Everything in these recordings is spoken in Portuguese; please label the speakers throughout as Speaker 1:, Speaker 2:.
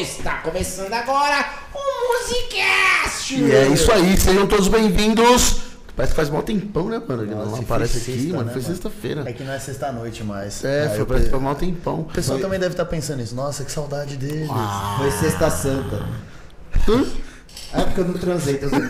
Speaker 1: Está começando agora o Musicast!
Speaker 2: E é isso aí, sejam todos bem-vindos. Parece que faz mó tempão, né, mano? Ele
Speaker 3: Nossa,
Speaker 2: não
Speaker 3: foi
Speaker 2: aparece
Speaker 3: sexta,
Speaker 2: aqui, mano.
Speaker 3: né,
Speaker 2: Foi
Speaker 3: mano?
Speaker 2: sexta-feira.
Speaker 3: É que não é sexta-noite mais.
Speaker 2: É,
Speaker 3: Aí
Speaker 2: foi,
Speaker 3: eu
Speaker 2: parece que
Speaker 3: pe-
Speaker 2: foi mó tempão.
Speaker 3: O pessoal tá- também deve estar pensando isso. Nossa, que saudade dele.
Speaker 1: Foi Sexta Santa. É porque eu não transei, tá zoando.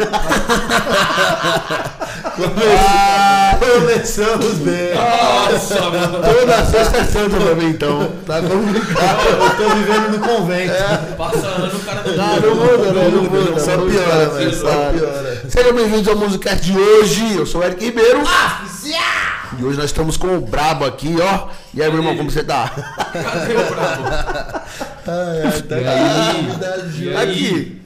Speaker 2: Ah,
Speaker 3: Começamos bem.
Speaker 4: Nossa, mano.
Speaker 2: Toda sexta é santa pra mim, então. Tá complicado.
Speaker 3: Eu tô vivendo no convento.
Speaker 4: Passa ano, o cara não
Speaker 2: Ah, não muda, né? Não muda.
Speaker 3: Só
Speaker 2: não
Speaker 3: piora,
Speaker 2: muda,
Speaker 3: velho, só
Speaker 2: cara.
Speaker 3: piora.
Speaker 2: Sejam bem-vindos ao Musicast de hoje. Eu sou o Eric Ribeiro.
Speaker 1: Zé!
Speaker 2: E hoje nós estamos com o Brabo aqui, ó. E aí, meu irmão, como você tá?
Speaker 4: Cadê o brabo?
Speaker 3: Ai, ai, tá
Speaker 2: É.
Speaker 4: E aí?
Speaker 2: Aqui.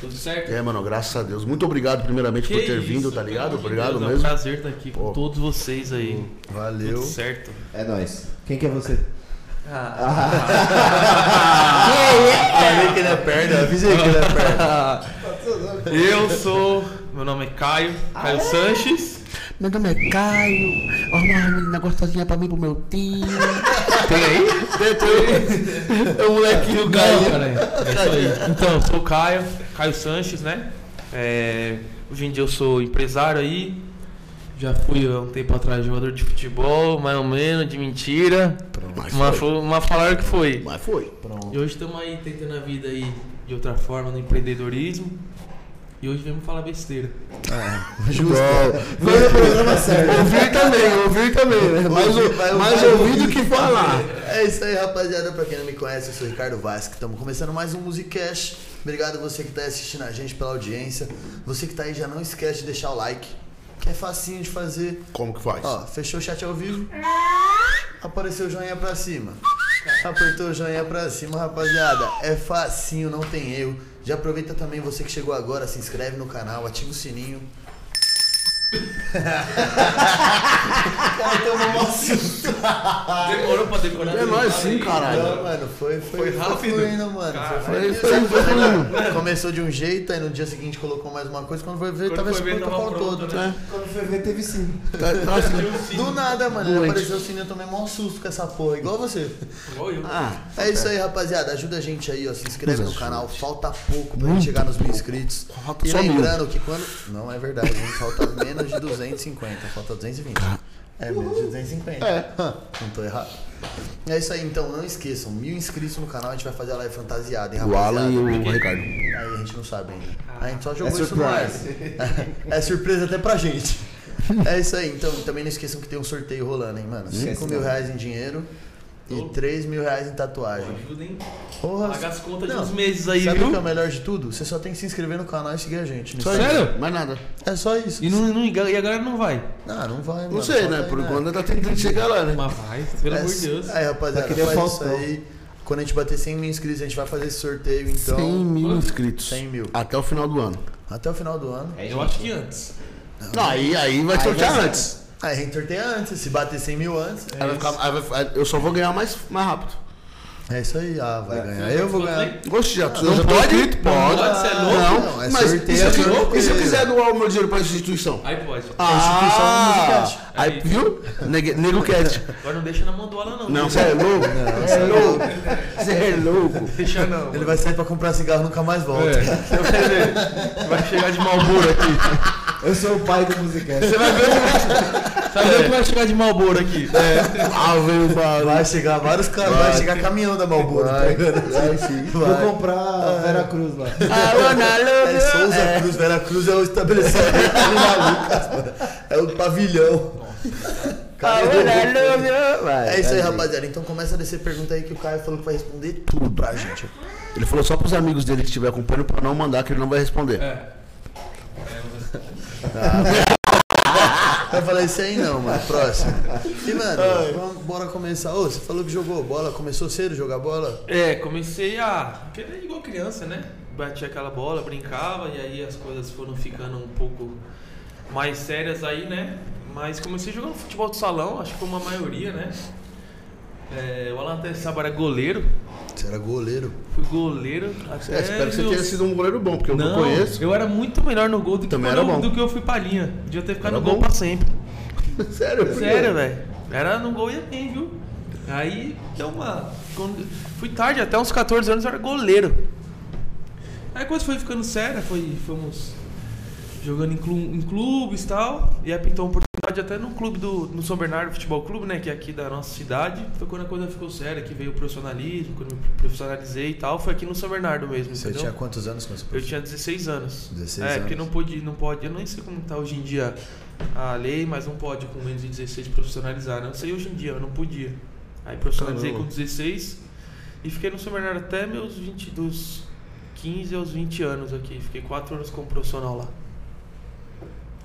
Speaker 4: Tudo certo?
Speaker 2: É, mano, graças a Deus. Muito obrigado, primeiramente, por ter vindo, tá ligado? Obrigado
Speaker 4: É um
Speaker 2: mesmo.
Speaker 4: prazer estar aqui com
Speaker 2: Pô.
Speaker 4: todos vocês aí.
Speaker 3: Valeu.
Speaker 4: Tudo certo.
Speaker 1: É nóis. Quem que é você?
Speaker 2: Ah.
Speaker 3: Falei que ele é perna. Avisei que ele é perna.
Speaker 4: Eu sou. Meu nome é Caio.
Speaker 2: Ah.
Speaker 4: Caio Sanches.
Speaker 2: Meu nome é Caio. Arruma uma menina gostosinha pra mim, pro meu tio. Tem aí? Tem, tem. É o molequinho
Speaker 4: Caio,
Speaker 2: Caio.
Speaker 4: É isso aí. Então, eu sou o Caio. Caio Sanches, né? É, hoje em dia eu sou empresário aí. Já fui há um tempo atrás jogador de futebol, mais ou menos, de mentira.
Speaker 2: Mas
Speaker 4: Mas,
Speaker 2: foi.
Speaker 4: foi- mas falaram que foi.
Speaker 2: Mas foi.
Speaker 4: E hoje estamos aí tentando a vida aí de outra forma, no empreendedorismo. E hoje vemos falar besteira.
Speaker 3: Justo.
Speaker 1: Foi no programa certo.
Speaker 2: Ouvir também, ouvir também, né? Mais,
Speaker 3: Ouvir, vai,
Speaker 2: o- mais
Speaker 3: vai,
Speaker 2: ouvir do
Speaker 3: ouvir.
Speaker 2: que falar.
Speaker 3: É isso aí, rapaziada. Pra quem não me conhece, eu sou o Ricardo Vasque. Estamos começando mais um Musicast. Obrigado você que tá assistindo a gente pela audiência. Você que tá aí, já não esquece de deixar o like, que é facinho de fazer.
Speaker 2: Como que faz?
Speaker 3: Ó, fechou o chat ao vivo. Apareceu o joinha pra cima. Apertou o joinha pra cima, rapaziada. É facinho, não tem erro. Já aproveita também você que chegou agora, se inscreve no canal, ativa o sininho. Cara, tem uma mó
Speaker 4: Demorou pra decorar. né?
Speaker 2: É nóis sim, caralho.
Speaker 3: Não, mano, foi, foi,
Speaker 4: Foi rápido.
Speaker 3: fluindo, mano.
Speaker 4: Caralho.
Speaker 2: Foi-
Speaker 3: Foi, fluindo.
Speaker 2: foi- foi
Speaker 3: Começou de um jeito, aí no dia seguinte colocou mais uma coisa. Quando foi ver,
Speaker 4: Quando
Speaker 3: tava esse
Speaker 4: foi ver, tava
Speaker 3: protocolo
Speaker 4: pronto,
Speaker 3: todo.
Speaker 4: né?
Speaker 1: Quando foi ver, teve sim.
Speaker 2: Tá- tá assim.
Speaker 3: Do nada, mano. ele
Speaker 2: Doente.
Speaker 3: Apareceu o sininho, eu tomei mó susto com essa porra, igual você.
Speaker 4: Igual eu.
Speaker 2: Ah,
Speaker 3: É isso aí, rapaziada. Ajuda a gente aí, ó. Se inscreve
Speaker 2: Nos
Speaker 3: no
Speaker 2: ajuda.
Speaker 3: canal. Falta pouco pra gente chegar nos mil inscritos.
Speaker 2: Falta
Speaker 3: E
Speaker 2: só mil.
Speaker 3: lembrando que quando. Não é verdade, hein? Falta menos de 250. Falta 220.
Speaker 2: Tá.
Speaker 3: É, menos de 250. É. Não tô errado. É isso aí, então. Não esqueçam. Mil inscritos no canal. A gente vai fazer a live fantasiada, hein,
Speaker 2: o
Speaker 3: rapaziada?
Speaker 2: Alan e o Ricardo.
Speaker 3: Aí a gente não sabe ainda. A gente só
Speaker 1: É
Speaker 3: jogou isso no ar.
Speaker 1: surprise.
Speaker 3: É surpresa até pra gente. É isso aí, então também não esqueçam que tem um sorteio rolando, hein, mano. 5
Speaker 1: Esquece
Speaker 3: mil
Speaker 1: não.
Speaker 3: reais em dinheiro e
Speaker 4: Tô.
Speaker 3: 3 mil reais em tatuagem.
Speaker 4: Ajuda, hein?
Speaker 3: Porra,
Speaker 4: Pagar as contas de
Speaker 3: Não.
Speaker 4: uns meses Tá aí,
Speaker 3: Sabe o que é o
Speaker 4: viu?
Speaker 3: melhor de tudo? Você só tem que se inscrever no canal e seguir a gente. no
Speaker 2: Só
Speaker 3: Instagram.
Speaker 4: Sério?
Speaker 2: isso, Mais nada.
Speaker 3: É só isso.
Speaker 4: E, não, não, e a galera não vai.
Speaker 3: Ah, não vai, mano.
Speaker 2: Não sei,
Speaker 3: Só
Speaker 2: né?
Speaker 3: vai,
Speaker 2: Por enquanto tá tentando chegar lá, né?
Speaker 4: Mas vai, pelo
Speaker 3: É,
Speaker 4: amor de Deus.
Speaker 3: Aí, rapaziada,
Speaker 1: Tá que nem o
Speaker 3: faz isso
Speaker 1: Faustão.
Speaker 3: aí. Quando a gente bater 100 mil inscritos, a gente vai fazer esse sorteio, então.
Speaker 2: 100 mil inscritos.
Speaker 3: 100 mil.
Speaker 2: Até o final do ano.
Speaker 3: Até o final do ano.
Speaker 4: Eu acho que antes.
Speaker 2: Aí, aí vai sortear
Speaker 1: vai-
Speaker 2: antes.
Speaker 3: Aí Ah, a gente sorteia antes, se bater 100 mil antes. né?
Speaker 2: Aí vai ficar- aí vai- eu só vou ganhar mais, mais rápido.
Speaker 3: É isso aí, ah, vai ganhar. Eu vou ganhar.
Speaker 2: Oxe, já,
Speaker 3: não
Speaker 2: já tô
Speaker 3: pode?
Speaker 2: inscrito? Pode.
Speaker 4: pode, você é louco?
Speaker 2: Não,
Speaker 3: Não, é
Speaker 2: mas
Speaker 3: sorteio,
Speaker 2: e se,
Speaker 3: é
Speaker 2: eu, quiser-
Speaker 3: sorteio.
Speaker 2: e se eu quiser doar o meu dinheiro pra instituição? Ah!
Speaker 4: Aí pode.
Speaker 3: instituição do Musicast.
Speaker 2: aí, viu? Neg- Nego Cat.
Speaker 4: Agora não deixa na mão do Alan, não.
Speaker 2: Não, você é louco? Você é louco? Você é louco?
Speaker 4: deixa não.
Speaker 3: Ele vai sair pra comprar cigarro e nunca mais volta.
Speaker 4: Vai chegar de malboro aqui.
Speaker 1: Eu sou o pai do Musicast.
Speaker 4: Sabe o que vai chegar de malboro aqui?
Speaker 2: Ah, veio pra...
Speaker 3: Vai chegar vários caras, vai, chegar caminhão da Malboro.
Speaker 1: Vai,
Speaker 3: pegando.
Speaker 1: vai, sim.
Speaker 3: Vai.
Speaker 1: Vou comprar a Vera Cruz lá.
Speaker 3: É Souza Cruz, Vera Cruz é o estabelecimento ali na Lucas, mano. É o pavilhão.
Speaker 2: Ah,
Speaker 3: Caminhão do Malboro. É isso aí, rapaziada. Então começa a descer pergunta aí que o Caio falou que vai responder tudo pra gente.
Speaker 2: Ele falou só pros amigos dele que estiver acompanhando pra não mandar, que ele não vai responder.
Speaker 4: É.
Speaker 3: Vai falar isso aí não, mano. Próximo. E, mano, vamos, bora começar. Ô, você falou que jogou bola. Começou cedo a jogar bola?
Speaker 4: É, comecei a. que era igual criança, né? Batia aquela bola, brincava, e aí as coisas foram ficando um pouco mais sérias aí, né? Mas comecei jogando futebol de salão, acho que como a maioria, né? É, o Alan até sabe era goleiro,
Speaker 3: Você era goleiro.
Speaker 4: fui goleiro até.
Speaker 2: É, espero que você
Speaker 4: meus-
Speaker 2: tenha sido um goleiro bom, porque eu não,
Speaker 4: não,
Speaker 2: conheço.
Speaker 4: Eu era muito melhor no gol do que,
Speaker 2: Também
Speaker 4: quando
Speaker 2: era
Speaker 4: eu-
Speaker 2: bom.
Speaker 4: do que eu fui palhinha. Devia ter ficado
Speaker 2: Era
Speaker 4: no gol
Speaker 2: bom.
Speaker 4: pra sempre.
Speaker 2: Sério? por quê?
Speaker 4: Sério, velho. Era no gol e ia bem, viu? Aí deu uma. quando- Fui tarde, até uns 14 anos eu era goleiro. Aí quando foi ficando séria, foi, fomos jogando em, clu- em clubes e tal. E aí pintou uma oportunidade até no clube do no São Bernardo Futebol Clube, né? Que é aqui da nossa cidade. Foi quando a coisa ficou séria, que veio o profissionalismo, quando eu me profissionalizei e tal. Foi aqui no São Bernardo mesmo,
Speaker 3: Você
Speaker 4: entendeu?
Speaker 3: tinha quantos anos quando você
Speaker 4: Eu tinha 16 anos.
Speaker 3: 16
Speaker 4: é,
Speaker 3: anos.
Speaker 4: porque não pode, não pode. Eu nem sei como tá hoje em dia a lei, mas não pode com menos de 16 profissionalizar. né? Eu sei hoje em dia, eu não podia. Aí profissionalizei
Speaker 3: Caramba.
Speaker 4: com 16 e fiquei no São Bernardo até meus 20, dos 15 aos 20 anos aqui. Fiquei 4 anos como profissional lá.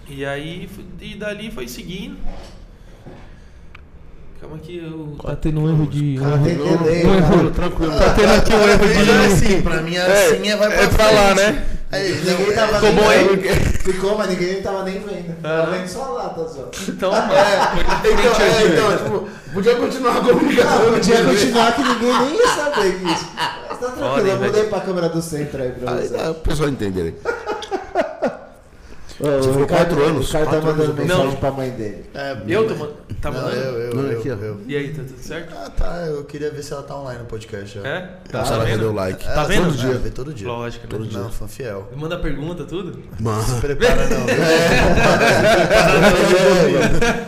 Speaker 4: E aí, fui- e dali foi seguindo. Calma que eu. Tá tendo um erro de.
Speaker 1: Cara, tem delay,
Speaker 2: Não,
Speaker 1: cara.
Speaker 2: não, tranquilo. Tá tendo aqui um erro
Speaker 3: Mas é
Speaker 2: de.
Speaker 3: assim, pra mim assim é vai pra
Speaker 2: é pra lá,
Speaker 3: frente. É
Speaker 2: né?
Speaker 3: Aí,
Speaker 1: Ninguém tava
Speaker 2: Como
Speaker 1: nem
Speaker 2: é?
Speaker 1: vendo. Ficou, mas ninguém tava nem vendo. Tava vendo só lata só.
Speaker 4: Então, mano.
Speaker 3: Então, é, então, tipo, podia continuar a comunicação.
Speaker 1: Não, podia continuar que ninguém nem ia saber disso. Mas tá tranquilo, eu
Speaker 4: Podem,
Speaker 1: mudei pra câmera do centro aí pra vocês.
Speaker 2: Ah, O pessoal entender aí.
Speaker 1: Ô, o
Speaker 2: ficou
Speaker 1: Ricardo-
Speaker 2: quatro anos,
Speaker 1: O cara tá
Speaker 2: quatro anos
Speaker 1: mandando
Speaker 2: no
Speaker 1: mensagem
Speaker 4: Não.
Speaker 1: pra mãe dele.
Speaker 4: Eu tô mandando. Tá
Speaker 3: é, Não,
Speaker 4: mandando?
Speaker 3: eu, eu,
Speaker 2: Não,
Speaker 3: eu,
Speaker 2: aqui, ó.
Speaker 3: eu.
Speaker 4: E aí, tá tudo certo?
Speaker 3: Ah, tá. Eu queria ver se ela tá online no podcast. ó.
Speaker 4: É?
Speaker 2: Tá, É. ela
Speaker 4: vendo?
Speaker 2: rendeu o like.
Speaker 3: Ela-
Speaker 4: vendo?
Speaker 2: Todo
Speaker 3: Ela
Speaker 2: dia.
Speaker 3: vê todo dia.
Speaker 4: Lógico, né?
Speaker 3: Todo dia. Não, fã fiel.
Speaker 4: Manda pergunta, tudo?
Speaker 3: Se
Speaker 2: Mano.
Speaker 3: prepara não.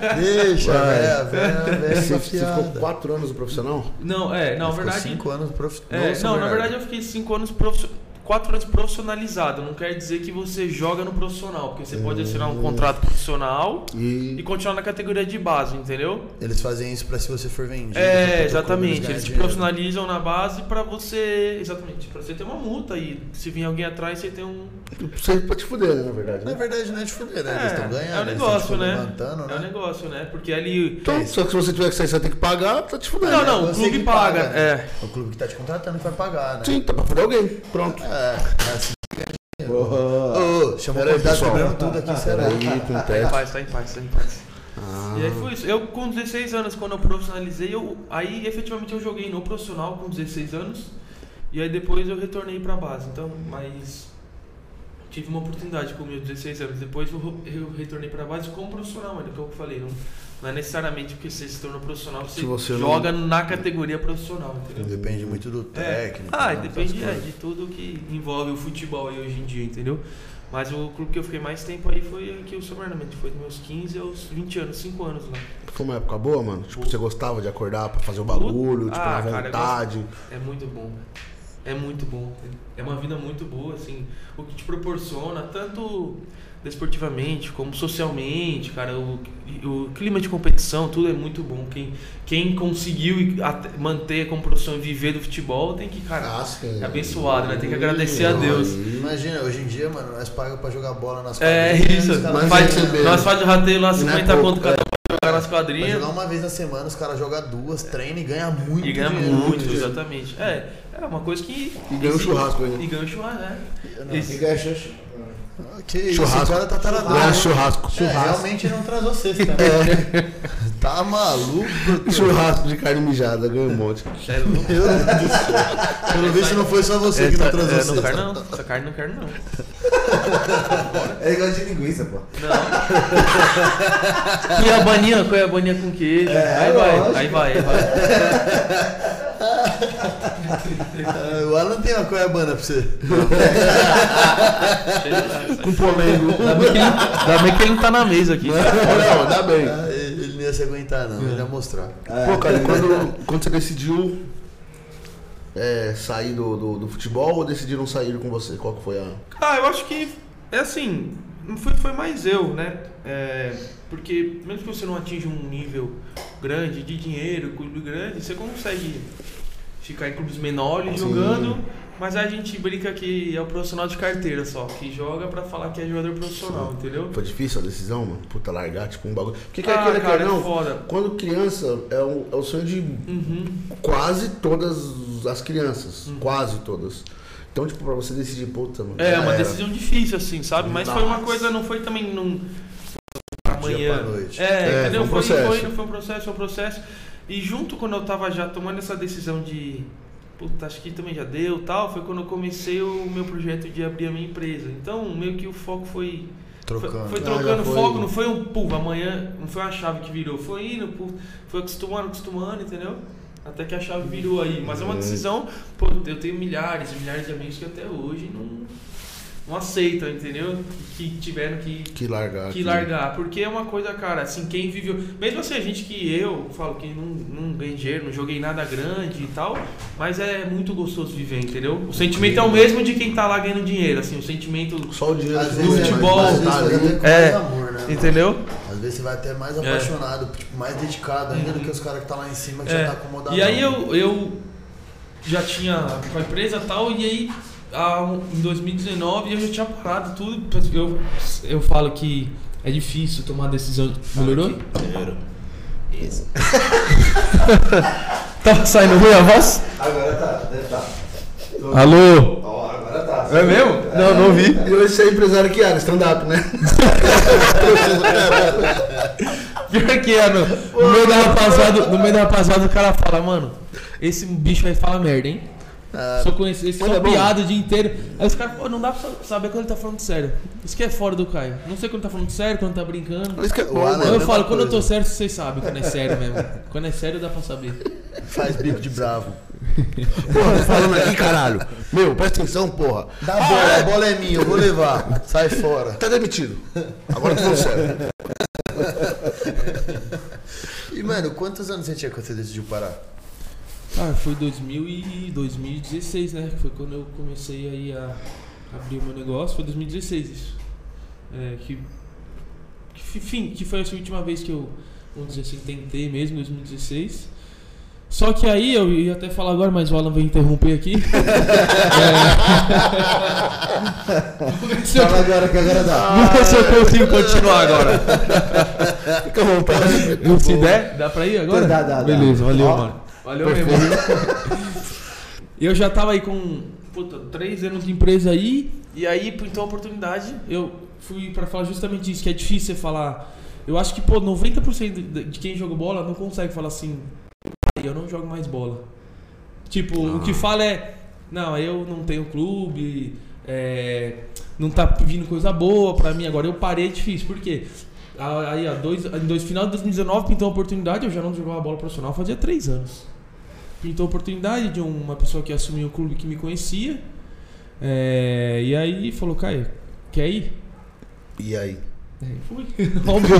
Speaker 2: É,
Speaker 3: Deixa, velho.
Speaker 2: Você você
Speaker 3: Velho,
Speaker 2: ficou 4 anos no profissional?
Speaker 4: Não, é, na verdade.
Speaker 3: cinco anos prof...
Speaker 4: é,
Speaker 3: Nossa,
Speaker 4: não, na verdade eu fiquei cinco anos profissio- quatro anos profissionalizado. Não quer dizer que você joga no profissional, porque você pode assinar
Speaker 3: Hum.
Speaker 4: um contrato profissional e
Speaker 2: E.
Speaker 4: continuar na categoria de base, entendeu?
Speaker 3: Eles fazem isso pra se você né? for vendido. pra
Speaker 4: É,
Speaker 3: teu clube
Speaker 4: exatamente. Eles te
Speaker 3: ganhar dinheiro.
Speaker 4: profissionalizam na base pra você, exatamente, Pra você ter uma multa e se vir alguém atrás você tem um
Speaker 2: Você pra te fuder, né, na verdade.
Speaker 3: Na
Speaker 2: Né?
Speaker 3: verdade não é de fuder, né? Eles estão ganhando.
Speaker 4: é um
Speaker 3: eles
Speaker 4: negócio,
Speaker 3: tão, tipo,
Speaker 4: né?
Speaker 3: Levantando,
Speaker 4: É um
Speaker 3: né?
Speaker 4: negócio, né? Porque ali
Speaker 2: Então, só que se você tiver que sair, você vai ter que pagar, tá te fudendo.
Speaker 4: Não, não. o
Speaker 3: Você
Speaker 4: clube
Speaker 3: que
Speaker 4: paga, é.
Speaker 3: né? O clube que tá te contratando que vai pagar, né?
Speaker 2: Sim, tá pra fuder alguém. Pronto. Ah,
Speaker 3: É, é assim.
Speaker 1: Ô,
Speaker 3: Ô, ô, chamou o
Speaker 2: Peraí,
Speaker 3: convidado
Speaker 2: pessoal.
Speaker 3: quebrando Então, tudo aqui, será?
Speaker 2: Aí, tem um
Speaker 4: Tá em
Speaker 2: teste.
Speaker 4: paz, tá em paz, tá em paz. E aí foi isso. Eu com 16 anos, quando eu profissionalizei, eu, aí efetivamente eu joguei no profissional com 16 anos. E aí depois eu retornei pra base. Então, mas tive uma oportunidade com meus 16 anos. Depois eu, ro- eu retornei pra base como profissional, ainda que eu falei. Não, não é necessariamente porque você se tornou profissional, você,
Speaker 2: Se você não-
Speaker 4: joga na categoria profissional, entendeu?
Speaker 3: Depende muito do
Speaker 4: É.
Speaker 3: técnico.
Speaker 4: Ah,
Speaker 3: né?
Speaker 4: depende
Speaker 3: Das
Speaker 4: é,
Speaker 3: coisas.
Speaker 4: de tudo que envolve o futebol aí hoje em dia, entendeu? Mas o clube que eu fiquei mais tempo aí foi aqui o Sumernamente, foi dos meus 15 aos 20 anos, 5 anos lá.
Speaker 2: Foi uma época boa, mano? Tipo, você gostava de acordar pra fazer o bagulho, tipo,
Speaker 4: Ah,
Speaker 2: na
Speaker 4: cara, eu
Speaker 2: vontade.
Speaker 4: É muito bom, é muito bom. É uma vida muito boa, assim, o que te proporciona, tanto desportivamente como socialmente, cara, o, o clima de competição, tudo é muito bom. Quem, quem conseguiu e at- manter como profissão e viver do futebol tem que, cara,
Speaker 2: Caraca.
Speaker 4: é abençoado, né? Tem que agradecer a Deus.
Speaker 3: Imagina, hoje em dia, mano, nós pagamos pra jogar bola nas
Speaker 4: É
Speaker 3: quadrinhas,
Speaker 4: isso,
Speaker 3: os caras
Speaker 2: mas
Speaker 4: faz,
Speaker 2: é
Speaker 3: ganham.
Speaker 2: isso mesmo. é
Speaker 4: nós faz o rateio lá, 50
Speaker 2: pouco, é.
Speaker 4: conto cada um pra jogar nas
Speaker 3: Pra
Speaker 4: quadrinhas
Speaker 3: jogar uma vez na semana, os caras jogam duas, treina e ganha muito
Speaker 4: e ganha
Speaker 3: dinheiro.
Speaker 4: muito, exatamente. É, é uma coisa que.
Speaker 2: E ganha um churrasco ainda.
Speaker 4: E ganha um churrasco, né?
Speaker 3: Não,
Speaker 4: Esse-
Speaker 5: é
Speaker 1: Fica xuxa.
Speaker 3: Ah, Que isso,
Speaker 2: Churrasco.
Speaker 3: esse cara tá taradão.
Speaker 2: Lá é
Speaker 3: né?
Speaker 2: churrasco.
Speaker 3: É, realmente não trazou cesta. né?
Speaker 4: É.
Speaker 3: Tá maluco?
Speaker 2: é Churrasco de carne mijada, ganhou um monte.
Speaker 4: É louco.
Speaker 3: Meu Deus do céu. Pelo visto não foi só você que não
Speaker 4: Essa-
Speaker 1: assim.
Speaker 3: transou
Speaker 4: é, não
Speaker 3: cesta.
Speaker 4: quero não, essa carne não quero não. Não,
Speaker 1: É igual de linguiça, pô.
Speaker 4: Cuiabaninha, cuiabaninha é com queijo. aí, vai,
Speaker 1: É, lógico.
Speaker 4: aí vai, aí vai.
Speaker 3: Ah, O Alan tem uma coiabana pra você.
Speaker 2: Com polego.
Speaker 4: Ainda bem, que ele, ainda bem que ele não tá na mesa aqui.
Speaker 2: Não, ainda bem.
Speaker 3: Ah, Ele não ia se aguentar, não. Ele ia mostrar.
Speaker 2: Pô, cara, e quando, quando você decidiu é, sair do, do, do futebol ou decidiram sair com você? Qual que foi a.
Speaker 4: Ah, eu acho que é assim, não foi, foi mais eu, né? É, porque mesmo que você não atinja um nível grande de dinheiro, clube grande, você consegue ficar em clubes menores
Speaker 2: Sim.
Speaker 4: jogando, mas a gente brinca que é o profissional de carteira só, que joga pra falar que é jogador profissional, entendeu?
Speaker 2: Foi difícil a decisão, mano? Puta, largar, tipo, um bagulho. Porque que é
Speaker 4: ah,
Speaker 2: aquele
Speaker 4: cara,
Speaker 2: que não?
Speaker 4: é foda.
Speaker 2: Quando criança, é o, é o sonho de
Speaker 4: Uhum.
Speaker 2: quase todas as crianças. Quase todas. Então, tipo, pra você decidir, puta, mano.
Speaker 4: É,
Speaker 2: já
Speaker 4: uma
Speaker 2: era.
Speaker 4: decisão difícil, assim, sabe? Mas foi uma
Speaker 2: Nossa.
Speaker 4: coisa, não foi também num.
Speaker 3: dia
Speaker 4: Amanhã.
Speaker 3: pra noite.
Speaker 4: É,
Speaker 2: É,
Speaker 4: entendeu?
Speaker 2: foi um
Speaker 4: Foi, foi,
Speaker 2: processo.
Speaker 4: foi um processo, foi um processo. E junto quando eu tava já tomando essa decisão de. Puta, acho que também já deu tal, foi quando eu comecei o meu projeto de abrir a minha empresa. Então, meio que o foco foi.
Speaker 3: Trocando.
Speaker 4: Foi, foi
Speaker 2: Ah, já
Speaker 4: trocando
Speaker 2: foi.
Speaker 4: foco, não foi um pum, amanhã, não foi uma chave que virou, foi indo, pum, foi acostumando, acostumando, entendeu? Até que a chave virou aí. Mas é uma decisão. Pô, eu tenho milhares e milhares de amigos que até hoje não, não aceitam, entendeu? Que tiveram que
Speaker 2: Que largar.
Speaker 4: que
Speaker 2: aqui.
Speaker 4: largar. Porque é uma coisa, cara, assim, quem viveu. Mesmo assim, a gente que eu falo que não, não ganhei dinheiro, não joguei nada grande e tal, mas é muito gostoso viver, entendeu? O sentimento é o mesmo de quem tá lá ganhando dinheiro, assim, o sentimento.
Speaker 3: Só o dinheiro
Speaker 5: Às
Speaker 3: que
Speaker 5: vezes
Speaker 3: você
Speaker 5: é
Speaker 4: futebol,
Speaker 3: vai- às
Speaker 5: tá
Speaker 3: vezes
Speaker 5: ali.
Speaker 3: você vai até com
Speaker 4: É.
Speaker 3: mais amor, né? mano?
Speaker 4: Entendeu?
Speaker 3: Às vezes você vai até mais
Speaker 4: É.
Speaker 3: apaixonado, tipo, mais dedicado ainda do que os caras que tá lá em cima que
Speaker 4: É.
Speaker 3: já tá acomodado.
Speaker 4: E aí eu, eu já tinha com a empresa e tal, e aí há um- em 2019 eu já tinha parado tudo. Eu, eu falo que é difícil tomar decisão. Melhorou?
Speaker 3: Isso.
Speaker 4: Tava Tá saindo ruim a voz?
Speaker 5: Agora tá, deve tá.
Speaker 4: Alô?
Speaker 5: Ó, agora tá.
Speaker 4: É mesmo? Não, não ouvi.
Speaker 2: E hoje você é empresário que área? Stand-up, né?
Speaker 4: Pior que é, no, no meio da rapaziada, no meio da rapaziada o cara fala, mano, esse bicho vai falar merda, hein? Só conhece, esse
Speaker 2: mas
Speaker 4: só
Speaker 2: é bom.
Speaker 4: piada o dia inteiro. Aí os caras, pô, não dá pra saber quando ele tá falando sério. Isso que é fora do Caio. Não sei quando tá falando sério, quando tá brincando.
Speaker 2: Isso que é
Speaker 3: O
Speaker 2: bom,
Speaker 3: Alan-
Speaker 2: mano.
Speaker 4: eu
Speaker 3: mesma
Speaker 4: falo, quando eu tô
Speaker 3: coisa.
Speaker 4: certo, vocês sabem quando é sério mesmo. Quando é sério, dá pra saber.
Speaker 3: Faz bico de bravo.
Speaker 2: Porra, falando aqui, caralho. Meu, presta atenção, porra. Ah,
Speaker 3: Dá a bola, a bola é minha, eu vou levar. Sai fora.
Speaker 2: Tá demitido. Agora tô falando sério.
Speaker 3: E, mano, quantos anos você tinha quando você decidiu parar?
Speaker 4: Ah, foi 2000 e 2016, né? Que foi quando eu comecei aí a abrir o meu negócio. Foi 2016 isso. É, que, que fi- fim, que foi essa última vez que eu, vamos dizer assim, tentei mesmo, 2016. Só que aí, eu ia até falar agora, mas o Alan vai interromper aqui. é...
Speaker 5: Fala agora que agora dá.
Speaker 2: Ah,
Speaker 4: Vamos ver se eu consigo continuar agora.
Speaker 2: Fica à vontade.
Speaker 4: Não se der, dá pra ir agora?
Speaker 5: Dá, dá, dá.
Speaker 4: Ah, Beleza, valeu,
Speaker 5: Ó.
Speaker 4: mano. Valeu mesmo. eu já tava aí com, puta, três anos de empresa aí, e aí, pô, então, a oportunidade, eu fui pra falar justamente isso, que é difícil você falar. Eu acho que, pô, 90% de- de quem joga bola não consegue falar assim, "Aí, eu não jogo mais bola. Tipo, o que fala é, não, eu não tenho clube, é, não tá vindo coisa boa pra mim agora. Eu parei, é difícil. Por quê? Ah, Aí, ó, dois, em dois, final de 2019 pintou uma oportunidade, eu já não jogava bola profissional fazia três anos. Pintou a oportunidade de uma pessoa que assumiu o clube que me conhecia. é, e aí falou, Caio, quer ir?
Speaker 3: E aí?
Speaker 4: Aí fui. Óbvio.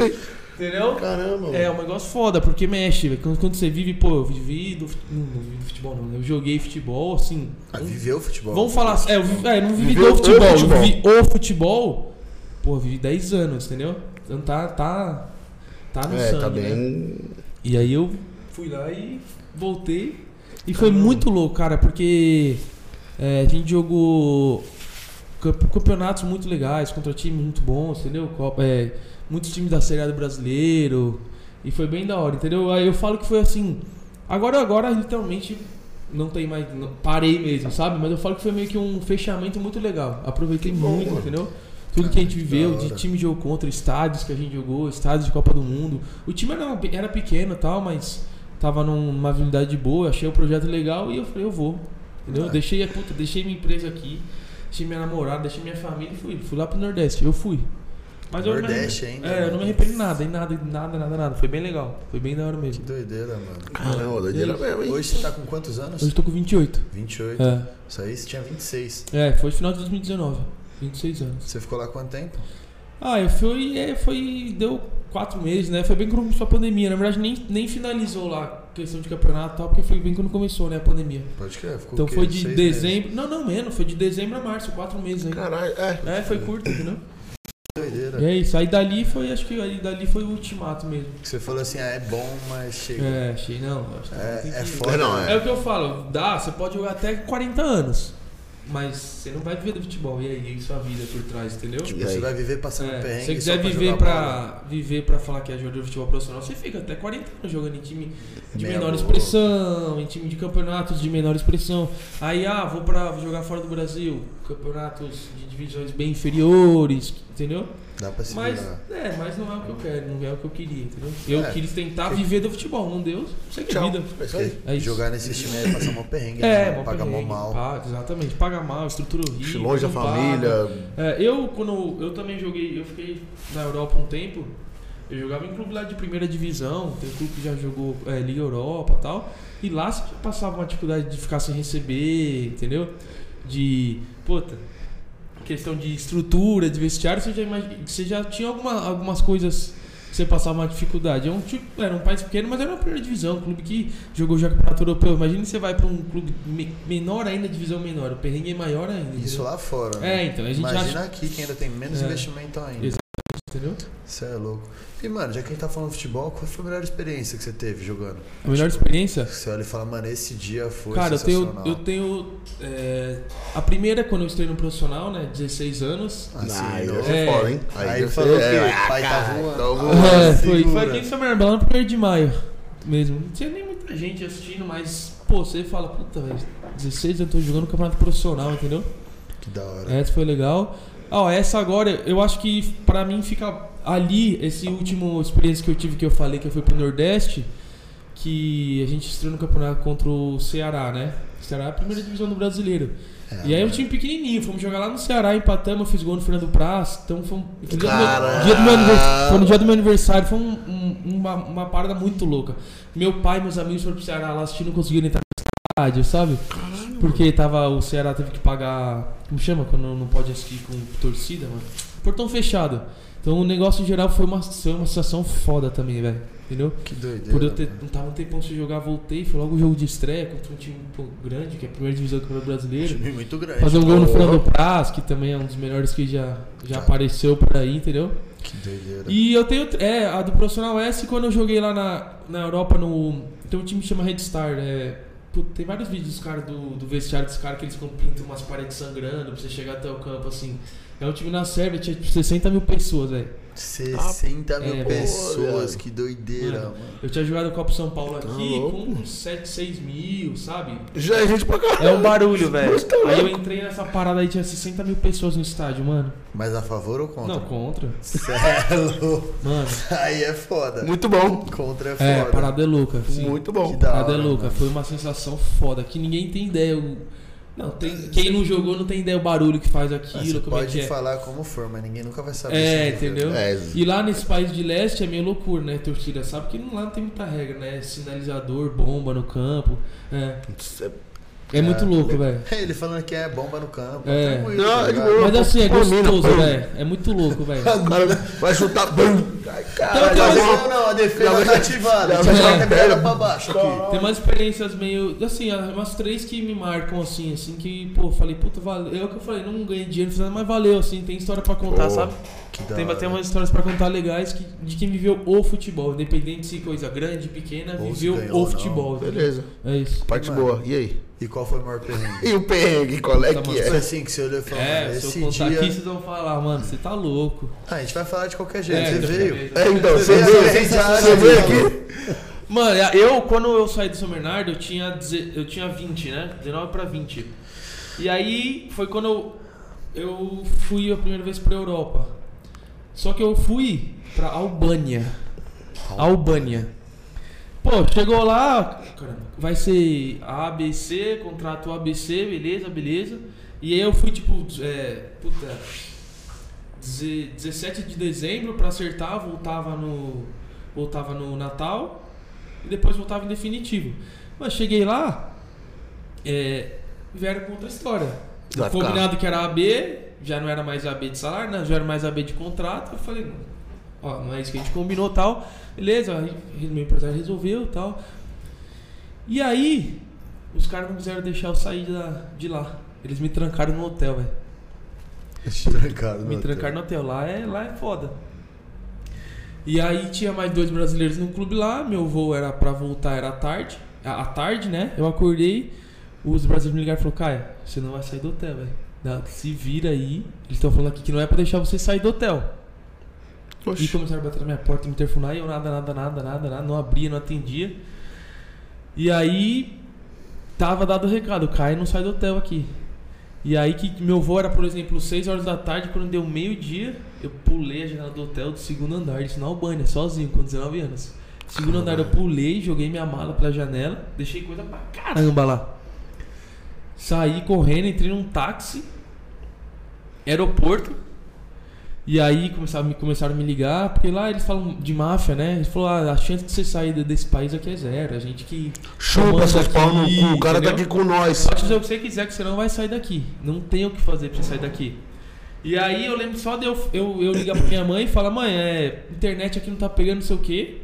Speaker 2: Oi.
Speaker 4: Entendeu?
Speaker 3: Caramba,
Speaker 4: É, é um negócio foda, porque mexe, velho. Quando, quando você vive, pô, eu vivi do, fut- não, não vivi do futebol, não. né? Eu joguei futebol, assim.
Speaker 3: Ah, viveu o futebol.
Speaker 4: Vamos falar assim, é, eu vivi- é, eu não vivi
Speaker 2: Viveu
Speaker 4: do
Speaker 2: o
Speaker 4: futebol,
Speaker 2: futebol.
Speaker 4: eu vivi o futebol, pô, eu vivi 10 anos, entendeu? Então tá, tá, tá no
Speaker 2: É,
Speaker 4: sangue,
Speaker 2: tá
Speaker 4: né?
Speaker 2: bem.
Speaker 4: E aí eu fui lá e voltei. E foi muito louco, cara, porque é, a gente jogou campe- campeonatos muito legais, contra times muito bons, entendeu? Copa- é, muitos times da Série A do Brasileiro. E foi bem da hora, entendeu? Aí eu falo que foi assim. Agora, agora, literalmente, não tem mais. não- parei mesmo, sabe? Mas eu falo que foi meio que um fechamento muito legal. Aproveitei muito, entendeu? Tudo que a gente viveu,
Speaker 3: da
Speaker 4: de
Speaker 3: hora.
Speaker 4: time jogou contra, estádios que a gente jogou, estádios de Copa do Mundo. O time era, era pequeno e tal, mas tava num- numa habilidade boa, achei o projeto legal e eu falei, eu vou. Entendeu? Eu Deixei a puta, deixei minha empresa aqui, deixei minha namorada, deixei minha família e fui. Fui lá pro Nordeste, eu fui. Mas eu não me
Speaker 3: Nordeste
Speaker 4: arrependo-
Speaker 3: ainda,
Speaker 4: É, eu
Speaker 3: né?
Speaker 4: não me arrependo de nada, em nada, em nada, nada, nada. Foi bem legal. Foi bem da hora
Speaker 3: Que
Speaker 4: mesmo.
Speaker 3: doideira, mano.
Speaker 2: Caramba, doideira mesmo, hein?
Speaker 3: Hoje você tá com quantos anos?
Speaker 4: Hoje eu tô com 28.
Speaker 3: 28.
Speaker 4: É.
Speaker 3: Isso aí você tinha 26.
Speaker 4: É, foi final de 2019. 26 anos.
Speaker 3: Você ficou lá quanto tempo?
Speaker 4: Ah, eu fui. É, foi. Deu quatro meses, né? Foi bem quando começou a pandemia. Na verdade, nem, nem finalizou lá a questão de campeonato e tal, porque foi bem quando começou, né? A pandemia.
Speaker 3: Pode crer, ficou
Speaker 4: Então
Speaker 3: o quê?
Speaker 4: foi de
Speaker 3: Seis
Speaker 4: dezembro. Não, não, menos. Foi de dezembro a março, quatro meses aí.
Speaker 2: Caralho, é.
Speaker 4: É, foi curto, entendeu?
Speaker 3: meses? Doideira.
Speaker 4: E é isso. Aí dali foi, acho que aí dali foi o ultimato mesmo.
Speaker 3: Que Você falou assim, ah, é bom, mas chega.
Speaker 4: É, achei, não. acho que
Speaker 3: É,
Speaker 4: tem
Speaker 3: é
Speaker 4: que-
Speaker 3: foda.
Speaker 2: É, não,
Speaker 4: É o que eu falo, dá, você pode jogar até 40 anos, mas você não vai viver do futebol. E aí, e sua vida por trás, entendeu?
Speaker 3: Tipo,
Speaker 2: E aí?
Speaker 3: você vai viver passando
Speaker 4: É,
Speaker 3: perrengue.
Speaker 4: se você quiser
Speaker 3: só pra
Speaker 4: viver
Speaker 3: jogar bola.
Speaker 4: pra, viver pra falar que é jogador de futebol profissional, você fica até 40 anos jogando em time de
Speaker 3: Meia
Speaker 4: menor
Speaker 3: boca.
Speaker 4: expressão, em time de campeonatos de menor expressão. Aí, ah, vou pra jogar fora do Brasil, campeonatos de divisões bem inferiores, entendeu?
Speaker 3: Dá pra se
Speaker 4: Mas,
Speaker 3: virar.
Speaker 4: é, mas não é o que eu quero, não é o que eu queria, entendeu? Eu
Speaker 3: né? É.
Speaker 4: quis tentar viver do futebol, não deu, segue a
Speaker 2: Tchau.
Speaker 4: vida.
Speaker 2: É isso aí.
Speaker 4: É isso.
Speaker 3: Jogar nesse time aí é passar mó perrengue.
Speaker 4: É,
Speaker 3: né?
Speaker 4: mó
Speaker 3: Paga mó
Speaker 4: perrengue,
Speaker 3: mal.
Speaker 4: paga, exatamente, paga mal, estrutura horrível.
Speaker 2: Longe da
Speaker 4: não paga.
Speaker 2: família.
Speaker 4: É, eu, quando eu também joguei, eu fiquei na Europa um tempo, Eu jogava em clube lá de primeira divisão, tem um clube que já jogou é, Liga Europa e tal. E lá você já passava uma dificuldade de ficar sem receber, entendeu? De. Puta, questão de estrutura, de vestiário, você já, imagi- você já tinha alguma, algumas coisas que você passava uma dificuldade. É um tipo, era um país pequeno, mas era uma primeira divisão, um clube que jogou já campeonato europeu. Imagina você vai para um clube me- menor ainda, divisão menor, o perrengue é maior ainda.
Speaker 3: Isso
Speaker 4: entendeu?
Speaker 3: lá fora. né?
Speaker 4: É, então, a gente
Speaker 3: Imagina
Speaker 4: acha.
Speaker 3: aqui que ainda tem menos
Speaker 4: É.
Speaker 3: investimento ainda.
Speaker 4: Exato. Entendeu?
Speaker 3: Isso é louco. E, mano, já que a gente tá falando de futebol, qual foi a melhor experiência que você teve jogando?
Speaker 4: A melhor experiência
Speaker 3: Você olha e fala, mano, esse dia foi
Speaker 4: Cara, eu tenho.
Speaker 3: sensacional.
Speaker 4: Eu tenho é, a primeira é quando eu estourei no profissional, né? 16 anos.
Speaker 3: Ah,
Speaker 2: assim,
Speaker 3: sim,
Speaker 1: Ah,
Speaker 3: eu-
Speaker 1: eu-
Speaker 4: É.
Speaker 2: foda, né? hein?
Speaker 3: Aí,
Speaker 2: eu
Speaker 3: falou
Speaker 2: sei,
Speaker 3: que
Speaker 2: é,
Speaker 3: o pai tá voando.
Speaker 2: Então, vou-
Speaker 4: É, foi,
Speaker 3: segura.
Speaker 4: foi aqui em São Bernardo, lá no 1 de maio mesmo. Não tinha nem muita gente assistindo, mas, pô, você fala, puta, velho, 16 eu tô jogando campeonato profissional, entendeu?
Speaker 3: Que da hora.
Speaker 4: Essa É, foi legal. Ah, ó, essa agora, eu acho que pra mim fica ali, esse último experiência que eu tive, que eu falei que eu fui pro Nordeste, que a gente estreou no campeonato contra o Ceará, né? O Ceará é a primeira divisão do brasileiro.
Speaker 3: É,
Speaker 4: e aí é um time pequenininho, fomos jogar lá no Ceará, empatamos, eu fiz gol no Fernando Praz, então foi um... foi no dia do meu-
Speaker 3: Caralho!
Speaker 4: dia do meu anivers- Foi no dia do meu aniversário, foi um- um- uma, uma parada muito louca. Meu pai e meus amigos foram pro Ceará lá assistir, não conseguiram entrar no estádio, sabe? Porque tava, o Ceará teve que pagar. Como chama? Quando não pode assistir com torcida, mano. Portão fechado. Então o negócio em geral foi uma, foi uma situação foda também, velho. Entendeu?
Speaker 3: Que doideira.
Speaker 4: Por eu ter,
Speaker 3: mano.
Speaker 4: não tava um tempão sem jogar, voltei. Foi logo o jogo de estreia contra um time pô, grande, que é a primeira divisão do Campeonato Brasileiro.
Speaker 3: Time muito grande.
Speaker 4: Fazer um gol no
Speaker 3: Pô,
Speaker 4: Fernando Praz, que também é um dos melhores que já, já
Speaker 3: Tá.
Speaker 4: apareceu por aí, entendeu?
Speaker 3: Que doideira.
Speaker 4: E eu tenho. É, a do Profissional S, quando eu joguei lá na, na Europa, no. Tem um time que chama Red Star, é. puta, tem vários vídeos dos caras do, do vestiário dos caras que eles ficam pintam umas paredes sangrando pra você chegar até o campo, assim. É um time na Sérvia, tinha tipo 60 mil pessoas, velho.
Speaker 3: 60 mil
Speaker 4: É,
Speaker 3: pessoas,
Speaker 2: velho.
Speaker 3: que doideira, mano.
Speaker 4: Eu tinha jogado o Copa São Paulo aqui
Speaker 1: Tá louco.
Speaker 4: com 7, 6 mil, sabe?
Speaker 1: Já é gente pra caralho.
Speaker 4: É um barulho, velho.
Speaker 1: Mas tá
Speaker 4: Aí eu
Speaker 1: louco.
Speaker 4: entrei nessa parada aí, tinha 60 mil pessoas no estádio, mano.
Speaker 3: Mas a favor ou contra?
Speaker 4: Não, contra.
Speaker 3: Cê é louco.
Speaker 4: Mano,
Speaker 3: Aí é foda.
Speaker 1: Muito bom.
Speaker 3: Contra é foda.
Speaker 4: é, a parada é louca. sim.
Speaker 1: Muito
Speaker 3: Que
Speaker 1: bom.
Speaker 3: da
Speaker 4: Nada é
Speaker 3: hora,
Speaker 4: louca,
Speaker 3: mano.
Speaker 4: foi uma sensação foda, que ninguém tem ideia. o- Não, tem... quem não jogou não tem ideia o barulho que faz
Speaker 3: Mas
Speaker 4: aquilo,
Speaker 3: você
Speaker 4: como é que
Speaker 3: pode
Speaker 4: é.
Speaker 3: falar né? como for, mas ninguém nunca vai saber.
Speaker 4: É,
Speaker 3: se
Speaker 4: entendeu?
Speaker 2: É,
Speaker 4: E lá nesse país de leste é meio loucura, né? Torcida, sabe? Porque lá não tem muita regra, né? Sinalizador, bomba no campo. É, é muito louco, velho.
Speaker 3: Ele falando que é bomba no campo.
Speaker 4: É.
Speaker 3: tranquilo,
Speaker 1: Não,
Speaker 3: tá
Speaker 1: de
Speaker 3: ligado?
Speaker 1: boa.
Speaker 4: Mas assim, é
Speaker 1: Pô, mina,
Speaker 4: gostoso,
Speaker 1: pô.
Speaker 4: velho. É muito louco, velho.
Speaker 2: O cara né? vai chutar. Bum. Ai,
Speaker 4: Então,
Speaker 2: caralho. tá
Speaker 4: tem
Speaker 3: Mas
Speaker 4: umas-
Speaker 3: não, não, a defesa
Speaker 2: vai-
Speaker 3: tá ativada.
Speaker 2: já
Speaker 3: Tinha
Speaker 4: vai-
Speaker 3: que ter pra baixo aqui.
Speaker 4: Tem umas experiências meio. Assim, umas três que me marcam, assim, assim, que, pô, falei, puta, valeu. É o que eu falei, não ganhei dinheiro, não fiz nada, mas valeu, assim, tem história pra contar,
Speaker 2: Pô,
Speaker 4: sabe?
Speaker 3: Que da
Speaker 4: Tem,
Speaker 3: hora.
Speaker 4: tem umas histórias pra contar legais que, de quem viveu o futebol, independente se coisa grande, pequena,
Speaker 3: Ou se
Speaker 4: viveu
Speaker 3: ganhou
Speaker 4: o
Speaker 3: ou não.
Speaker 4: futebol.
Speaker 1: Beleza.
Speaker 4: É isso.
Speaker 2: Parte
Speaker 3: Mano.
Speaker 2: boa. E aí?
Speaker 3: E qual foi o maior perrengue?
Speaker 2: E o perrengue, qual é
Speaker 4: Tá,
Speaker 2: que
Speaker 4: mano.
Speaker 2: é?
Speaker 3: Foi assim que você olhou e falou, mano,
Speaker 4: É, se
Speaker 3: esse
Speaker 4: eu contar
Speaker 3: dia...
Speaker 4: aqui, vocês vão falar, mano, você tá louco.
Speaker 3: Ah, a gente vai falar de qualquer jeito,
Speaker 4: É,
Speaker 3: você
Speaker 4: tá
Speaker 3: veio.
Speaker 4: bem.
Speaker 2: É, então, você
Speaker 3: Você
Speaker 2: veio,
Speaker 3: veio,
Speaker 2: você veio aqui?
Speaker 4: Mano, eu, quando eu saí do São Bernardo, eu tinha, deze- eu tinha 20, né? 19 pra 20. E aí foi quando eu, eu fui a primeira vez pra Europa. Só que eu fui pra Albânia. Albânia. Pô, chegou lá, caramba, vai ser a ABC, contrato ABC, beleza, beleza. E aí eu fui tipo, é, puta, deze- 17 de dezembro pra acertar, voltava no voltava no Natal e depois voltava em definitivo. Mas cheguei lá, é, vieram com outra história.
Speaker 2: Vai ficar.
Speaker 4: Combinado que era AB, já não era mais AB de salário, né? já era mais AB de contrato. Eu falei, não, ó, não é isso que a gente combinou tal. Beleza, aí meu empresário resolveu tal. E aí, os caras não quiseram deixar eu sair da- de lá. Eles me trancaram no hotel, velho.
Speaker 3: Trancaram no
Speaker 4: Me
Speaker 3: hotel.
Speaker 4: trancaram no hotel. Lá é, lá é foda. E aí tinha mais dois brasileiros no clube lá. Meu voo era pra voltar, era à tarde. À à tarde, né? Eu acordei. Os brasileiros me ligaram e falaram: Caio, você não vai sair do hotel, velho. Dá- Se vira aí. Eles estão falando aqui que não é pra deixar você sair do hotel. E começaram a bater na minha porta, me telefonar. E eu nada, nada, nada, nada, nada. Não abria, não atendia. E aí. Tava dado o recado: Caio, não sai do hotel aqui. E aí que meu voo era, por exemplo, 6 horas da tarde, quando deu meio-dia, eu pulei a janela do hotel do segundo andar, isso na Albânia, sozinho, com 19 anos. Segundo andar eu pulei, joguei minha mala pela janela, deixei coisa pra caramba lá. Saí correndo, entrei num táxi, aeroporto, E aí começaram, a me- começaram a me ligar, porque lá eles falam de máfia, né? Eles falaram, ah, a chance de você sair de- desse país aqui é zero. A gente que.
Speaker 2: Chupa
Speaker 4: comanda
Speaker 2: seus pau no
Speaker 4: aqui",
Speaker 2: cu, o cara tá aqui
Speaker 4: entendeu?
Speaker 2: com nós.
Speaker 4: Pode fazer é o que você quiser, que você não vai sair daqui. Não tem o que fazer pra você sair daqui. E aí eu lembro só de eu, eu, eu ligar pra minha mãe e falar, mãe, é, internet aqui não tá pegando não sei o quê.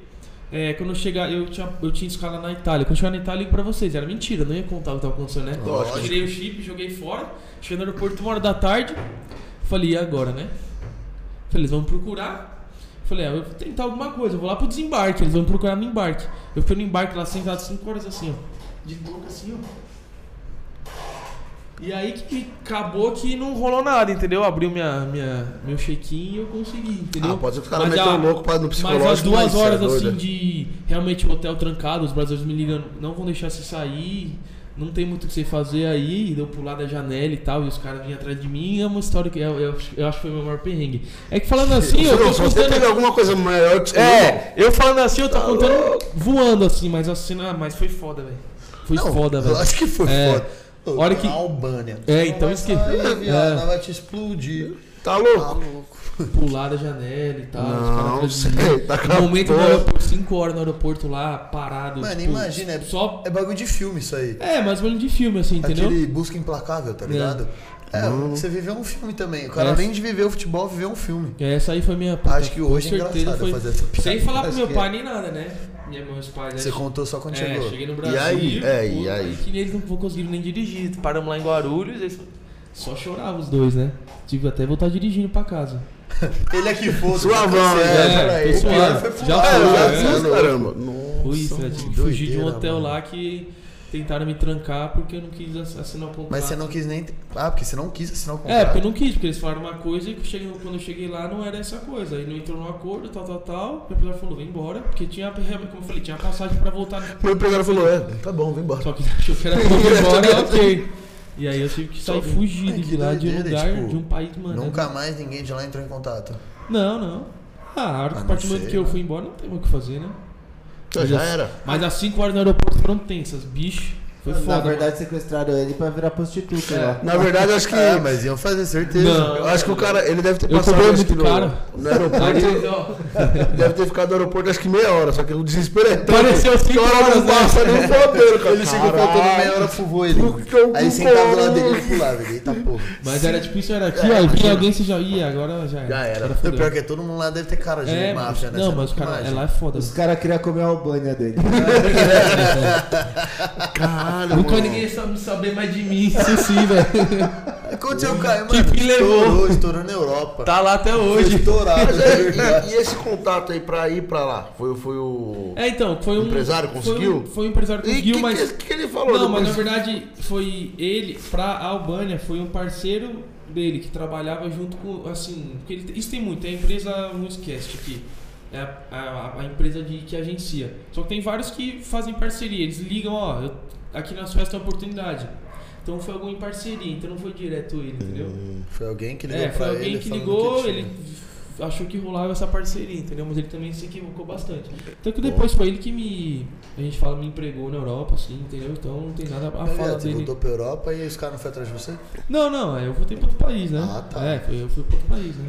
Speaker 4: É, quando eu chegar, eu tinha, eu tinha escala na Itália. Quando eu chegar na Itália, eu ligo pra vocês. Era mentira, eu não ia contar o que tava acontecendo, né?
Speaker 3: Lógico.
Speaker 4: Eu Tirei o chip, joguei fora. Cheguei no aeroporto uma hora da tarde. Falei, e agora, né? Falei, eles vão me procurar. Falei, ah, eu vou tentar alguma coisa, eu vou lá pro desembarque, eles vão me procurar no embarque. Eu fui no embarque lá sentado 5 horas assim, ó. De boca assim, ó. E aí que acabou que não rolou nada, entendeu? Abriu minha, minha, meu check-in e eu consegui, entendeu?
Speaker 2: Ah, pode ser que os caras
Speaker 4: Mas
Speaker 2: meteram
Speaker 4: a-
Speaker 2: louco pra, no psicológico.
Speaker 4: mas as duas
Speaker 2: isso é
Speaker 4: horas,
Speaker 2: doido,
Speaker 4: assim,
Speaker 2: né?
Speaker 4: de realmente hotel trancado, os brasileiros me ligando, não vão deixar você sair, não tem muito o que você fazer aí, e deu pular da janela e tal, e os caras vinham atrás de mim, é uma história que eu, eu, eu acho que foi o meu maior perrengue. É que falando assim, eu tô
Speaker 2: Não, se você
Speaker 4: contando...
Speaker 2: pegar alguma coisa maior, te-
Speaker 4: É, eu falando assim, eu tô contando voando assim, mas a cena, mas foi foda, velho. Foi
Speaker 3: Não,
Speaker 4: foda, velho.
Speaker 3: Acho que foi
Speaker 4: É.
Speaker 3: foda. Ô,
Speaker 4: Hora que-
Speaker 3: Na Albânia.
Speaker 4: É, então
Speaker 3: esqueci.
Speaker 4: esqueci. É.
Speaker 3: vai te explodir.
Speaker 2: tá louco.
Speaker 3: Tá louco.
Speaker 4: pular da janela e tal. os caras
Speaker 2: Não,
Speaker 4: atrás de
Speaker 2: sei,
Speaker 4: mim.
Speaker 2: tá com a
Speaker 4: no momento do
Speaker 2: porra.
Speaker 4: aeroporto, 5 horas no aeroporto lá, parado.
Speaker 3: Mano,
Speaker 4: tipo,
Speaker 3: imagina, é-
Speaker 4: Só.
Speaker 3: É bagulho de filme isso aí.
Speaker 4: É, mais ou menos de filme, assim, entendeu?
Speaker 3: Aquele busca implacável, tá ligado? É, você viveu um filme também. O cara,
Speaker 4: É.
Speaker 3: além de viver o futebol, viveu um filme.
Speaker 4: É, Essa aí foi minha.
Speaker 3: Acho que
Speaker 4: com
Speaker 3: hoje é engraçado fazer essa piada.
Speaker 4: Sem falar com
Speaker 3: Acho
Speaker 4: meu
Speaker 3: que é.
Speaker 4: pai nem nada, né? Minha, meus pais. né?
Speaker 3: Você contou só quando
Speaker 4: é,
Speaker 3: chegou.
Speaker 4: cheguei no Brasil.
Speaker 2: E aí? É, e
Speaker 4: puta,
Speaker 2: aí?
Speaker 4: Que eles não conseguiram nem dirigir. Paramos lá em Guarulhos, eles só choravam os dois, né? Tive até voltar dirigindo pra casa.
Speaker 3: Ele é que foda.
Speaker 2: Suavão,
Speaker 3: tá
Speaker 2: né?
Speaker 3: certo,
Speaker 2: É,
Speaker 3: peraí.
Speaker 4: tô
Speaker 3: O pior
Speaker 4: suave.
Speaker 3: foi
Speaker 4: Já
Speaker 3: pular. Ah,
Speaker 4: foi, já
Speaker 3: eu-
Speaker 2: Nossa, É, caramba.
Speaker 4: Foi
Speaker 2: Nossa.
Speaker 4: isso, né? Tive que
Speaker 3: doideira,
Speaker 4: fugir de um hotel
Speaker 3: mano.
Speaker 4: lá que tentaram me trancar porque eu não quis ass- assinar o contrato.
Speaker 3: Mas você não quis nem. Ah, porque você não quis assinar o contrato.
Speaker 4: É, porque eu não quis, porque eles falaram uma coisa e que eu cheguei- quando eu cheguei lá não era essa coisa. Aí não entrou no acordo, tal, tal, tal. O empresário falou, vem embora, porque tinha, como eu falei, tinha passagem pra voltar.
Speaker 2: Meu empresário falou, é.
Speaker 3: Tá bom, vem embora.
Speaker 4: Só que achou que era pra ir embora, ok. E aí eu tive que sair fugido
Speaker 3: Ai, que
Speaker 4: de lá, de um
Speaker 3: doideira,
Speaker 4: lugar,
Speaker 3: tipo,
Speaker 4: de um país, mano.
Speaker 3: Nunca mais ninguém de lá entrou em contato.
Speaker 4: Não, não. Ah, a hora que
Speaker 3: Ah,
Speaker 4: a
Speaker 3: não
Speaker 4: partir do momento
Speaker 3: sei,
Speaker 4: que eu
Speaker 3: mano.
Speaker 4: fui embora, não tem mais o que fazer, né?
Speaker 2: Então, já era.
Speaker 4: Mas as 5 horas no aeroporto foram tensas, bicho. Foi foda.
Speaker 1: Na
Speaker 4: mano.
Speaker 1: verdade, sequestraram ele pra virar prostituta né?
Speaker 4: É.
Speaker 1: lá.
Speaker 2: Na verdade, acho que.
Speaker 3: Ah, mas iam fazer certeza.
Speaker 4: Não.
Speaker 2: Eu acho que o cara, ele deve ter
Speaker 4: Eu
Speaker 2: passado
Speaker 4: cobrei
Speaker 2: acho que
Speaker 4: muito caro.
Speaker 2: no, no aeroporto. deve ter ficado no aeroporto acho que meia hora, só que o desespero é tanto.
Speaker 4: Pareceu
Speaker 2: que
Speaker 4: cinco
Speaker 2: a hora
Speaker 4: horas,
Speaker 2: não
Speaker 4: né?
Speaker 2: passa nem o fodeiro, cara. Ele
Speaker 3: Chegou faltando meia hora, fuvou ele. Aí sentava do lado dele ele pulava. Ele, eita porra.
Speaker 4: Mas era tipo isso, era aqui, ó. E vinha alguém, você já ia, agora já era.
Speaker 2: Já era.
Speaker 4: Agora
Speaker 3: O
Speaker 4: fudeu.
Speaker 3: pior é que todo mundo lá deve ter cara de
Speaker 4: É,
Speaker 3: máfia, né?
Speaker 4: mas, não,
Speaker 3: Você
Speaker 4: mas o cara, é
Speaker 3: imagina.
Speaker 4: lá é foda.
Speaker 1: Os caras queriam comer a Albânia dele.
Speaker 2: Caralho,
Speaker 4: Nunca
Speaker 2: mano.
Speaker 4: ninguém sabe saber mais de mim, isso sim, velho.
Speaker 3: Aconteceu o Caio,
Speaker 4: Que
Speaker 3: mano.
Speaker 4: que levou?
Speaker 3: Estourou, estourou na Europa.
Speaker 4: Tá lá até
Speaker 3: Foi
Speaker 4: hoje.
Speaker 3: estourado. né?
Speaker 2: Mas é, e, e esse contato aí pra ir pra lá? Foi, foi o.
Speaker 4: É, então, foi um.
Speaker 2: Empresário
Speaker 4: foi um-
Speaker 2: conseguiu?
Speaker 4: Foi um empresário que
Speaker 2: E
Speaker 4: conseguiu,
Speaker 2: que,
Speaker 4: mas.
Speaker 2: que, que ele falou
Speaker 4: Não, mas na
Speaker 2: depois?
Speaker 4: verdade foi ele, pra Albânia, foi um parceiro dele que trabalhava junto com, assim, porque ele- isso tem muito, é a empresa Muscast aqui, é a, a- a empresa de, que agencia. Só que tem vários que fazem parceria, eles ligam, ó, eu- aqui na Suécia tem oportunidade. Então foi algum em parceria, então não foi direto ele, entendeu?
Speaker 2: Hum.
Speaker 3: Foi alguém que ligou
Speaker 4: É, foi
Speaker 3: pra
Speaker 4: alguém
Speaker 3: ele.
Speaker 4: que
Speaker 3: falando
Speaker 4: ligou,
Speaker 3: tinha.
Speaker 4: ele achou que rolava essa parceria, entendeu? Mas ele também se equivocou bastante. Tanto que depois foi ele que me, a gente fala, me empregou na Europa, assim, entendeu? Então não tem nada a
Speaker 3: Mas,
Speaker 4: falar
Speaker 3: viado, Você
Speaker 4: dele.
Speaker 3: voltou pra Europa e os caras não foram atrás de você?
Speaker 4: Não, não, é, eu voltei pra outro país, né?
Speaker 3: Ah, tá.
Speaker 4: É, foi, eu fui pra outro país, né?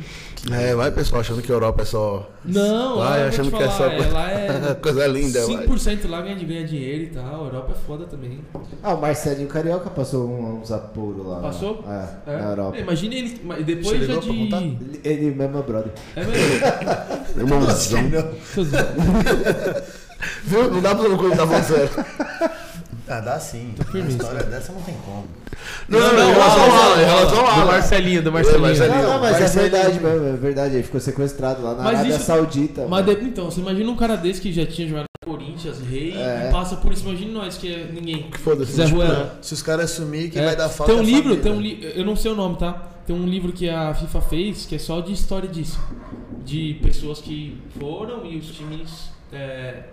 Speaker 2: É, vai pessoal achando que a Europa é só.
Speaker 4: Não, lá,
Speaker 2: Vai
Speaker 4: eu vou
Speaker 2: achando
Speaker 4: te
Speaker 2: que é só.
Speaker 4: falar, é, lá é...
Speaker 2: Coisa linda, vai.
Speaker 4: 5% lá ganha, de- ganha dinheiro e tal, a Europa é foda também.
Speaker 1: Ah, o Marcelinho Carioca passou um- uns apuros
Speaker 3: Ah,
Speaker 1: lá.
Speaker 4: Passou?
Speaker 1: É,
Speaker 4: É.
Speaker 1: na Europa.
Speaker 4: Imagina ele. mas Depois
Speaker 3: Você
Speaker 4: já
Speaker 3: ligou pra
Speaker 4: de.
Speaker 3: contar?
Speaker 1: Ele- Ele mesmo é brother.
Speaker 4: É mesmo?
Speaker 2: Irmãozão.
Speaker 3: assim,
Speaker 4: Seus-
Speaker 2: Viu? Não dá pra não contar pra você.
Speaker 3: Ah, dá sim. Uma
Speaker 4: firmeza.
Speaker 3: história dessa não tem como.
Speaker 2: Não, não, em relação ao Alan, em relação ao
Speaker 4: Do
Speaker 2: Alan.
Speaker 4: Marcelinho, do
Speaker 2: É,
Speaker 4: Marcelinho.
Speaker 2: Marcelinho.
Speaker 1: Não, não, mas é
Speaker 3: Marcelinho.
Speaker 1: verdade mesmo, é verdade. Ele ficou sequestrado lá na
Speaker 4: Mas
Speaker 1: Arábia
Speaker 4: isso-
Speaker 3: Tá
Speaker 1: Saudita.
Speaker 4: Mas
Speaker 1: mano.
Speaker 4: de- então, você imagina um cara desse que já tinha jogado no Corinthians, rei,
Speaker 1: É.
Speaker 4: e passa por isso. Imagina nós que é ninguém.
Speaker 2: Foda-se.
Speaker 4: Zé Ruela.
Speaker 3: Se os caras sumirem, quem
Speaker 4: É,
Speaker 3: vai dar falta
Speaker 4: Tem um
Speaker 3: é a
Speaker 4: livro,
Speaker 3: família.
Speaker 4: tem um livro, eu não sei o nome, tá? Tem um livro que a FIFA fez que é só de história disso. De pessoas que foram e os times. é,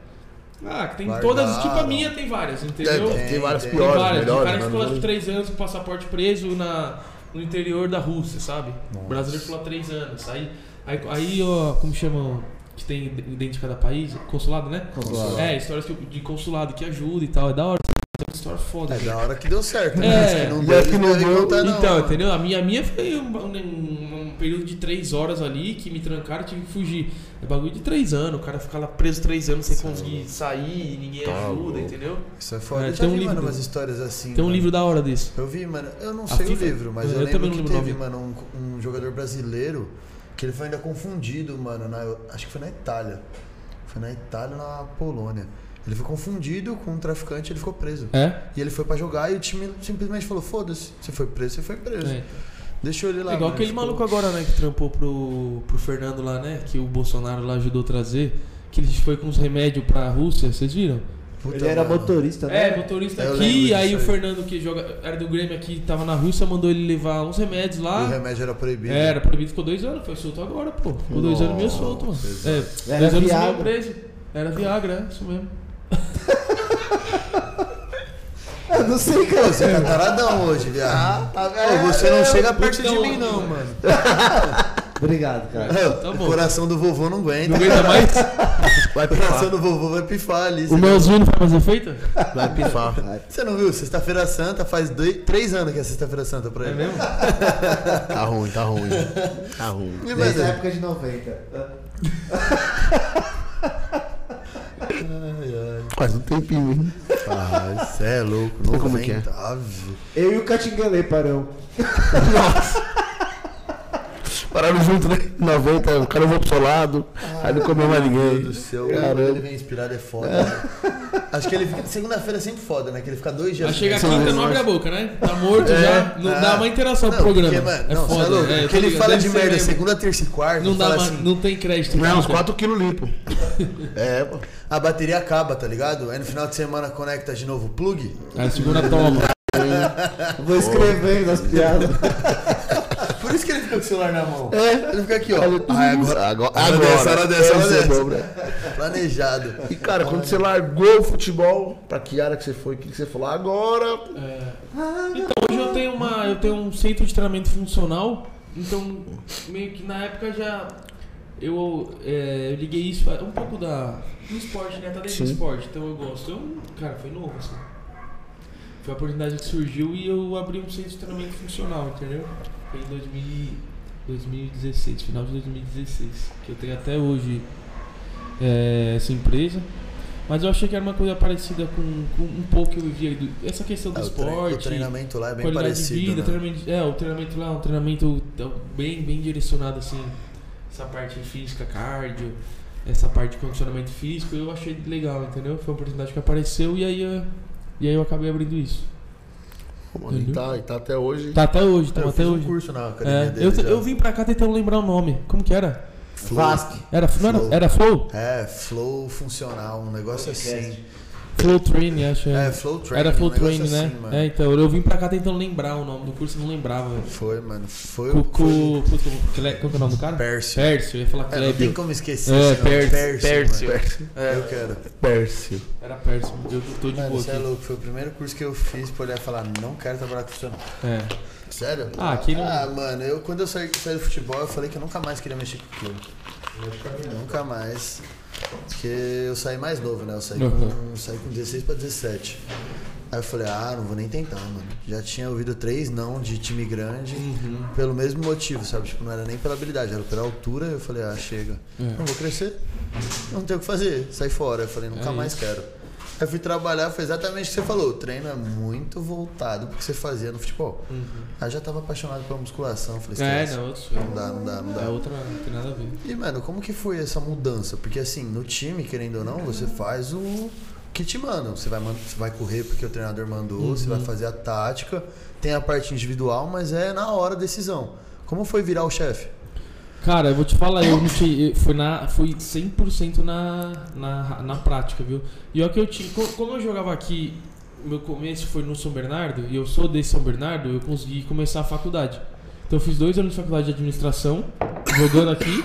Speaker 4: Ah, que tem
Speaker 3: Guardaram.
Speaker 4: todas. Tipo a minha tem várias, entendeu?
Speaker 2: Deve ter
Speaker 3: É, Tem,
Speaker 2: várias
Speaker 3: tem.
Speaker 4: Tem
Speaker 2: piores,
Speaker 4: várias. o cara
Speaker 2: melhores.
Speaker 4: que
Speaker 2: né?
Speaker 4: ficou lá três anos com o passaporte preso na, no interior da Rússia, sabe? O brasileiro ficou lá três anos. Aí, aí, aí, ó, como chamam? Que tem dentro de cada país? Consulado, né?
Speaker 1: Consulado.
Speaker 4: É, histórias que- de consulado que ajuda e tal. É da hora. É uma história foda.
Speaker 3: É da hora que deu certo.
Speaker 4: É.
Speaker 3: Mas que não
Speaker 2: E
Speaker 3: deu,
Speaker 2: acho que
Speaker 3: eles
Speaker 2: não
Speaker 3: devem
Speaker 2: deu,
Speaker 3: contar, não.
Speaker 4: Então, entendeu? A minha, a minha foi um- um- um- período de três horas ali que me trancaram, tive que fugir. É bagulho de três anos, o cara fica lá preso três anos sem conseguir sair, ninguém
Speaker 3: Tá
Speaker 4: ajuda,
Speaker 3: louco.
Speaker 4: entendeu?
Speaker 3: Isso é foda.
Speaker 4: É,
Speaker 3: Eu já
Speaker 4: tem um
Speaker 3: vi,
Speaker 4: livro
Speaker 3: mano,
Speaker 4: do-
Speaker 3: umas histórias assim.
Speaker 4: Tem um
Speaker 3: mano.
Speaker 4: livro da hora desse.
Speaker 3: Eu vi, mano. Eu não
Speaker 4: A
Speaker 3: sei
Speaker 4: FIFA?
Speaker 3: o livro, mas eu,
Speaker 4: Eu
Speaker 3: lembro
Speaker 4: também não
Speaker 3: que
Speaker 4: lembro o
Speaker 3: teve,
Speaker 4: nome.
Speaker 3: mano, um, um jogador brasileiro que ele foi ainda confundido, mano. na- acho que foi na Itália. Foi na Itália ou na Polônia. Ele foi confundido com um traficante ele ficou preso.
Speaker 4: É?
Speaker 3: E ele foi pra jogar e o time simplesmente falou: foda-se, você foi preso, você foi preso.
Speaker 4: É.
Speaker 3: Deixou ele lá. tipo,
Speaker 4: É igual
Speaker 3: mano,
Speaker 4: aquele
Speaker 3: ficou-
Speaker 4: maluco agora, né, que trampou pro, pro Fernando lá, né? Que o Bolsonaro lá ajudou a trazer. Que ele foi com os remédios pra Rússia, vocês viram?
Speaker 3: Puta,
Speaker 1: Ele era
Speaker 3: mano.
Speaker 1: motorista, né?
Speaker 4: É, motorista
Speaker 3: Eu lembro
Speaker 4: aqui,
Speaker 3: disso
Speaker 4: aí o
Speaker 3: aí.
Speaker 4: Fernando que joga, era do Grêmio aqui, tava na Rússia, mandou ele levar uns remédios
Speaker 3: E O
Speaker 4: lá.
Speaker 3: remédio era é proibido.
Speaker 4: Era proibido, ficou dois anos, foi solto agora, pô. Ficou dois anos meio solto, mano. É,
Speaker 1: Era
Speaker 4: dois anos e meio
Speaker 1: Viagra.
Speaker 4: preso. Era Viagra, é, isso mesmo.
Speaker 1: Eu não sei,
Speaker 3: Pô,
Speaker 1: cara.
Speaker 3: Você tá taradão hoje,
Speaker 1: Ah,
Speaker 3: viado.
Speaker 1: tá
Speaker 3: Pô, você
Speaker 1: É,
Speaker 3: não chega perto é de
Speaker 4: Então,
Speaker 3: mim, não, mano.
Speaker 1: Obrigado, cara.
Speaker 4: Tá
Speaker 3: o
Speaker 4: bom.
Speaker 3: coração do vovô não aguenta.
Speaker 4: Não aguenta mais?
Speaker 3: Vai pifar. O coração do vovô vai pifar ali.
Speaker 4: O
Speaker 3: você
Speaker 4: melzinho não faz mais efeito?
Speaker 3: Vai pifar.
Speaker 1: Vai.
Speaker 3: Você não viu? Sexta-feira Santa faz dois, três anos que é Sexta-feira Santa pra ele.
Speaker 2: Tá ruim, tá ruim. Tá ruim.
Speaker 3: E mais
Speaker 1: Desde a
Speaker 3: é.
Speaker 1: época de 90.
Speaker 2: Faz um tempinho, hein?
Speaker 3: Ah, você é louco.
Speaker 2: Sabe como que é?
Speaker 3: 90, ave.
Speaker 1: Eu e o Catinguelê paramos.
Speaker 2: Pararam junto, né? 90, o cara voou pro seu lado, aí não comeu mais
Speaker 3: Meu
Speaker 2: ninguém.
Speaker 3: Deus do céu. Quando ele
Speaker 2: Caramba.
Speaker 3: vem inspirado é foda. né? Acho que ele fica. Segunda-feira é sempre foda, né? Que ele fica dois dias.
Speaker 4: Aí chega a
Speaker 2: Sim,
Speaker 4: quinta, não
Speaker 2: mas-
Speaker 4: abre a boca, né? Tá morto
Speaker 3: É,
Speaker 4: já, não
Speaker 3: é.
Speaker 4: dá uma interação pro
Speaker 3: Não,
Speaker 4: programa.
Speaker 3: porque, mano,
Speaker 4: é
Speaker 3: não, você
Speaker 4: foda,
Speaker 3: é louco.
Speaker 4: é,
Speaker 3: Porque
Speaker 4: tá
Speaker 3: ele
Speaker 4: ligado,
Speaker 3: fala
Speaker 4: deve
Speaker 3: de
Speaker 4: ser
Speaker 3: merda
Speaker 4: mesmo.
Speaker 3: segunda, terça e quarta.
Speaker 4: Não, dá
Speaker 3: fala
Speaker 4: mais-
Speaker 3: assim,
Speaker 4: não tem crédito.
Speaker 2: É, uns
Speaker 4: cara.
Speaker 2: 4 quilos limpo. É, pô.
Speaker 3: A bateria acaba, tá ligado? Aí no final de semana conecta de novo o plug.
Speaker 4: Aí segura toma.
Speaker 1: Vou escrevendo as piadas.
Speaker 3: É Por isso que ele fica com o celular na mão.
Speaker 2: É.
Speaker 3: Ele fica aqui, ó.
Speaker 2: Ah, agora, agora,
Speaker 3: Hora dessa, hora dessa, hora
Speaker 2: Essa é
Speaker 3: dessa.
Speaker 2: boa, né?
Speaker 3: Planejado. Ah,
Speaker 2: E cara, quando você largou o futebol, pra que área que você foi, o que que você falou? Agora.
Speaker 4: É. Então, hoje eu tenho, uma, eu tenho um centro de treinamento funcional, então meio que na época já eu, é, eu liguei isso a- um pouco da, do esporte, né? Tá dentro do
Speaker 2: Sim.
Speaker 4: esporte, então eu gosto. Eu, cara, foi novo, assim. Foi a oportunidade que surgiu e eu abri um centro de treinamento funcional, entendeu? Foi em 2000, e- 2016, final de 2016, que eu tenho até hoje é, essa empresa. Mas eu achei que era uma coisa parecida com, com um pouco que eu vivia. do- Essa questão do
Speaker 3: Ah, o tre-
Speaker 4: esporte,
Speaker 3: O treinamento lá é bem
Speaker 4: qualidade de
Speaker 3: parecido.
Speaker 4: vida,
Speaker 3: né?
Speaker 4: treinamento, é, o treinamento lá é um treinamento tão bem, bem direcionado assim, essa parte física, cardio, essa parte de condicionamento físico, eu achei legal, entendeu? Foi uma oportunidade que apareceu e aí eu, e aí eu acabei abrindo isso.
Speaker 2: Pô, mano, e tá, e tá até hoje.
Speaker 4: Uhum. Tá até hoje,
Speaker 3: Eu
Speaker 4: tamo até
Speaker 3: fiz um
Speaker 4: hoje.
Speaker 3: curso na academia
Speaker 4: É,
Speaker 3: dele.
Speaker 4: eu, te-
Speaker 3: já.
Speaker 4: eu vim pra cá tentando lembrar o nome. Como que era?
Speaker 1: Vasque.
Speaker 4: Era, não era,
Speaker 3: Flow.
Speaker 4: era Flow?
Speaker 3: É, flow funcional, um negócio assim.
Speaker 4: Flow Training, acho.
Speaker 3: É,
Speaker 4: É.
Speaker 3: flow training.
Speaker 4: Era Flow
Speaker 3: um negócio
Speaker 4: Training, né?
Speaker 3: assim, mano.
Speaker 4: é, então, eu vim pra cá tentando lembrar o nome do curso e não lembrava.
Speaker 3: Foi, mano. Foi o
Speaker 4: Cucu. Cucu. Cle- Qual que é o nome do cara?
Speaker 3: Pércio.
Speaker 4: Pércio, eu ia falar
Speaker 3: É, não tem
Speaker 4: Clébio.
Speaker 3: como esquecer.
Speaker 4: É,
Speaker 3: esse nome.
Speaker 4: Pércio,
Speaker 3: Pércio.
Speaker 4: Pércio.
Speaker 3: mano.
Speaker 4: É.
Speaker 3: Eu quero.
Speaker 2: Pércio.
Speaker 4: Era Pércio, eu tô de
Speaker 3: Mano,
Speaker 4: boa
Speaker 3: você é
Speaker 4: aqui.
Speaker 3: louco. Foi o primeiro curso que eu fiz pra olhar e falar, não quero trabalhar com funcional.
Speaker 4: É.
Speaker 3: Sério?
Speaker 4: Ah, aqui não-
Speaker 3: Ah, mano, eu quando eu saí, saí do futebol, eu falei que eu nunca mais queria mexer com aquilo. Nunca mais. Porque eu saí mais novo, né? Eu saí,
Speaker 4: Uhum.
Speaker 3: com, saí com 16 pra 17. Aí eu falei, ah, não vou nem tentar, mano. Já tinha ouvido três não de time grande, pelo mesmo motivo, sabe? Tipo, não era nem pela habilidade, era pela altura. Eu falei, ah, chega.
Speaker 4: É.
Speaker 3: Não vou crescer, não tenho o que fazer, saí fora. Eu falei, nunca
Speaker 4: É
Speaker 3: mais quero. Aí fui trabalhar, foi exatamente o que você falou. O treino é muito voltado pro que você fazia no futebol. Aí eu Ah, já tava apaixonado pela musculação. Falei,
Speaker 4: É,
Speaker 3: Uhum. "Esquece,
Speaker 4: não, outro
Speaker 3: não dá, não dá, não
Speaker 4: É
Speaker 3: dá.
Speaker 4: outra, não tem nada a ver.
Speaker 3: E, mano, como que foi essa mudança? Porque, assim, no time, querendo ou não, você faz o que te mandam. Você vai, man- você vai correr porque o treinador mandou, você
Speaker 4: Uhum.
Speaker 3: vai fazer a tática, tem a parte individual, mas é na hora a decisão. Como foi virar o chefe?
Speaker 4: Cara, eu vou te falar, eu não tinha, eu- foi na, fui 100% na, na, na prática, viu? E olha que eu tinha, co- como eu jogava aqui, meu começo foi no São Bernardo, e eu sou de São Bernardo, eu consegui começar a faculdade. Então eu fiz dois anos de faculdade de administração, jogando aqui,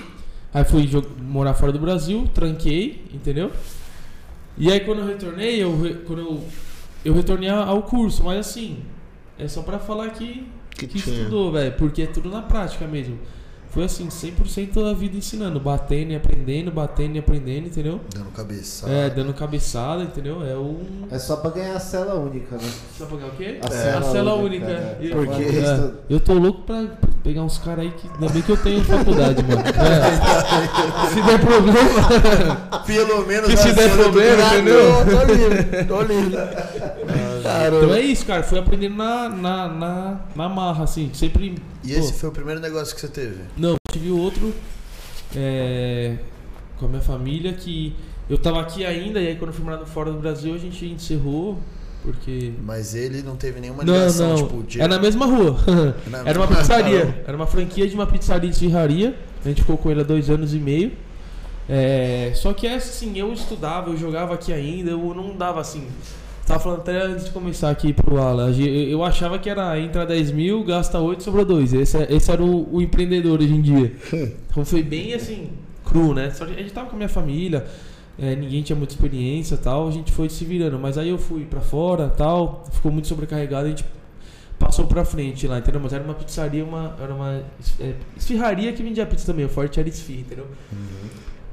Speaker 4: aí fui jo- morar fora do Brasil, tranquei, entendeu? E aí quando eu retornei, eu, re- quando eu, eu retornei a- ao curso, mas assim, é só pra falar que,
Speaker 2: Que
Speaker 4: que,
Speaker 2: tinha.
Speaker 4: estudou, velho, porque é tudo na prática mesmo. Foi assim, 100% da vida ensinando, batendo e aprendendo, batendo e aprendendo, entendeu?
Speaker 3: Dando cabeça.
Speaker 4: É, dando cabeçada, entendeu? É um...
Speaker 1: É só pra ganhar a cela única, né?
Speaker 4: Sabe pagar o quê?
Speaker 1: A cela
Speaker 4: cela
Speaker 1: única,
Speaker 4: única.
Speaker 1: né?
Speaker 4: E-
Speaker 1: Porque-
Speaker 4: É, Eu tô louco pra pegar uns caras aí que. Ainda bem que eu tenho faculdade, mano. É. Se der problema.
Speaker 3: Ah, Pelo menos.
Speaker 4: Que se
Speaker 3: a
Speaker 4: der
Speaker 3: cena do
Speaker 4: problema,
Speaker 3: Durato-
Speaker 4: entendeu?
Speaker 6: Tô livre, tô livre. Caramba.
Speaker 4: Então é isso, cara. Fui aprendendo na, na, na, na marra, assim. Sempre.
Speaker 3: E
Speaker 4: pô,
Speaker 3: esse foi o primeiro negócio que você teve?
Speaker 4: Não, tive outro é, com a minha família que eu tava aqui ainda e aí quando eu fui morado fora do Brasil a gente encerrou porque
Speaker 3: Mas ele não teve nenhuma
Speaker 4: não,
Speaker 3: ligação,
Speaker 4: não.
Speaker 3: tipo, de...
Speaker 4: É na mesma rua.
Speaker 3: Na-
Speaker 4: Era uma
Speaker 3: Não.
Speaker 4: pizzaria. Era uma franquia de uma pizzaria de serraria. A gente ficou com ele há dois anos e meio. É, só que assim, eu estudava, eu jogava aqui ainda, eu não dava assim. Tava falando até antes de começar aqui pro Alan. Eu- Eu achava que era entra 10 mil, gasta 8, sobra 2. Esse, é- esse era o, o empreendedor hoje em dia. Então foi bem assim, cru, né? Só que a gente tava com a minha família, é, ninguém tinha muita experiência tal, a gente foi se virando. Mas aí eu fui pra fora tal, ficou muito sobrecarregado, a gente passou pra frente lá, entendeu? Mas era uma pizzaria, uma, era uma es- é, esfirraria que vendia pizza também, o forte era esfirra, entendeu?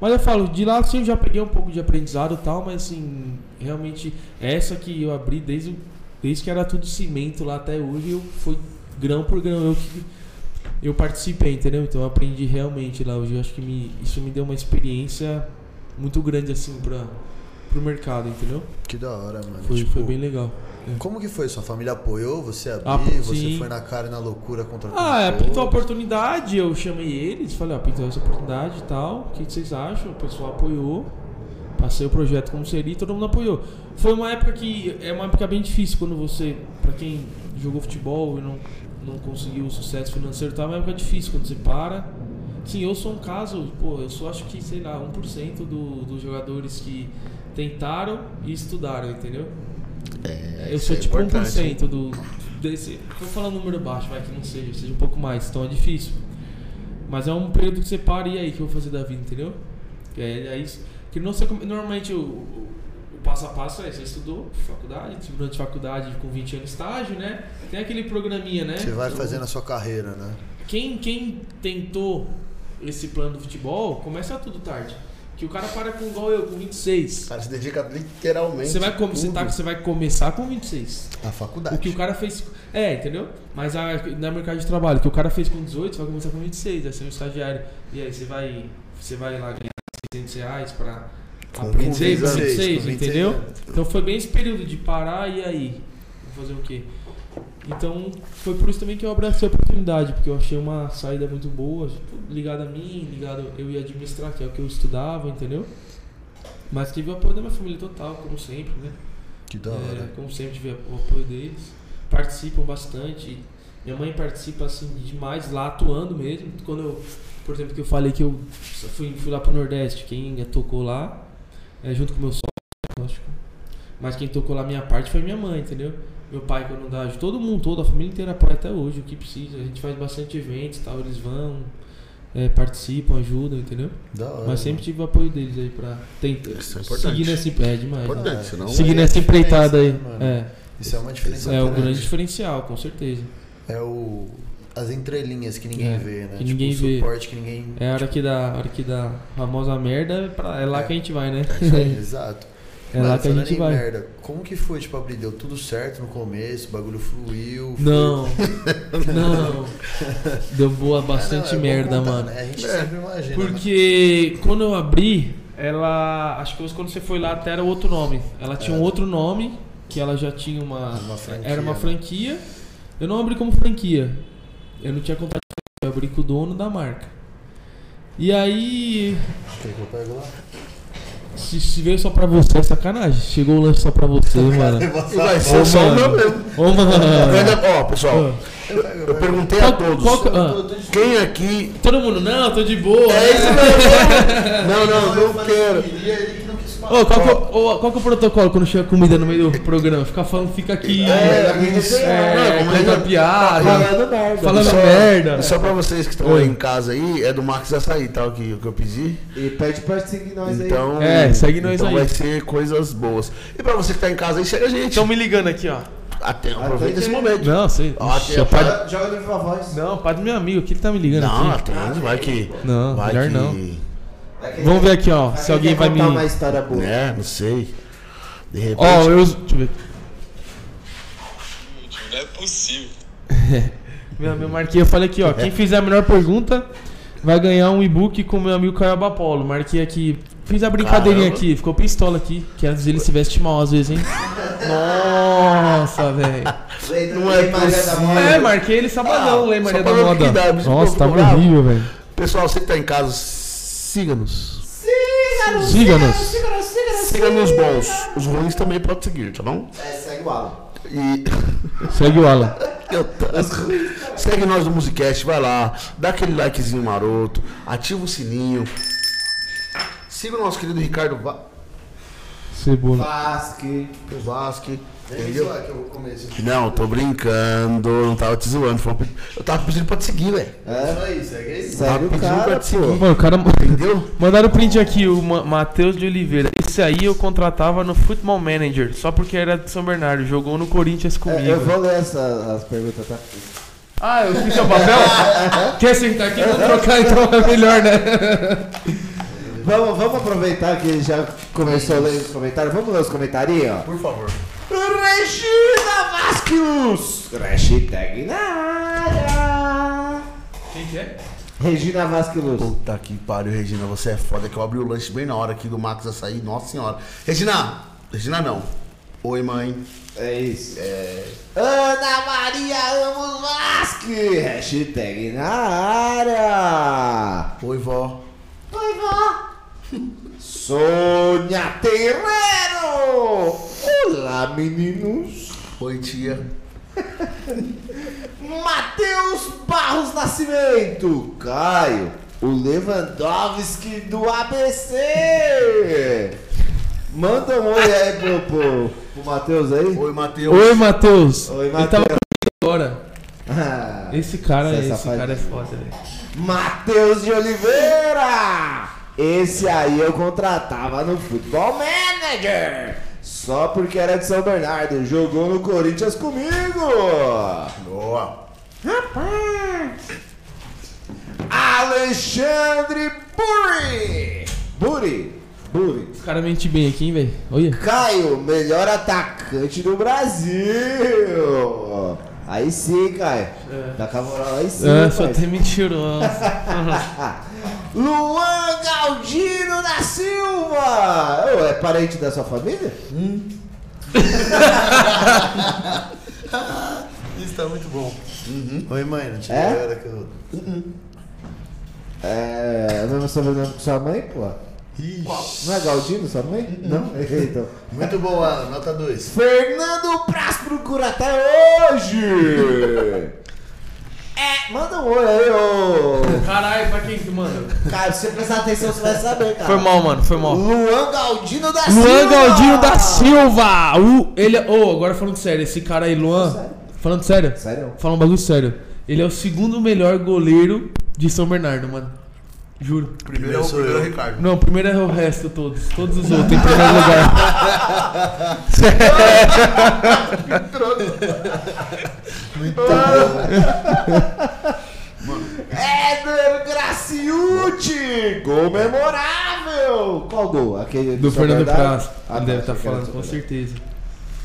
Speaker 4: Mas eu falo, de lá assim eu já peguei um pouco de aprendizado e tal, mas assim, realmente essa que eu abri desde, o- desde que era tudo cimento lá até hoje, eu fui grão por grão, eu que eu participei, entendeu? Então eu aprendi realmente lá hoje, eu acho que me, isso me deu uma experiência muito grande assim pra, pro mercado, entendeu?
Speaker 3: Que da hora, mano.
Speaker 4: Foi,
Speaker 3: Tipo,
Speaker 4: foi bem legal.
Speaker 3: Como que foi? Sua família apoiou? Você abriu?
Speaker 4: Ah,
Speaker 3: você
Speaker 4: sim.
Speaker 3: foi na cara e na loucura contra
Speaker 4: Ah, é,
Speaker 3: tudo?
Speaker 4: pintou a oportunidade, eu chamei eles, falei, ó, pintou essa oportunidade e tal, o que, que vocês acham? O pessoal apoiou, passei o projeto como seria e todo mundo apoiou. Foi uma época que, é uma época bem difícil quando você, pra quem jogou futebol e não, não conseguiu o sucesso financeiro e tal, é uma época difícil quando você para. Sim, eu sou um caso, pô, eu só acho que, sei lá, 1% do, dos jogadores que tentaram e estudaram, entendeu? Eu
Speaker 3: isso
Speaker 4: sou
Speaker 3: é
Speaker 4: tipo
Speaker 3: importante.
Speaker 4: 1% do. Desse, vou falar um número baixo, vai que não seja, seja um pouco mais, então é difícil. Mas é um período que você para e aí, o que eu vou fazer da vida, entendeu? Que é, é isso. Que não sei como- normalmente o, o- o passo a passo é: você estudou, faculdade, tipo, durante faculdade com 20 anos estágio, né? Tem aquele programinha, né?
Speaker 3: Você vai
Speaker 4: Eu-
Speaker 3: fazendo a sua carreira, né?
Speaker 4: quem, quem tentou esse plano do futebol, começa tudo tarde. Que o cara para com igual eu, com 26.
Speaker 2: cara se dedica literalmente.
Speaker 4: Você vai, come- você
Speaker 2: tudo.
Speaker 4: tá- você vai começar com 26.
Speaker 3: A
Speaker 4: O que o
Speaker 3: faculdade.
Speaker 4: cara fez. É, entendeu? Mas a, na mercado de trabalho, o que o cara fez com 18, você vai começar com 26, vai ser um estagiário. E aí você vai. Você vai lá ganhar 600 reais pra
Speaker 3: Com
Speaker 4: aprender
Speaker 3: 26
Speaker 4: com
Speaker 3: anos,
Speaker 4: 26,
Speaker 3: com 26
Speaker 4: entendeu?
Speaker 3: anos.
Speaker 4: Então foi bem esse período de parar e aí. Vou fazer o quê? Então foi por isso também que eu abracei a oportunidade, porque eu achei uma saída muito boa, tipo, ligado a mim, ligado eu ia administrar, que é o que eu estudava, entendeu? Mas tive o apoio da minha família total, como sempre, né?
Speaker 3: Que da
Speaker 4: É,
Speaker 3: hora.
Speaker 4: como sempre tive o apoio deles. Participam bastante. Minha mãe participa assim demais lá atuando mesmo. Quando eu, por exemplo, que eu falei que eu fui, fui lá pro Nordeste, quem tocou lá, é, junto com meu sócio, lógico. Mas quem tocou lá a minha parte foi minha mãe, entendeu? Meu pai quando dá, ajuda, todo mundo, toda a família inteira apoia até hoje, o que precisa. A gente faz bastante eventos e tal, eles vão, é, participam, ajudam, entendeu?
Speaker 3: Da hora.
Speaker 4: É,
Speaker 3: né?
Speaker 4: Mas sempre tive o apoio deles aí pra tentar
Speaker 6: Isso é importante.
Speaker 4: seguir nesse pé demais. né?
Speaker 6: Importante, senão.
Speaker 4: Seguir
Speaker 3: é
Speaker 4: nessa
Speaker 3: diferença,
Speaker 4: empreitada aí.
Speaker 3: né, mano?
Speaker 4: É.
Speaker 3: Isso é uma diferença.
Speaker 4: É o
Speaker 3: grande.
Speaker 4: grande diferencial, com certeza.
Speaker 3: É o... As entrelinhas que ninguém
Speaker 4: É,
Speaker 3: vê, né?
Speaker 4: que ninguém
Speaker 3: o
Speaker 4: vê.
Speaker 3: suporte que ninguém...
Speaker 4: É a hora que dá, a hora que dá a famosa merda, é pra- é lá
Speaker 3: É.
Speaker 4: que a gente vai, né?
Speaker 3: Exato.
Speaker 4: É lá que a
Speaker 3: falando
Speaker 4: gente
Speaker 3: em
Speaker 4: vai.
Speaker 3: merda, como que foi, tipo, abrir? Deu tudo certo no começo, o bagulho fluiu. foi-
Speaker 4: Não, não. Deu boa
Speaker 3: Ah, não,
Speaker 4: bastante
Speaker 3: é bom
Speaker 4: merda,
Speaker 3: contar,
Speaker 4: mano. É,
Speaker 3: né? A gente sempre imagina. né?
Speaker 4: Porque quando eu abri, ela. Acho que quando você foi lá até era outro nome. Ela tinha
Speaker 2: É.
Speaker 4: um outro nome, que ela já tinha uma.
Speaker 3: Uma franquia,
Speaker 4: era uma
Speaker 3: né?
Speaker 4: franquia. Eu não abri como franquia. Eu não tinha contrato. Eu abri com o dono da marca. E aí.
Speaker 3: Quer que eu pego lá?
Speaker 4: Se, se veio só pra você, é sacanagem. Chegou o lanche só pra você, mano.
Speaker 2: E vai ser
Speaker 4: Ô,
Speaker 2: só o
Speaker 4: mano.
Speaker 2: meu mesmo.
Speaker 4: Ô, mano.
Speaker 2: Ainda- Ó, pessoal, eu perguntei a
Speaker 4: Qual-
Speaker 2: todos.
Speaker 4: qual que- ah,
Speaker 2: Quem aqui.
Speaker 4: todo mundo, não, tô de boa.
Speaker 2: É isso mesmo. Não, não, não quero.
Speaker 4: Ô, qual, que é o- ô, qual que é o protocolo quando chega comida no meio do programa? Ficar falando, fica aqui.
Speaker 2: É, isso. Não,
Speaker 4: É,
Speaker 2: como
Speaker 4: contando
Speaker 2: ele-
Speaker 4: piada.
Speaker 1: Falando merda.
Speaker 4: Falando
Speaker 2: só,
Speaker 4: merda.
Speaker 2: E só pra vocês que estão
Speaker 4: Oi.
Speaker 2: aí em casa aí, é do Marcos Açaí, tá? O que, o que eu pedi.
Speaker 1: E pede pra seguir nós aí.
Speaker 2: Então,
Speaker 4: É, segue nós
Speaker 2: então
Speaker 4: aí.
Speaker 2: vai ser coisas boas. E pra você que tá em casa aí, chega a gente.
Speaker 7: Estão me ligando aqui, ó.
Speaker 2: Até, aproveita
Speaker 1: Até
Speaker 2: esse
Speaker 1: que-
Speaker 2: momento. um
Speaker 4: Não, sei.
Speaker 2: Ó,
Speaker 4: Ixi,
Speaker 2: tem-
Speaker 4: é pai-
Speaker 1: Joga- Joga no Viva Voz.
Speaker 4: Não, pai do meu amigo, que ele tá me ligando
Speaker 2: Não,
Speaker 4: aqui.
Speaker 2: atende, vai que.
Speaker 4: Não,
Speaker 2: vai
Speaker 4: melhor
Speaker 2: que,
Speaker 4: não. Vamos ver aqui, ó, se
Speaker 1: Quem
Speaker 4: alguém
Speaker 1: quer
Speaker 4: vai me.
Speaker 1: contar uma história boa.
Speaker 2: Né, não sei. De repente.
Speaker 4: Ó, eu. Deixa eu ver.
Speaker 8: Não é possível.
Speaker 4: Meu amigo Marquinhos, eu falei aqui, ó. Quem fizer a melhor pergunta vai ganhar um e-book com meu amigo Caio Abapolo. Marquei aqui. Fiz a brincadeirinha
Speaker 7: Caramba.
Speaker 4: aqui, ficou pistola aqui. Que às vezes ele se veste mal, às vezes, hein? Nossa, velho.
Speaker 1: Não é Maria da Moda.
Speaker 4: É, marquei ele
Speaker 1: Ah,
Speaker 4: sabadão, lei Maria da
Speaker 2: sabadão
Speaker 4: Moda.
Speaker 2: que
Speaker 1: né?
Speaker 2: dá, bicho,
Speaker 4: Nossa,
Speaker 2: pô,
Speaker 4: tava
Speaker 2: bravo.
Speaker 4: horrível, velho.
Speaker 2: Pessoal, você que tá em casa, siga-nos.
Speaker 4: Siga-nos.
Speaker 2: Siga-nos bons. Os ruins também podem seguir, tá bom?
Speaker 1: É, segue o Alan.
Speaker 2: E.
Speaker 4: Segue o Alan.
Speaker 2: Eu tô- Segue nós no Musicast, vai lá, dá aquele likezinho maroto, ativa o sininho. Siga o nosso querido Ricardo Va
Speaker 4: Cebola.
Speaker 1: Vasque.
Speaker 2: Vasque.
Speaker 3: Entendeu? Isso é que eu vou comer isso.
Speaker 2: Não, tô brincando, não tava te zoando. foi um pe- Eu tava pedindo pra te seguir, velho.
Speaker 1: É,
Speaker 3: Só isso, é que é isso.
Speaker 1: segue o
Speaker 2: pedindo pra
Speaker 1: cara,
Speaker 2: te seguir.
Speaker 1: pô.
Speaker 4: Mano, o cara.
Speaker 2: Entendeu?
Speaker 4: Mandaram o print aqui, o Ma- Matheus de Oliveira. Esse aí eu contratava no Football Manager, só porque era de São Bernardo. Jogou no Corinthians comigo.
Speaker 1: É, eu vou ler essa, as perguntas, tá?
Speaker 4: Ah, eu fiz seu papel? Quer sentar aqui? Vou trocar então, é melhor, né?
Speaker 1: Vamos, vamos aproveitar que já começou a ler os comentários. Vamos ler os comentários, ó.
Speaker 3: Por favor.
Speaker 1: Regina Vasquez! Hashtag na área!
Speaker 7: Quem que é?
Speaker 1: Regina Vasquez.
Speaker 2: Puta que pariu, Regina, você é foda que eu abri o lanche bem na hora aqui do Max Açaí, nossa senhora. Regina! Regina não. Oi, mãe.
Speaker 1: É isso. Ana Maria Ramos Vasquez! Hashtag na área!
Speaker 2: Oi, vó.
Speaker 1: Oi, vó! Sônia Terreiro! Olá, meninos!
Speaker 2: Oi, tia.
Speaker 1: Matheus Barros Nascimento, Caio, o Lewandowski do ABC. Manda um oi aí pro, pro, pro Matheus aí.
Speaker 2: Oi, Matheus.
Speaker 4: Oi, Matheus.
Speaker 1: Oi,
Speaker 4: Ele tava
Speaker 1: Matheus.
Speaker 4: agora.
Speaker 1: Ah,
Speaker 4: Esse cara,
Speaker 1: Você é
Speaker 4: esse
Speaker 1: safadinho.
Speaker 4: cara é foda, velho.
Speaker 1: Matheus de Oliveira. Esse aí eu contratava no Futebol Manager. Só porque era de São Bernardo. Jogou no Corinthians comigo.
Speaker 2: Boa.
Speaker 1: Rapaz! Alexandre Buri! Buri! Buri!
Speaker 4: Esse cara mente bem aqui, hein, velho. Olha.
Speaker 1: Caio, melhor atacante do Brasil! Aí sim, Caio. Tá com a moral aí sim.
Speaker 4: Ah,
Speaker 1: rapaz.
Speaker 4: só tem mentiroso.
Speaker 1: Luan Galdino da Silva! Ô, é parente da sua família?
Speaker 3: Isso tá muito bom.
Speaker 2: Uhum.
Speaker 3: Oi, mãe, não tinha
Speaker 1: É?
Speaker 3: era que eu.
Speaker 1: É. Mesmo sobrenome que sua mãe, pô?
Speaker 3: Ixi.
Speaker 1: Não é Galdino sua mãe? Não? Então.
Speaker 3: Muito bom, Alan, nota 2.
Speaker 1: Fernando Praz procura até hoje! é, manda um oi aí, ô!
Speaker 4: Caralho, pra quem que manda?
Speaker 1: Cara, se você prestar atenção, você vai saber, cara.
Speaker 4: Foi mal, mano, foi mal.
Speaker 1: Luan Galdino da Silva!
Speaker 4: Luan Galdino da Silva! O, ele é. Ô, agora falando sério, esse cara aí, Luan.
Speaker 1: Sério.
Speaker 4: Falando sério?
Speaker 1: Sério?
Speaker 4: Falando um bagulho sério. Ele é o segundo melhor goleiro de São Bernardo, mano. Juro.
Speaker 2: Primeiro, é o-
Speaker 3: sou
Speaker 2: primeiro é o
Speaker 3: eu.
Speaker 2: Ricardo.
Speaker 4: Não, primeiro é o resto todos. Todos os outros, em primeiro lugar.
Speaker 1: Éder Graciucci! Gol memorável! Qual gol? Aquele
Speaker 4: Do
Speaker 1: São
Speaker 4: Fernando
Speaker 1: Bernardo?
Speaker 4: Praz.
Speaker 1: Ah,
Speaker 4: ele
Speaker 1: achei
Speaker 4: deve estar
Speaker 1: que era
Speaker 4: falando,
Speaker 1: São
Speaker 4: com
Speaker 1: Bernardo.
Speaker 4: certeza.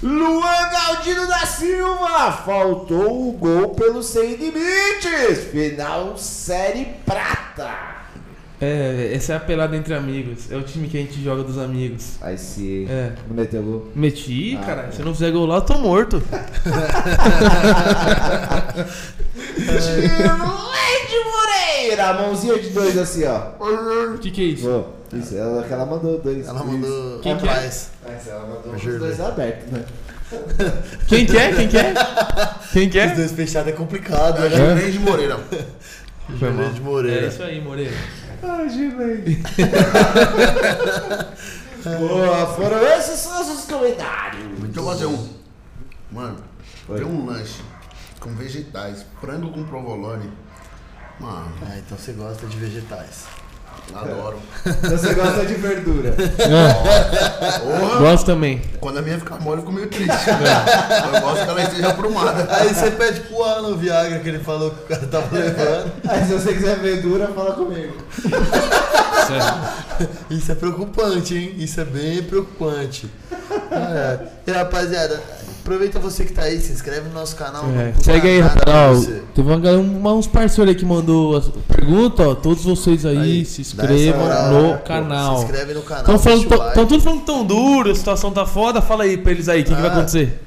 Speaker 1: Luan Galdino da Silva! Faltou o gol pelo Sem Limites! Final Série Prata!
Speaker 4: É, essa é a pelada entre amigos. É o time que a gente joga dos amigos.
Speaker 1: Aí se.
Speaker 4: É.
Speaker 1: Não meteu gol.
Speaker 4: Meti,
Speaker 1: Ah,
Speaker 4: cara.
Speaker 1: é.
Speaker 4: Se não fizer gol lá, eu tô morto. É.
Speaker 1: Leide Moreira! Mãozinha de dois assim, ó.
Speaker 4: O que, que é isso?
Speaker 1: Pô, isso, ela, que ela mandou dois.
Speaker 3: Ela
Speaker 1: Isso.
Speaker 3: mandou
Speaker 4: Quem que é?
Speaker 3: paz.
Speaker 1: Mas ela mandou os
Speaker 3: Juro.
Speaker 1: dois abertos, né?
Speaker 4: Quem que é? Quem que é? Quem que
Speaker 3: Os
Speaker 4: é?
Speaker 3: dois fechados é complicado, né?
Speaker 2: Juvenil de Moreira.
Speaker 4: Foi mal.
Speaker 3: Juvenil de
Speaker 4: É
Speaker 3: Moreira.
Speaker 4: isso aí, Moreira.
Speaker 1: Ah, Gilei. Boa, foram esses são os seus comentários.
Speaker 2: Então eu vou fazer um. Mano,
Speaker 1: Oi.
Speaker 2: tem um lanche com vegetais, frango com provolone. Mano,
Speaker 3: Ah, então você gosta de vegetais.
Speaker 2: adoro.
Speaker 1: Então você gosta de verdura.
Speaker 2: Porra,
Speaker 4: É, Gosto também.
Speaker 2: quando a minha ficar mole, eu fico meio triste. Eu gosto que ela esteja aprumada.
Speaker 3: Aí você pede pro Alan o Viagra que ele falou que o cara tava levando.
Speaker 1: Aí se você quiser verdura, fala comigo.
Speaker 3: Isso é preocupante, hein? Isso é bem preocupante. É. E rapaziada, aproveita você que tá aí, se inscreve no nosso canal.
Speaker 4: É,
Speaker 3: não custa
Speaker 4: segue aí,
Speaker 3: nada pra
Speaker 4: canal.
Speaker 3: você.
Speaker 4: Teve uma galera, uma- uns parceiros aí que mandou as- pergunta, ó. Todos vocês aí,
Speaker 3: Aí,
Speaker 4: se
Speaker 3: Dá essa
Speaker 4: inscrevam
Speaker 3: moral,
Speaker 4: no
Speaker 3: pô.
Speaker 4: canal.
Speaker 3: Se inscreve no canal.
Speaker 4: Estão falando,
Speaker 3: deixa o
Speaker 4: tão,
Speaker 3: like.
Speaker 4: tão tudo falando tão duro, a situação tá foda. Fala aí pra eles aí, o que, que vai
Speaker 3: Ah.
Speaker 4: acontecer?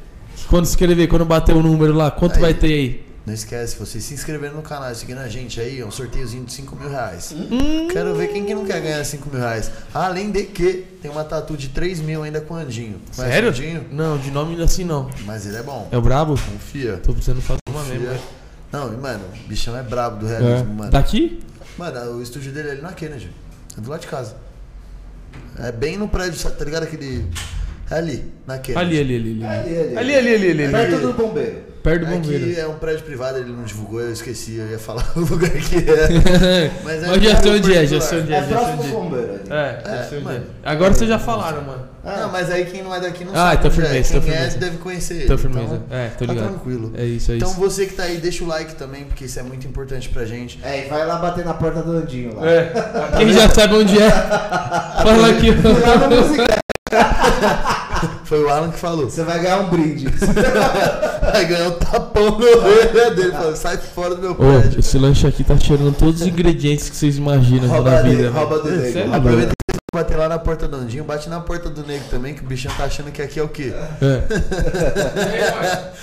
Speaker 4: Quando se inscrever, quando bater o número lá, quanto
Speaker 3: Aí.
Speaker 4: vai ter aí?
Speaker 3: Não esquece, vocês se inscreverem no canal e seguindo a gente aí, é um sorteiozinho de 5 mil reais.
Speaker 4: Hum.
Speaker 3: Quero ver quem que não quer ganhar 5 mil reais. Além de que tem uma tatu de 3 mil ainda com o Andinho. Conhece
Speaker 4: Sério?
Speaker 3: o Andinho?
Speaker 4: Não, de nome assim não.
Speaker 3: Mas ele é bom.
Speaker 4: É o brabo?
Speaker 3: Confia.
Speaker 4: Tô precisando fazer uma mesmo.
Speaker 3: Confia. Não, e mano, o bichão é brabo do
Speaker 4: É.
Speaker 3: realismo, mano.
Speaker 4: Daqui?
Speaker 3: Mano, o estúdio dele é ali na Kennedy. É do lado de casa. É bem no prédio, sabe? tá ligado? Aquele. É ali, na Kennedy.
Speaker 4: Ali, ali, ali, ali.
Speaker 1: Ali, ali.
Speaker 4: Ali, ali, ali, ali. ali.
Speaker 1: Perto do bombeiro.
Speaker 4: Perto do
Speaker 3: É
Speaker 4: bombeiro.
Speaker 3: que é um prédio privado, ele não divulgou, eu esqueci, eu ia falar o lugar que é. Mas
Speaker 4: Mas
Speaker 3: é
Speaker 4: já sei
Speaker 3: um
Speaker 4: onde é, já
Speaker 3: particular.
Speaker 4: sei onde
Speaker 1: É
Speaker 4: é, já sei
Speaker 1: próximo do
Speaker 4: onde é.
Speaker 1: bombeiro ali. Ah.
Speaker 4: É, já
Speaker 3: É,
Speaker 4: sei onde é.
Speaker 3: mano.
Speaker 4: Agora vocês já falaram, mano.
Speaker 3: Não, mas aí quem não é daqui não
Speaker 4: Ah,
Speaker 3: sabe.
Speaker 4: então
Speaker 3: onde é.
Speaker 4: firmeza,
Speaker 3: Quem
Speaker 4: então
Speaker 3: é
Speaker 4: firmeza.
Speaker 3: deve conhecer ele.
Speaker 4: Então, firmeza.
Speaker 3: Então,
Speaker 4: É, tô
Speaker 3: tá
Speaker 4: ligado.
Speaker 3: tranquilo.
Speaker 4: É isso, é
Speaker 3: Então
Speaker 4: isso.
Speaker 3: você que tá aí, deixa o like também, porque isso é muito importante pra gente.
Speaker 1: É, e vai lá bater na porta do Andinho lá.
Speaker 4: É. Quem já sabe onde é, fala aqui.
Speaker 1: Lá no musical,
Speaker 3: Foi o Alan que falou.
Speaker 1: você vai ganhar um brinde.
Speaker 3: Vai ganhar um tapão na orelha dele. Falou, sai fora do meu
Speaker 4: Ô,
Speaker 3: prédio.
Speaker 4: esse lanche aqui tá cheirando todos os ingredientes que vocês imaginam
Speaker 1: rouba
Speaker 4: na
Speaker 1: dele,
Speaker 4: vida. velho.
Speaker 1: rouba
Speaker 2: É,
Speaker 1: do
Speaker 4: Sério?
Speaker 1: nego.
Speaker 3: Aproveita que você vai bater lá na porta do Andinho, bate na porta do Nego também, que o bichão tá achando que aqui é o quê?
Speaker 4: É.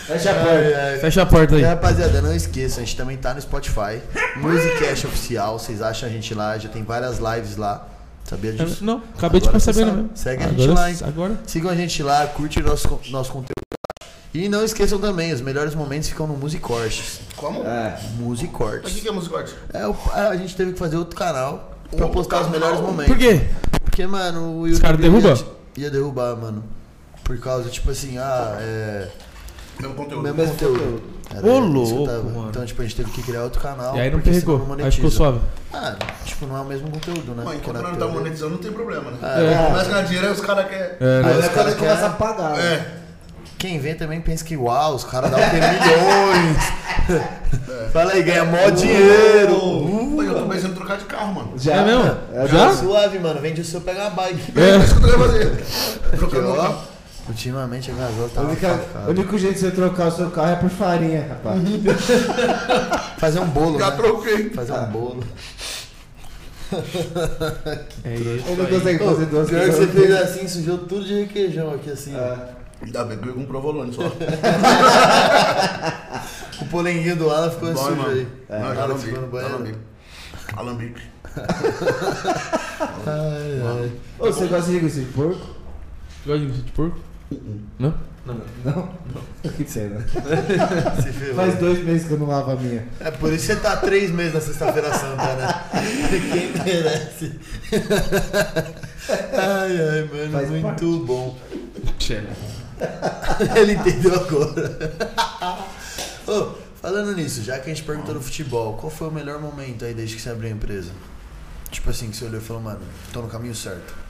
Speaker 1: Fecha a porta.
Speaker 3: Ai, ai.
Speaker 4: Fecha a porta aí.
Speaker 3: E, é, rapaziada, não esqueça, a gente também tá no Spotify, Musicast Oficial, vocês acham a gente lá, já tem várias lives lá,
Speaker 4: É.
Speaker 3: sabia disso?
Speaker 4: Não, acabei de né?
Speaker 3: Agora você
Speaker 4: perceber
Speaker 3: sabe.
Speaker 4: mesmo.
Speaker 3: Segue a gente
Speaker 4: agora,
Speaker 3: lá, hein?
Speaker 4: Agora.
Speaker 3: Sigam a gente lá, curte nosso, con- nosso conteúdo. lá. E não esqueçam também, os melhores momentos ficam no Musicortes.
Speaker 2: Como?
Speaker 1: É.
Speaker 2: Mas o que
Speaker 3: Musicortes.
Speaker 2: que é musicorte?
Speaker 3: É, o- a gente teve que fazer outro canal pra
Speaker 2: Outro
Speaker 3: postar os
Speaker 2: canal?
Speaker 3: melhores momentos.
Speaker 4: Por quê?
Speaker 3: Porque, mano, o
Speaker 4: Os caras derrubam?
Speaker 3: ia, ia derrubar, mano. Por causa, tipo assim, ah, é.
Speaker 2: Mesmo um conteúdo.
Speaker 3: Meu
Speaker 1: Mesmo
Speaker 3: conteúdo.
Speaker 1: conteúdo.
Speaker 3: Era
Speaker 4: Ô,
Speaker 3: isso que eu
Speaker 4: louco,
Speaker 3: tava.
Speaker 4: mano.
Speaker 3: Então, tipo, a gente teve que criar outro canal.
Speaker 4: E aí não
Speaker 3: porque senão
Speaker 4: pegou. Aí ficou
Speaker 3: monetiza.
Speaker 4: suave.
Speaker 3: Ah, tipo, não é o mesmo conteúdo, né?
Speaker 2: Mãe,
Speaker 3: Porque
Speaker 2: enquanto
Speaker 3: na
Speaker 2: não tá
Speaker 3: teoria-
Speaker 2: monetizando, não tem problema, né?
Speaker 1: É.
Speaker 2: Começa a ganhar dinheiro, aí os caras querem.
Speaker 4: É, né?
Speaker 1: Aí
Speaker 3: os
Speaker 1: é quando
Speaker 3: caras
Speaker 1: ele começa
Speaker 3: querem-
Speaker 1: a pagar. né?
Speaker 2: É.
Speaker 3: Quem vê também pensa que, uau, os caras dão até milhões. Fala aí, ganha mó dinheiro.
Speaker 2: Mãe, eu tô pensando em trocar de carro, mano.
Speaker 1: Já,
Speaker 4: É mesmo?
Speaker 1: É,
Speaker 4: Já?
Speaker 1: já?
Speaker 3: Tá Suave, mano. Vende o seu, pega a bike.
Speaker 2: É isso que eu tô querendo fazer. Trocar
Speaker 3: Porque,
Speaker 2: meu
Speaker 3: ó,
Speaker 2: carro.
Speaker 3: ultimamente a gasolina tá
Speaker 1: O
Speaker 3: uma
Speaker 1: única- O
Speaker 3: facada.
Speaker 1: único jeito de você trocar o seu carro é por farinha, rapaz.
Speaker 3: Fazer um bolo,
Speaker 2: Já
Speaker 3: né?
Speaker 2: troquei.
Speaker 3: Fazer um bolo.
Speaker 4: É isso.
Speaker 1: Ele não consegue fazer duas
Speaker 3: Pior que
Speaker 1: coisas.
Speaker 3: você fez assim, sujou tudo de requeijão aqui, assim.
Speaker 1: É.
Speaker 2: Ainda bem que eu comprei o volante só.
Speaker 3: O polenguinho do Alan ficou
Speaker 2: Dói,
Speaker 3: sujo
Speaker 2: mano.
Speaker 3: aí.
Speaker 2: É,
Speaker 3: O
Speaker 2: não, já
Speaker 3: Alan ficou no
Speaker 2: alambique.
Speaker 3: banheiro.
Speaker 2: Alambique. Alambique.
Speaker 3: Ai, ai.
Speaker 1: Ô, você gosta de linguiça de porco?
Speaker 4: Gosta de de porco? Não?
Speaker 1: Não? Que pena.
Speaker 3: Se ferrou.
Speaker 2: né?
Speaker 1: Faz dois meses que eu não lavo a minha.
Speaker 3: É por isso que você tá há três meses na sexta-feira santa, né? Quem merece. Ai, ai, mano,
Speaker 1: Faz
Speaker 3: muito
Speaker 1: parte.
Speaker 3: bom. Ele entendeu agora. Ô, falando nisso, já que a gente perguntou do futebol, qual foi o melhor momento aí desde que você abriu a empresa? Tipo assim, que você olhou e falou, mano, tô no caminho certo.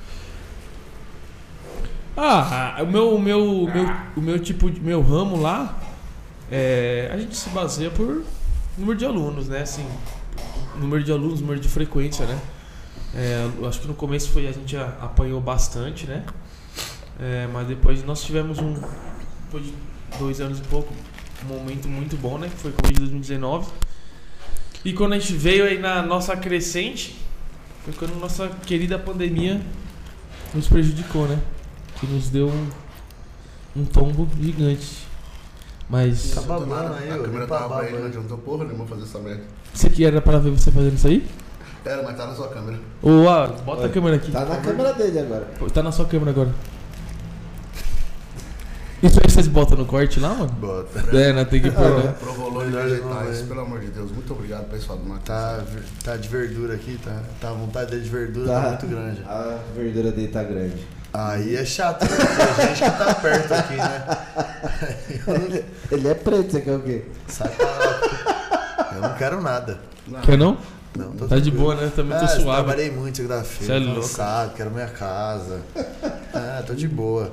Speaker 4: Ah, o meu, o meu, o meu, o meu tipo de meu ramo lá, é, a gente se baseia por número de alunos, né? Assim, número de alunos, número de frequência, né? É, eu acho que no começo foi a gente a- apanhou bastante, né? É, mas depois nós tivemos um, depois de dois anos e pouco, um momento muito bom, né? Que foi Covid 2019. E quando a gente veio aí na nossa crescente, foi quando a nossa querida pandemia nos prejudicou, né? que nos deu um, um tombo gigante. Mas
Speaker 3: Tá babando aí,
Speaker 2: A
Speaker 3: ô.
Speaker 2: câmera
Speaker 3: Tá
Speaker 2: tava pra ele, não
Speaker 3: babando.
Speaker 2: adiantou porra nenhuma fazer essa merda.
Speaker 4: você que era pra ver você fazendo isso aí?
Speaker 2: Era, mas tá na sua câmera.
Speaker 4: Ou ah, bota a
Speaker 1: Oi.
Speaker 4: câmera aqui.
Speaker 1: Tá na câmera dele agora.
Speaker 4: Pô, tá na sua câmera agora. Isso aí vocês botam no corte lá, mano?
Speaker 2: Bota.
Speaker 4: É, né? Tem que pôr, né?
Speaker 2: Provolone
Speaker 3: Melhor
Speaker 2: de
Speaker 3: não,
Speaker 2: detalhes,
Speaker 3: é.
Speaker 2: pelo amor de Deus. Muito obrigado, pessoal do Matheus.
Speaker 3: Tá, ver- tá de verdura aqui, tá? Tá a vontade dele de verdura,
Speaker 1: Tá.
Speaker 3: tá muito grande.
Speaker 1: A verdura dele tá grande.
Speaker 3: Aí é chato, né? Tem gente que tá perto aqui, né?
Speaker 1: Ele é preto, você quer o quê?
Speaker 3: Sai pra lá. Eu não quero nada.
Speaker 4: Quer não?
Speaker 3: Não, tô
Speaker 4: Tá de
Speaker 3: tranquilo.
Speaker 4: boa, né? Também tô
Speaker 3: Ah, eu
Speaker 4: suave.
Speaker 3: trabalhei muito
Speaker 4: Cê é
Speaker 3: segunda-feira,
Speaker 4: louco.
Speaker 3: cansado, quero minha casa. Ah, tô de boa.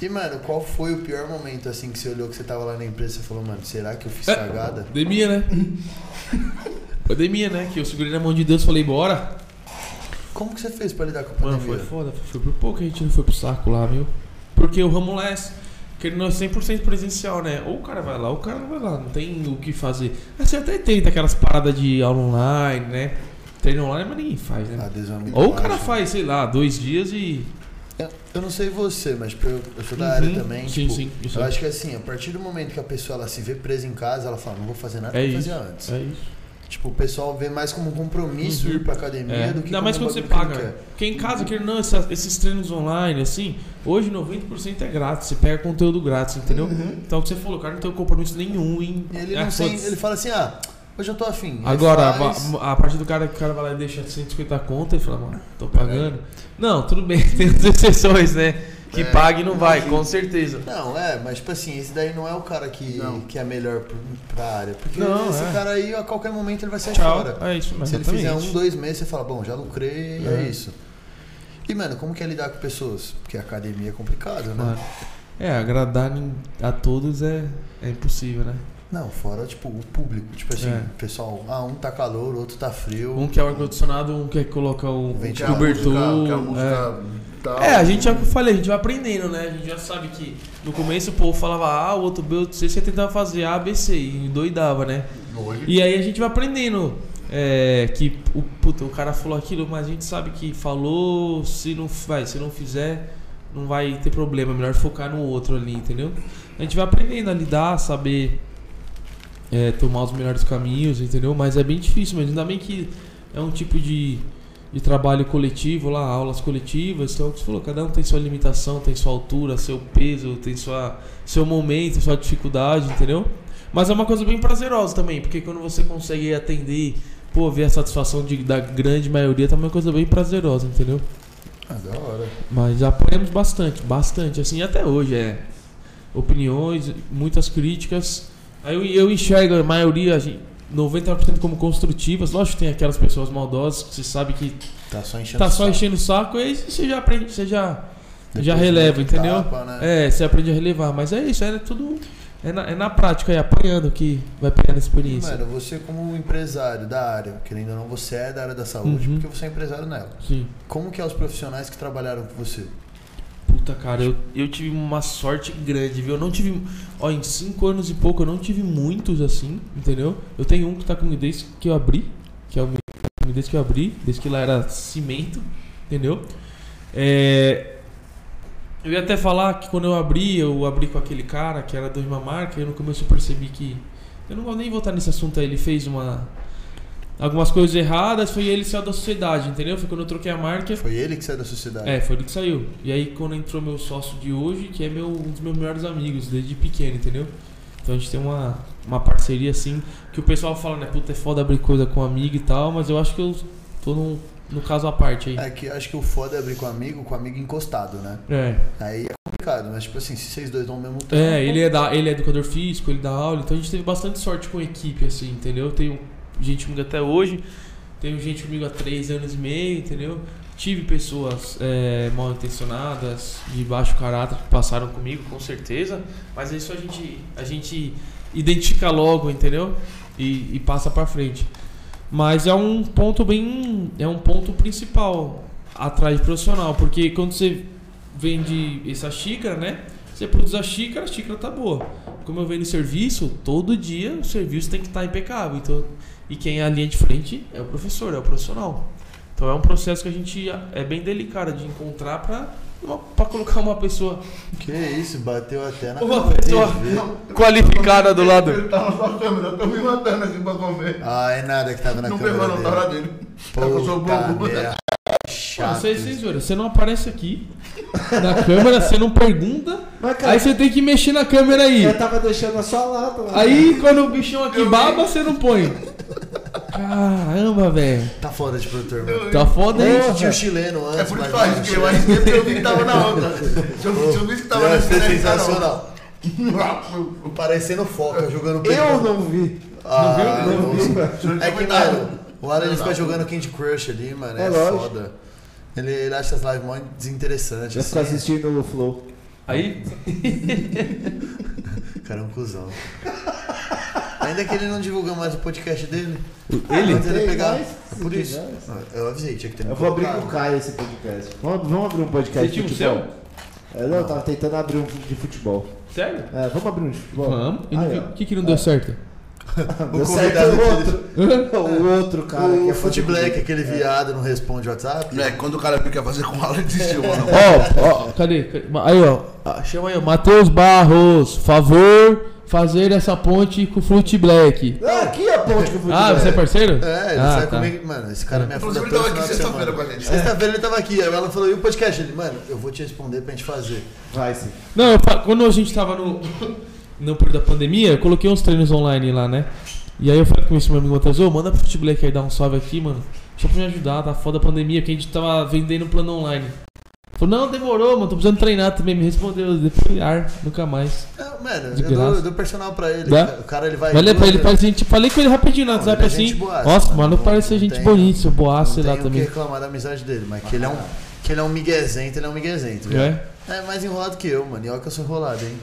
Speaker 3: E, mano, qual foi o pior momento, assim, que você olhou que você tava lá na empresa e falou, mano, será que eu fiz
Speaker 4: É.
Speaker 3: cagada?
Speaker 4: Pandemia, né? Pandemia, né? Que eu segurei na mão de Deus e falei, bora.
Speaker 3: Como que você fez pra lidar com a
Speaker 4: Mano, foi
Speaker 3: pandemia?
Speaker 4: foda. Foi por pouco que a gente não foi pro saco lá, viu? Porque o ramo lá é... Querendo 100% presencial, né? Ou o cara vai lá, ou o cara não vai lá, não tem o que fazer. Aí você até tenta aquelas paradas de aula online, né? Treino online, mas ninguém faz, né?
Speaker 3: Adesão é muito
Speaker 4: Ou o cara
Speaker 3: baixa.
Speaker 4: faz, sei lá, dois dias e.
Speaker 3: Eu, eu não sei você, mas pra eu, eu sou da área
Speaker 4: Uhum.
Speaker 3: também.
Speaker 4: Sim,
Speaker 3: tipo,
Speaker 4: sim, isso
Speaker 3: Eu
Speaker 4: é.
Speaker 3: acho que assim, a partir do momento que a pessoa ela se vê presa em casa, ela fala, não vou fazer nada
Speaker 4: É
Speaker 3: que eu
Speaker 4: isso.
Speaker 3: fazia antes.
Speaker 4: É isso.
Speaker 3: Tipo, o pessoal vê mais como um compromisso
Speaker 4: Uhum.
Speaker 3: ir pra academia
Speaker 4: É.
Speaker 3: do que
Speaker 4: Ainda
Speaker 3: como
Speaker 4: mais
Speaker 3: um
Speaker 4: quando você
Speaker 3: bagulho que não
Speaker 4: paga.
Speaker 3: quer.
Speaker 4: Porque em casa, querendo ou não, essa- esses treinos online, assim, hoje 90% é grátis. Você pega conteúdo grátis, entendeu? Então o que você falou, o cara não tem compromisso nenhum em.
Speaker 3: E Uhum. ele
Speaker 4: Ah,
Speaker 3: não tem,
Speaker 4: foda-se.
Speaker 3: ele fala assim, ah, hoje eu tô afim. Ele
Speaker 4: Agora, a,
Speaker 3: faz,
Speaker 4: ba- a partir do cara que o cara vai lá e deixa 150 conta e fala, mano, tô pagando. Não, tudo bem, tem as exceções, né? Que
Speaker 3: É,
Speaker 4: paga e não vai, com certeza.
Speaker 3: Não, é, mas tipo assim, esse daí não é o cara que, que é melhor pro- pra área. Porque
Speaker 4: Não,
Speaker 3: esse
Speaker 4: é.
Speaker 3: cara aí, a qualquer momento, ele vai sair
Speaker 4: Tchau.
Speaker 3: fora.
Speaker 4: É isso mesmo.
Speaker 3: Se ele fizer
Speaker 4: exatamente.
Speaker 3: um, dois meses, você fala, bom, já lucrei, é,
Speaker 4: É.
Speaker 3: isso. E, mano, como que é lidar com pessoas? Porque academia é complicado, né?
Speaker 4: Mano, É, agradar nin- a todos é, é impossível, né?
Speaker 3: Não, fora, tipo, o público. Tipo assim,
Speaker 4: É.
Speaker 3: o pessoal, ah, um tá calor, o outro tá frio.
Speaker 4: Um quer o ar-condicionado, um quer colocar um
Speaker 3: Ventilar,
Speaker 4: cobertor.
Speaker 2: Música, tá
Speaker 4: é.
Speaker 2: música tal.
Speaker 4: É, a gente já como eu falei, a gente vai aprendendo, né? A gente já sabe que no começo o povo falava A, o outro B, o outro C, você tentava fazer A, B, C e doidava, né?
Speaker 2: Hoje-
Speaker 4: E aí a gente vai aprendendo é, que o, puta, o cara falou aquilo, mas a gente sabe que falou, se não, vai, se não fizer, não vai ter problema, é melhor focar no outro ali, entendeu? A gente vai aprendendo a lidar, saber é, tomar os melhores caminhos, entendeu? Mas é bem difícil mesmo, ainda bem que é um tipo de, de trabalho coletivo lá, aulas coletivas, então é o que você falou, cada um tem sua limitação, tem sua altura, seu peso, tem sua, seu momento, sua dificuldade, entendeu? Mas é uma coisa bem prazerosa também, porque quando você consegue atender, pô, ver a satisfação de- da grande maioria, também é uma coisa bem prazerosa, entendeu?
Speaker 3: Ah, da hora.
Speaker 4: Mas já apoiamos bastante, bastante, assim, e até hoje, é. Opiniões, muitas críticas. Aí eu, eu enxergo a maioria, a gente, 90% como construtivas. Lógico que tem aquelas pessoas maldosas que você sabe que
Speaker 3: Tá só enchendo
Speaker 4: tá
Speaker 3: o
Speaker 4: só
Speaker 3: saco.
Speaker 4: enchendo o saco, aí você já aprende, você já,
Speaker 3: Depois
Speaker 4: já
Speaker 3: do
Speaker 4: releva,
Speaker 3: outro
Speaker 4: entendeu?
Speaker 3: tapa, né?
Speaker 4: É, você aprende a relevar, mas é isso, é tudo. É na, é na prática, é apanhando que vai pegando a
Speaker 3: E,
Speaker 4: experiência.
Speaker 3: Mano, você como empresário da área, querendo ou não, você é da área da saúde,
Speaker 4: Uhum.
Speaker 3: porque você é empresário nela.
Speaker 4: Sim.
Speaker 3: Como que é os profissionais que trabalharam com você?
Speaker 4: Puta, cara, eu, eu tive uma sorte grande, viu? Eu não tive. Ó, em cinco anos e pouco eu não tive muitos assim, entendeu? Eu tenho um que tá comigo desde que eu abri, que é o meu tá comigo desde que eu abri, desde que lá era cimento, entendeu? É. Eu ia até falar que quando eu abri, eu abri com aquele cara que era da mesma marca, e no começo eu percebi que. Eu não vou nem voltar nesse assunto aí, ele fez uma. Algumas coisas erradas, foi ele que saiu da sociedade, entendeu? Foi quando eu troquei a marca.
Speaker 3: Foi ele que saiu da sociedade?
Speaker 4: É, foi ele que saiu. E aí quando entrou meu sócio de hoje, que é meu, um dos meus melhores amigos desde pequeno, entendeu? Então a gente tem uma, uma parceria assim, que o pessoal fala, né, puta, é foda abrir coisa com amigo e tal, mas eu acho que eu tô num, no caso à parte aí.
Speaker 3: É que acho que o foda é abrir com amigo, com amigo encostado, né?
Speaker 4: É.
Speaker 3: Aí é complicado, mas tipo assim, se vocês dois vão ao mesmo tempo.
Speaker 4: É, ele é, da, ele é educador físico, ele dá aula, então a gente teve bastante sorte com a equipe, assim, entendeu? Tenho gente comigo até hoje, tenho gente comigo há três anos e meio, entendeu? Tive pessoas é, mal intencionadas, de baixo caráter, que passaram comigo, com certeza, mas é isso a gente, a gente identifica logo, entendeu? E, e passa pra frente. Mas é um ponto bem. É um ponto principal atrás de profissional, porque quando você vende essa xícara, né? Você produz a xícara, a xícara tá boa. Como eu vendo serviço, todo dia o serviço tem que estar impecável. Então, e quem é a linha de frente é o professor, é o profissional. Então é um processo que a gente é bem delicado de encontrar pra uma- pra colocar uma pessoa
Speaker 3: Que isso, bateu até na
Speaker 4: Uma
Speaker 3: TV.
Speaker 4: pessoa qualificada do lado.
Speaker 2: Ele tava na sua câmera, eu tô me matando assim pra comer.
Speaker 3: Ah, é nada que tava na
Speaker 2: Não
Speaker 3: câmera
Speaker 2: pegou não, tá
Speaker 3: dele.
Speaker 2: tava na dele.
Speaker 3: Puta
Speaker 2: Eu sou bobo.
Speaker 3: merda. Chato.
Speaker 4: Mano, Você, vocês viram, você não aparece aqui na câmera, você não pergunta,
Speaker 1: Mas, cara, tá
Speaker 4: aí você tem que mexer na câmera aí.
Speaker 1: eu tava deixando a sua lata lá.
Speaker 4: Aí quando o bichão aqui
Speaker 2: Eu vi.
Speaker 4: baba, você não põe. Caramba, velho.
Speaker 3: Tá foda de produtor, mano.
Speaker 4: Tá foda
Speaker 3: Nem
Speaker 4: isso.
Speaker 3: tinha o chileno antes.
Speaker 2: É por isso que eu
Speaker 3: mas não
Speaker 2: arrisquei, eu
Speaker 3: tinha.
Speaker 2: arrisquei porque eu vi que tava na outra. Se eu, se eu vi que tava
Speaker 3: Ia
Speaker 2: na
Speaker 3: ser
Speaker 2: outra, eu tava na
Speaker 3: sensacional. É
Speaker 2: outra.
Speaker 3: Parecendo foca, jogando
Speaker 1: Eu não vi.
Speaker 3: Ah,
Speaker 1: não viu? Não vi, mano.
Speaker 3: É que, mano, o Alan ele fica jogando Candy Crush ali, mano. É,
Speaker 1: É lógico.
Speaker 3: foda. Ele, ele acha as lives mó desinteressantes.
Speaker 1: Eu fico
Speaker 3: Assim.
Speaker 1: assistindo o Flow.
Speaker 4: Aí,
Speaker 3: O cara é um cuzão. Ainda que ele não divulgou mais o podcast dele.
Speaker 1: Ele?
Speaker 3: Antes ele
Speaker 1: Tem
Speaker 3: pegar.
Speaker 1: mais?
Speaker 3: Por
Speaker 1: Tem
Speaker 3: isso.
Speaker 1: mais?
Speaker 3: Eu avisei, tinha que ter me
Speaker 1: Eu vou abrir com
Speaker 3: colocado.
Speaker 1: o Caio esse podcast. Tá Vamos, vamos abrir um podcast.
Speaker 4: você
Speaker 1: de
Speaker 4: tinha o
Speaker 1: futebol.
Speaker 4: seu?
Speaker 1: É, não, eu tava tentando abrir um de futebol.
Speaker 7: Sério?
Speaker 1: É, vamos abrir um de futebol?
Speaker 4: Vamos. E
Speaker 1: Aí, tá.
Speaker 4: não- o que que não deu certo?
Speaker 1: Deu certo
Speaker 3: convidado
Speaker 1: o outro. O outro, cara. que
Speaker 3: O
Speaker 1: é
Speaker 3: Foot
Speaker 1: fazer
Speaker 3: Black,
Speaker 1: comigo.
Speaker 3: aquele viado, não responde WhatsApp.
Speaker 2: É, quando o cara quer fazer com aula, desistiu, mano.
Speaker 4: Ó, ó, cadê? Cadê? Aí, ó. Ah, Chama aí, ó. Matheus Barros, favor fazer essa ponte com o Fruit Black.
Speaker 1: Ah, aqui é a ponte que eu fui.
Speaker 4: Ah, você é parceiro?
Speaker 3: É, ele
Speaker 4: ah,
Speaker 3: sai
Speaker 4: tá.
Speaker 3: comigo. Mano, esse cara me afunda
Speaker 2: Inclusive, ele
Speaker 3: todo
Speaker 2: tava aqui
Speaker 3: final de
Speaker 2: sexta-feira
Speaker 3: semana.
Speaker 2: com a gente.
Speaker 3: É. Sexta-feira ele tava aqui, aí ela falou, e o podcast? Ele, mano, eu vou te responder pra gente fazer.
Speaker 1: Vai sim.
Speaker 4: Não, eu fa- quando a gente tava no, no período da pandemia, eu coloquei uns treinos online lá, né? E aí eu falei com esse meu amigo Matheus, ô, manda pro Fruit Black aí dar um salve aqui, mano. Só pra me ajudar, tá foda a pandemia, que a gente tava vendendo plano online. Falou, não, demorou, mano, tô precisando treinar também. Me respondeu, depois ar, nunca mais.
Speaker 3: Não, mano,
Speaker 4: De
Speaker 3: eu dou,
Speaker 4: graça.
Speaker 3: eu dou personal pra ele.
Speaker 4: Dá?
Speaker 3: cara. O cara, ele vai...
Speaker 4: Olha pra ele,
Speaker 3: duas-
Speaker 4: parece gente. Falei com ele rapidinho no WhatsApp
Speaker 3: ele é
Speaker 4: assim.
Speaker 3: gente boaça,
Speaker 4: Nossa,
Speaker 3: mano,
Speaker 4: mano,
Speaker 3: não-
Speaker 4: parece ser
Speaker 3: não
Speaker 4: gente
Speaker 3: tem-
Speaker 4: bonita, seu boaço
Speaker 3: Não
Speaker 4: lá
Speaker 3: tem o que
Speaker 4: também.
Speaker 3: reclamar da amizade dele, mas que ele é um... Que ele é um miguezento, ele é um miguezento. viu?
Speaker 4: É?
Speaker 3: É mais enrolado que eu, mano. E olha que eu sou enrolado, hein?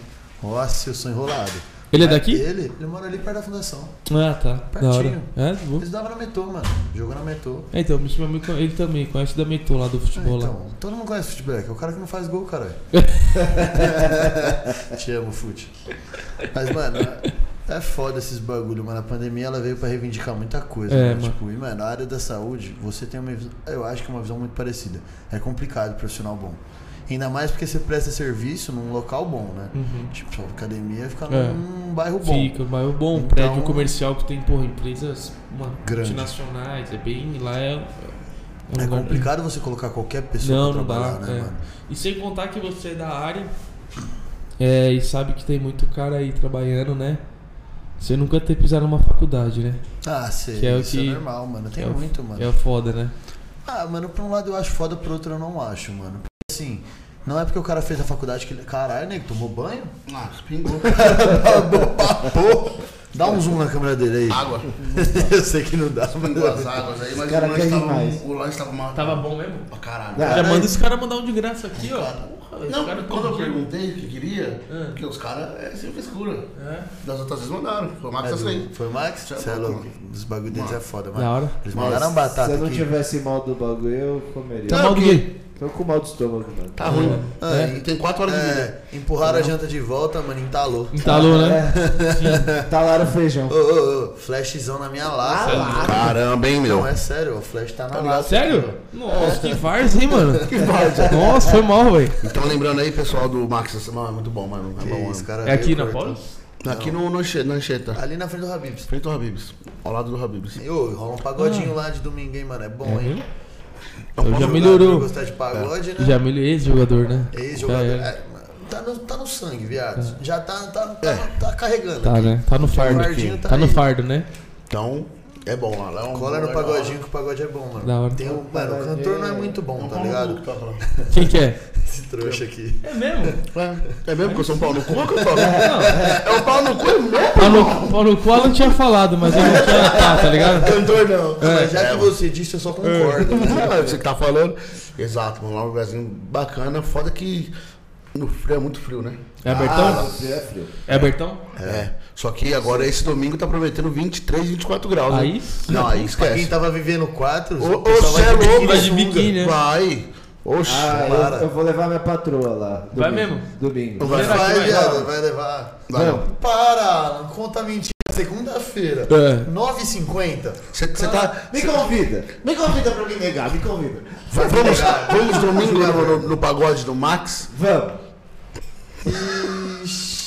Speaker 3: Nossa, eu sou enrolado.
Speaker 4: Ele é
Speaker 3: Mas
Speaker 4: daqui?
Speaker 3: Ele, ele mora ali perto da fundação.
Speaker 4: Ah, tá. Da hora.
Speaker 3: Pertinho.
Speaker 4: É,
Speaker 3: Ele
Speaker 4: bom.
Speaker 3: estudava na Metô, mano. Jogou na Metô.
Speaker 4: É, então, meu amigo, ele também conhece da Metô lá do
Speaker 3: Ah,
Speaker 4: futebol lá.
Speaker 3: então, todo mundo conhece o Footblack, é o cara que não faz gol, caralho. Te amo, Fute. Mas, mano, é foda esses bagulho, mano. A pandemia ela veio pra reivindicar muita coisa.
Speaker 4: É,
Speaker 3: né?
Speaker 4: mano.
Speaker 3: Tipo, e, mano, a área da saúde, você tem uma visão, eu acho que é uma visão muito parecida. É complicado profissional bom. Ainda mais porque você presta serviço num local bom, né?
Speaker 4: Uhum.
Speaker 3: Tipo, sua academia fica
Speaker 4: É.
Speaker 3: num bairro bom.
Speaker 4: Fica, mas o bom
Speaker 3: Então-
Speaker 4: prédio comercial que tem, porra, empresas mano,
Speaker 3: Grande.
Speaker 4: multinacionais, é bem lá é. um
Speaker 3: É
Speaker 4: lugar-
Speaker 3: complicado você colocar qualquer pessoa
Speaker 4: Não,
Speaker 3: pra
Speaker 4: não
Speaker 3: trabalhar,
Speaker 4: dá,
Speaker 3: né,
Speaker 4: é.
Speaker 3: mano?
Speaker 4: E sem contar que você é da área é, e sabe que tem muito cara aí trabalhando, né? Você nunca ter pisado numa faculdade, né?
Speaker 3: Ah, sei,
Speaker 4: Que é o
Speaker 3: isso
Speaker 4: que-
Speaker 3: é normal, mano. Tem
Speaker 4: é o-
Speaker 3: muito, mano.
Speaker 4: É foda, né?
Speaker 3: Ah, mano, por um lado eu acho foda, por outro eu não acho, mano. Porque, Assim, não é porque o cara fez a faculdade que ele. Caralho, nego, tomou banho?
Speaker 2: Ah, pingou. Ah,
Speaker 3: Pô, dá um zoom na câmera dele aí.
Speaker 2: Água.
Speaker 3: eu sei que não dá,
Speaker 2: Pingou
Speaker 3: mano.
Speaker 2: as águas aí, mas
Speaker 1: cara
Speaker 2: o lanche
Speaker 1: quer
Speaker 2: tava,
Speaker 1: demais.
Speaker 2: o lanche tava mal.
Speaker 4: Tava bom mesmo?
Speaker 2: pra caralho.
Speaker 1: Não,
Speaker 4: Já
Speaker 1: Caralho.
Speaker 4: manda os caras mandar um de graça aqui, ó. Porra, esse
Speaker 2: Não,
Speaker 4: cara
Speaker 2: quando eu
Speaker 4: pediu.
Speaker 2: perguntei o que queria,
Speaker 4: Ah.
Speaker 2: porque os caras é sem frescura.
Speaker 4: É.
Speaker 2: Das outras vezes mandaram. Foi o Max assim.
Speaker 3: Foi o Max?
Speaker 2: Você é
Speaker 3: Você é
Speaker 2: louco,
Speaker 3: louco. Os bagulho deles é foda, mano.
Speaker 4: Da hora.
Speaker 3: Eles
Speaker 1: Mas
Speaker 3: mandaram batata
Speaker 1: Se eu não
Speaker 3: aqui.
Speaker 1: tivesse mal do bagulho, eu comeria.
Speaker 4: Tá mal do quê?
Speaker 1: Tô com mal do estômago, mano.
Speaker 2: Tá ruim.
Speaker 3: Ah,
Speaker 2: É,
Speaker 3: e-
Speaker 2: e tem 4 horas de vida.
Speaker 3: É, empurraram a janta de volta, mano, entalou.
Speaker 4: Entalou,
Speaker 1: É,
Speaker 4: né? Tá
Speaker 1: Talaram Tá feijão.
Speaker 3: Ô, ô, ô, flashzão na minha lata. mano.
Speaker 2: Caramba, hein, meu?
Speaker 3: Não, é sério, o flash tá na
Speaker 2: ligado?
Speaker 3: lata.
Speaker 4: Sério? Nossa, que várzea, hein, mano? Que várzea. Nossa, foi mal, velho.
Speaker 2: Então lembrando aí, pessoal, do Max, essa- mano, é muito bom, mano. É
Speaker 3: Que
Speaker 2: bom,
Speaker 3: isso,
Speaker 2: mano.
Speaker 3: cara.
Speaker 4: É aqui
Speaker 3: veio
Speaker 4: na
Speaker 3: cortando.
Speaker 4: Polis?
Speaker 2: Aqui no, no Anche- na Ancheta.
Speaker 3: Ali na frente do Habibs.
Speaker 2: Frente ao Habibs. Ao lado do Habibs.
Speaker 3: E, Ô, rola um pagodinho lá de domingo, hein, mano. É bom, hein?
Speaker 2: É um
Speaker 4: Eu já
Speaker 3: Jogar,
Speaker 4: melhorou. É.
Speaker 3: pra Gostar de pagode, né?
Speaker 4: Uhum. Já melhorou esse jogador, né?
Speaker 3: Ex-jogador.
Speaker 4: Já era.
Speaker 3: É, tá, no, tá no sangue, viado. Já tá, tá, tá, tá carregando.
Speaker 4: É. Tá, né? Tá no fardo.
Speaker 3: Fardinho
Speaker 4: filho.
Speaker 3: tá
Speaker 4: Tá no
Speaker 3: aí.
Speaker 4: fardo, né?
Speaker 2: Então, é bom lá. lá é um
Speaker 3: Cola
Speaker 2: lugar
Speaker 3: no
Speaker 2: da hora.
Speaker 3: pagodinho que o pagode é bom, mano.
Speaker 4: Da hora.
Speaker 3: Tem um, mano, o cantor não é muito
Speaker 2: É
Speaker 3: bom,
Speaker 2: um
Speaker 3: tá
Speaker 2: pau no cu
Speaker 3: ligado?
Speaker 2: que tá falando.
Speaker 4: Quem que é?
Speaker 3: Esse trouxa aqui.
Speaker 4: É mesmo?
Speaker 2: É, é mesmo que eu sou um pau no cu? ou que eu falo? É um pau no cu, é mesmo?
Speaker 4: Paulo, Paulo Coelho não tinha falado, mas eu não tinha tá, tá ligado?
Speaker 2: Cantor não.
Speaker 3: Mas já que você disse, eu só concordo. né?
Speaker 2: É, você que tá falando. Exato, mano. Lá é um lugarzinho bacana. Foda que no frio é muito frio, né?
Speaker 4: É
Speaker 1: Ah,
Speaker 4: Bertão?
Speaker 1: você é frio.
Speaker 4: É Bertão?
Speaker 2: É. Só que agora esse domingo tá prometendo 23, 24 graus. né?
Speaker 4: Aí?
Speaker 2: Não, aí
Speaker 3: Pra quem
Speaker 2: esquece.
Speaker 3: tava vivendo quatro,
Speaker 2: Ô,
Speaker 3: o
Speaker 2: ô,
Speaker 3: pessoal
Speaker 2: cê é
Speaker 3: vai
Speaker 2: louco,
Speaker 4: Vai de biquíni, né?
Speaker 2: Vai. Oxe.
Speaker 1: Ah,
Speaker 3: Para.
Speaker 1: eu, eu vou levar minha patroa lá.
Speaker 4: Vai
Speaker 1: domingo.
Speaker 4: mesmo?
Speaker 1: Domingo.
Speaker 2: Vai, vai,
Speaker 3: Vai, vai,
Speaker 4: vai,
Speaker 3: viado, vai levar.
Speaker 2: vai.
Speaker 1: Vamos.
Speaker 3: Para, não conta mentira. Segunda-feira,
Speaker 4: É.
Speaker 3: 9h50.
Speaker 2: Você
Speaker 3: Ah,
Speaker 2: tá.
Speaker 1: Me convida. Me convida pra me negar, me convida.
Speaker 2: Vai, vamos, vamos domingo lá no, no- no pagode do Max?
Speaker 1: Vamos.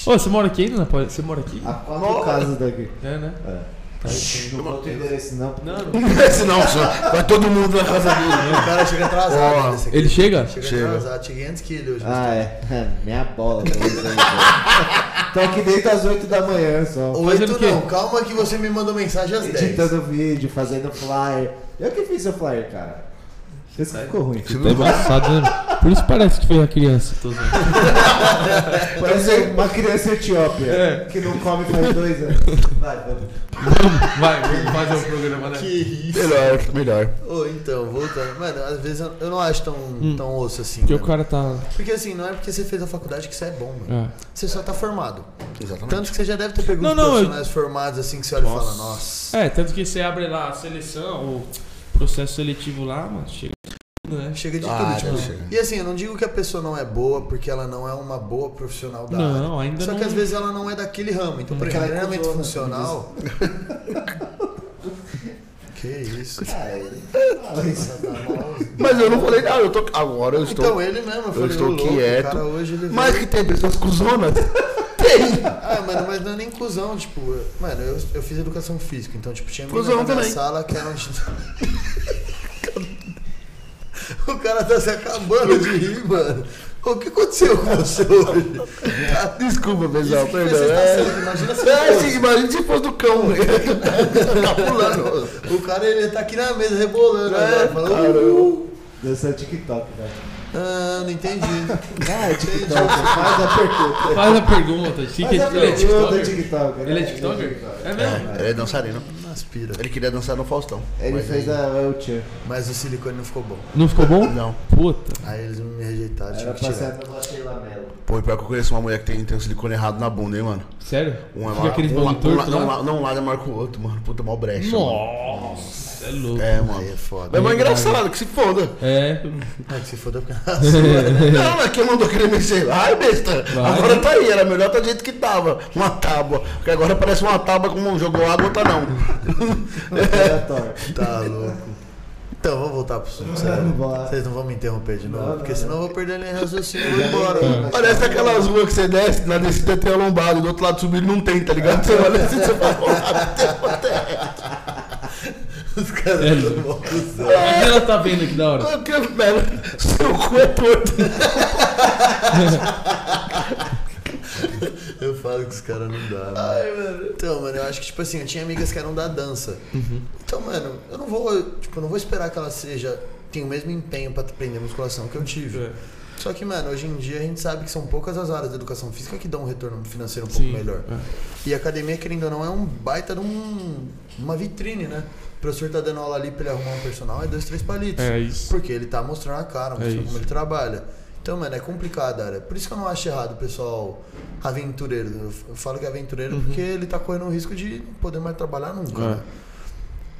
Speaker 4: Ô, você mora aqui ainda? Napoleão? Você mora aqui?
Speaker 1: A quatro casas daqui.
Speaker 4: É, né?
Speaker 1: Tá, eu não vou ter endereço, não.
Speaker 4: Não,
Speaker 2: Esse não, senhor. Vai todo mundo na casa dele.
Speaker 3: O cara chega atrasado.
Speaker 2: Ó,
Speaker 3: nesse aqui.
Speaker 4: Ele chega?
Speaker 3: Chega,
Speaker 2: Chega.
Speaker 3: atrasado, cheguei antes que ele hoje. né?
Speaker 1: Ah, é. Minha bola. tá isso aí, Tô aqui desde as 8 da manhã só.
Speaker 4: Fazendo o
Speaker 3: Oito
Speaker 4: quê?
Speaker 3: não, calma que você me mandou mensagem às 10.
Speaker 1: Editando vídeo, fazendo flyer. Eu que fiz seu flyer, cara. Isso que ficou ruim.
Speaker 4: Tá embaçado, né? Por isso parece que foi uma criança. Tô zoando.
Speaker 1: Parece uma criança etiópia
Speaker 4: É.
Speaker 1: que não come faz dois anos. Vai, vamos.
Speaker 4: Vai, vamos fazer o programa, né?
Speaker 3: Que isso.
Speaker 2: Melhor, melhor.
Speaker 3: Ô, então, voltando. Mano, às vezes eu, eu não acho tão,
Speaker 4: Hum.
Speaker 3: tão osso assim.
Speaker 4: Porque o
Speaker 3: mano.
Speaker 4: cara tá.
Speaker 3: Porque assim, não é porque você fez a faculdade que você é bom, mano.
Speaker 4: É.
Speaker 3: Você só tá formado.
Speaker 2: Exatamente.
Speaker 3: Tanto que você já deve ter pego
Speaker 4: Não,
Speaker 3: uns
Speaker 4: não, eu-
Speaker 3: profissionais formados assim que você olha e fala, nossa.
Speaker 4: É, tanto que você abre lá a seleção, o processo seletivo lá, mano, chega. tudo, né?
Speaker 3: Chega de
Speaker 2: Ah,
Speaker 3: tudo,
Speaker 2: não
Speaker 3: tipo.
Speaker 2: chega.
Speaker 3: E assim, eu não digo que a pessoa não é boa porque ela não é uma boa profissional da área.
Speaker 4: Não, ainda
Speaker 3: Só
Speaker 4: não.
Speaker 3: que às vezes ela não é daquele ramo. Então, porque ela é né? treinamento
Speaker 1: cuzona,
Speaker 3: funcional. que isso.
Speaker 1: Ah, ele-
Speaker 2: Mas eu não falei nada, eu tô. Agora eu estou.
Speaker 3: Então, é, né? ele mesmo, eu falei,
Speaker 2: estou
Speaker 3: "Ô, louco,
Speaker 2: quieto,
Speaker 3: O cara hoje ele
Speaker 2: Mas
Speaker 3: veio-
Speaker 2: que tem pessoas cuzonas?
Speaker 3: Ah, mano, mas não é nem cuzão, tipo, eu- mano, eu, eu fiz educação física, então, tipo, tinha menina
Speaker 2: Cuzão
Speaker 3: na minha
Speaker 2: também.
Speaker 3: sala que era um. O cara tá se acabando de rir, mano. O que aconteceu com você hoje?
Speaker 2: Desculpa, pessoal,
Speaker 3: Isso que
Speaker 2: perdão.
Speaker 3: vocês tá
Speaker 2: É,
Speaker 3: sendo, imagina se
Speaker 2: é
Speaker 3: fosse.
Speaker 2: assim, imagina se fosse do cão. tá pulando.
Speaker 3: O cara ele tá aqui na mesa rebolando agora, falando.
Speaker 1: Dança TikTok, velho.
Speaker 3: Ah, não entendi.
Speaker 1: Ah, é TikTok, faz a pergunta.
Speaker 4: Faz a pergunta, Chico,
Speaker 1: Faz a
Speaker 4: ele é
Speaker 1: pergunta,
Speaker 4: TikToker?
Speaker 1: TikToker.
Speaker 4: Ele é TikToker? É mesmo?
Speaker 2: Ele é dançarino.
Speaker 3: Aspira.
Speaker 2: Ele queria dançar no Faustão.
Speaker 1: Ele
Speaker 2: Mas
Speaker 1: fez
Speaker 2: aí-
Speaker 1: a o tchan.
Speaker 3: Mas o silicone não ficou bom.
Speaker 4: Não ficou bom?
Speaker 2: É. Não.
Speaker 4: Puta.
Speaker 3: Aí eles me rejeitaram,
Speaker 1: Era
Speaker 3: tive que
Speaker 1: pra
Speaker 3: tirar.
Speaker 1: ser pela Sheila Mello.
Speaker 2: Pô, e pior que eu conheço uma mulher que tem, tem um silicone errado na bunda, hein, mano?
Speaker 4: Sério?
Speaker 2: Um é
Speaker 4: Fica
Speaker 2: lá,
Speaker 4: aqueles
Speaker 2: um, lá-
Speaker 4: bagulho
Speaker 2: um, lá-
Speaker 4: torto né?
Speaker 2: não, um
Speaker 4: lá?
Speaker 2: lá- não, um lado é maior que o outro, mano. Puta, mó brecha. mano.
Speaker 4: Nossa, é louco.
Speaker 2: É, mano.
Speaker 3: Aí é foda.
Speaker 2: Mas é engraçado, que se foda.
Speaker 4: É.
Speaker 3: Ah, que se foda porque
Speaker 2: Não, mas quem mandou aquele mexer lá, ai besta.
Speaker 4: Vai.
Speaker 2: Agora tá aí, era melhor tá do jeito que tava. Uma tábua. Porque agora parece uma tábua como um jogou água, outra não.
Speaker 1: Aleatório.
Speaker 3: tá louco. Então, vamos voltar pro assunto sério.
Speaker 1: Bora.
Speaker 3: Vocês não vão me interromper de novo,
Speaker 1: Não,
Speaker 3: porque
Speaker 1: não,
Speaker 3: senão eu vou perder minha raciocínio e vou embora.
Speaker 2: Parece aquelas ruas que você desce, na descida tem a lombada, do outro lado subindo não tem, tá ligado? Você olha assim, você fala,
Speaker 3: Os caras
Speaker 4: É.
Speaker 3: são mó cuzão.
Speaker 4: Mas ela tá vendo que da hora.
Speaker 2: "Ah, que merda, seu cu é torto.
Speaker 3: Eu falo que os caras não dá. Mano. Então, mano, eu acho que, tipo assim, eu tinha amigas que eram da dança.
Speaker 4: Uhum.
Speaker 3: Então, mano, eu não vou, tipo, eu não vou esperar que ela seja. Tenha o mesmo empenho pra aprender musculação que eu tive.
Speaker 4: É.
Speaker 3: Só que, mano, hoje em dia a gente sabe que são poucas as áreas da educação física que dão um retorno financeiro um pouco
Speaker 4: Sim. é.
Speaker 3: melhor. E a academia, querendo ou não, é um baita de um, uma vitrine, né? O professor tá dando aula ali pra ele arrumar um personal, é dois, três palitos.
Speaker 4: É isso. É
Speaker 3: Porque ele tá mostrando a cara, mostrando
Speaker 4: isso.
Speaker 3: como ele trabalha. Então, mano, é complicado, área. Por isso que eu não acho errado o pessoal aventureiro. Eu f- eu falo que é aventureiro porque ele tá correndo o risco de não poder mais trabalhar nunca.
Speaker 4: Uhum. É.
Speaker 3: né?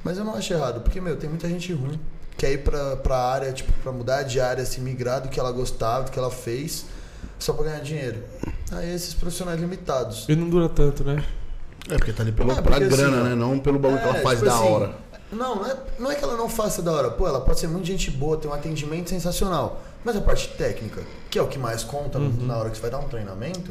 Speaker 3: Mas eu não acho errado, porque, meu, tem muita gente ruim. Quer ir pra, pra área, tipo, pra mudar de área, se migrar do que ela gostava, do que ela fez, só pra ganhar dinheiro. Aí esses profissionais limitados.
Speaker 4: E não dura tanto, né?
Speaker 2: É porque tá ali pela,
Speaker 3: É,
Speaker 2: pela
Speaker 3: porque
Speaker 2: grana,
Speaker 3: assim, ó.
Speaker 2: né? Não pelo bagulho que ela
Speaker 3: É,
Speaker 2: faz
Speaker 3: tipo
Speaker 2: da
Speaker 3: assim,
Speaker 2: hora.
Speaker 3: Não, não é, não é que ela não faça da hora. Pô, ela pode ser muito gente boa, tem um atendimento sensacional. Mas a parte técnica, que é o que mais conta
Speaker 4: Uhum.
Speaker 3: na hora que você vai dar um treinamento,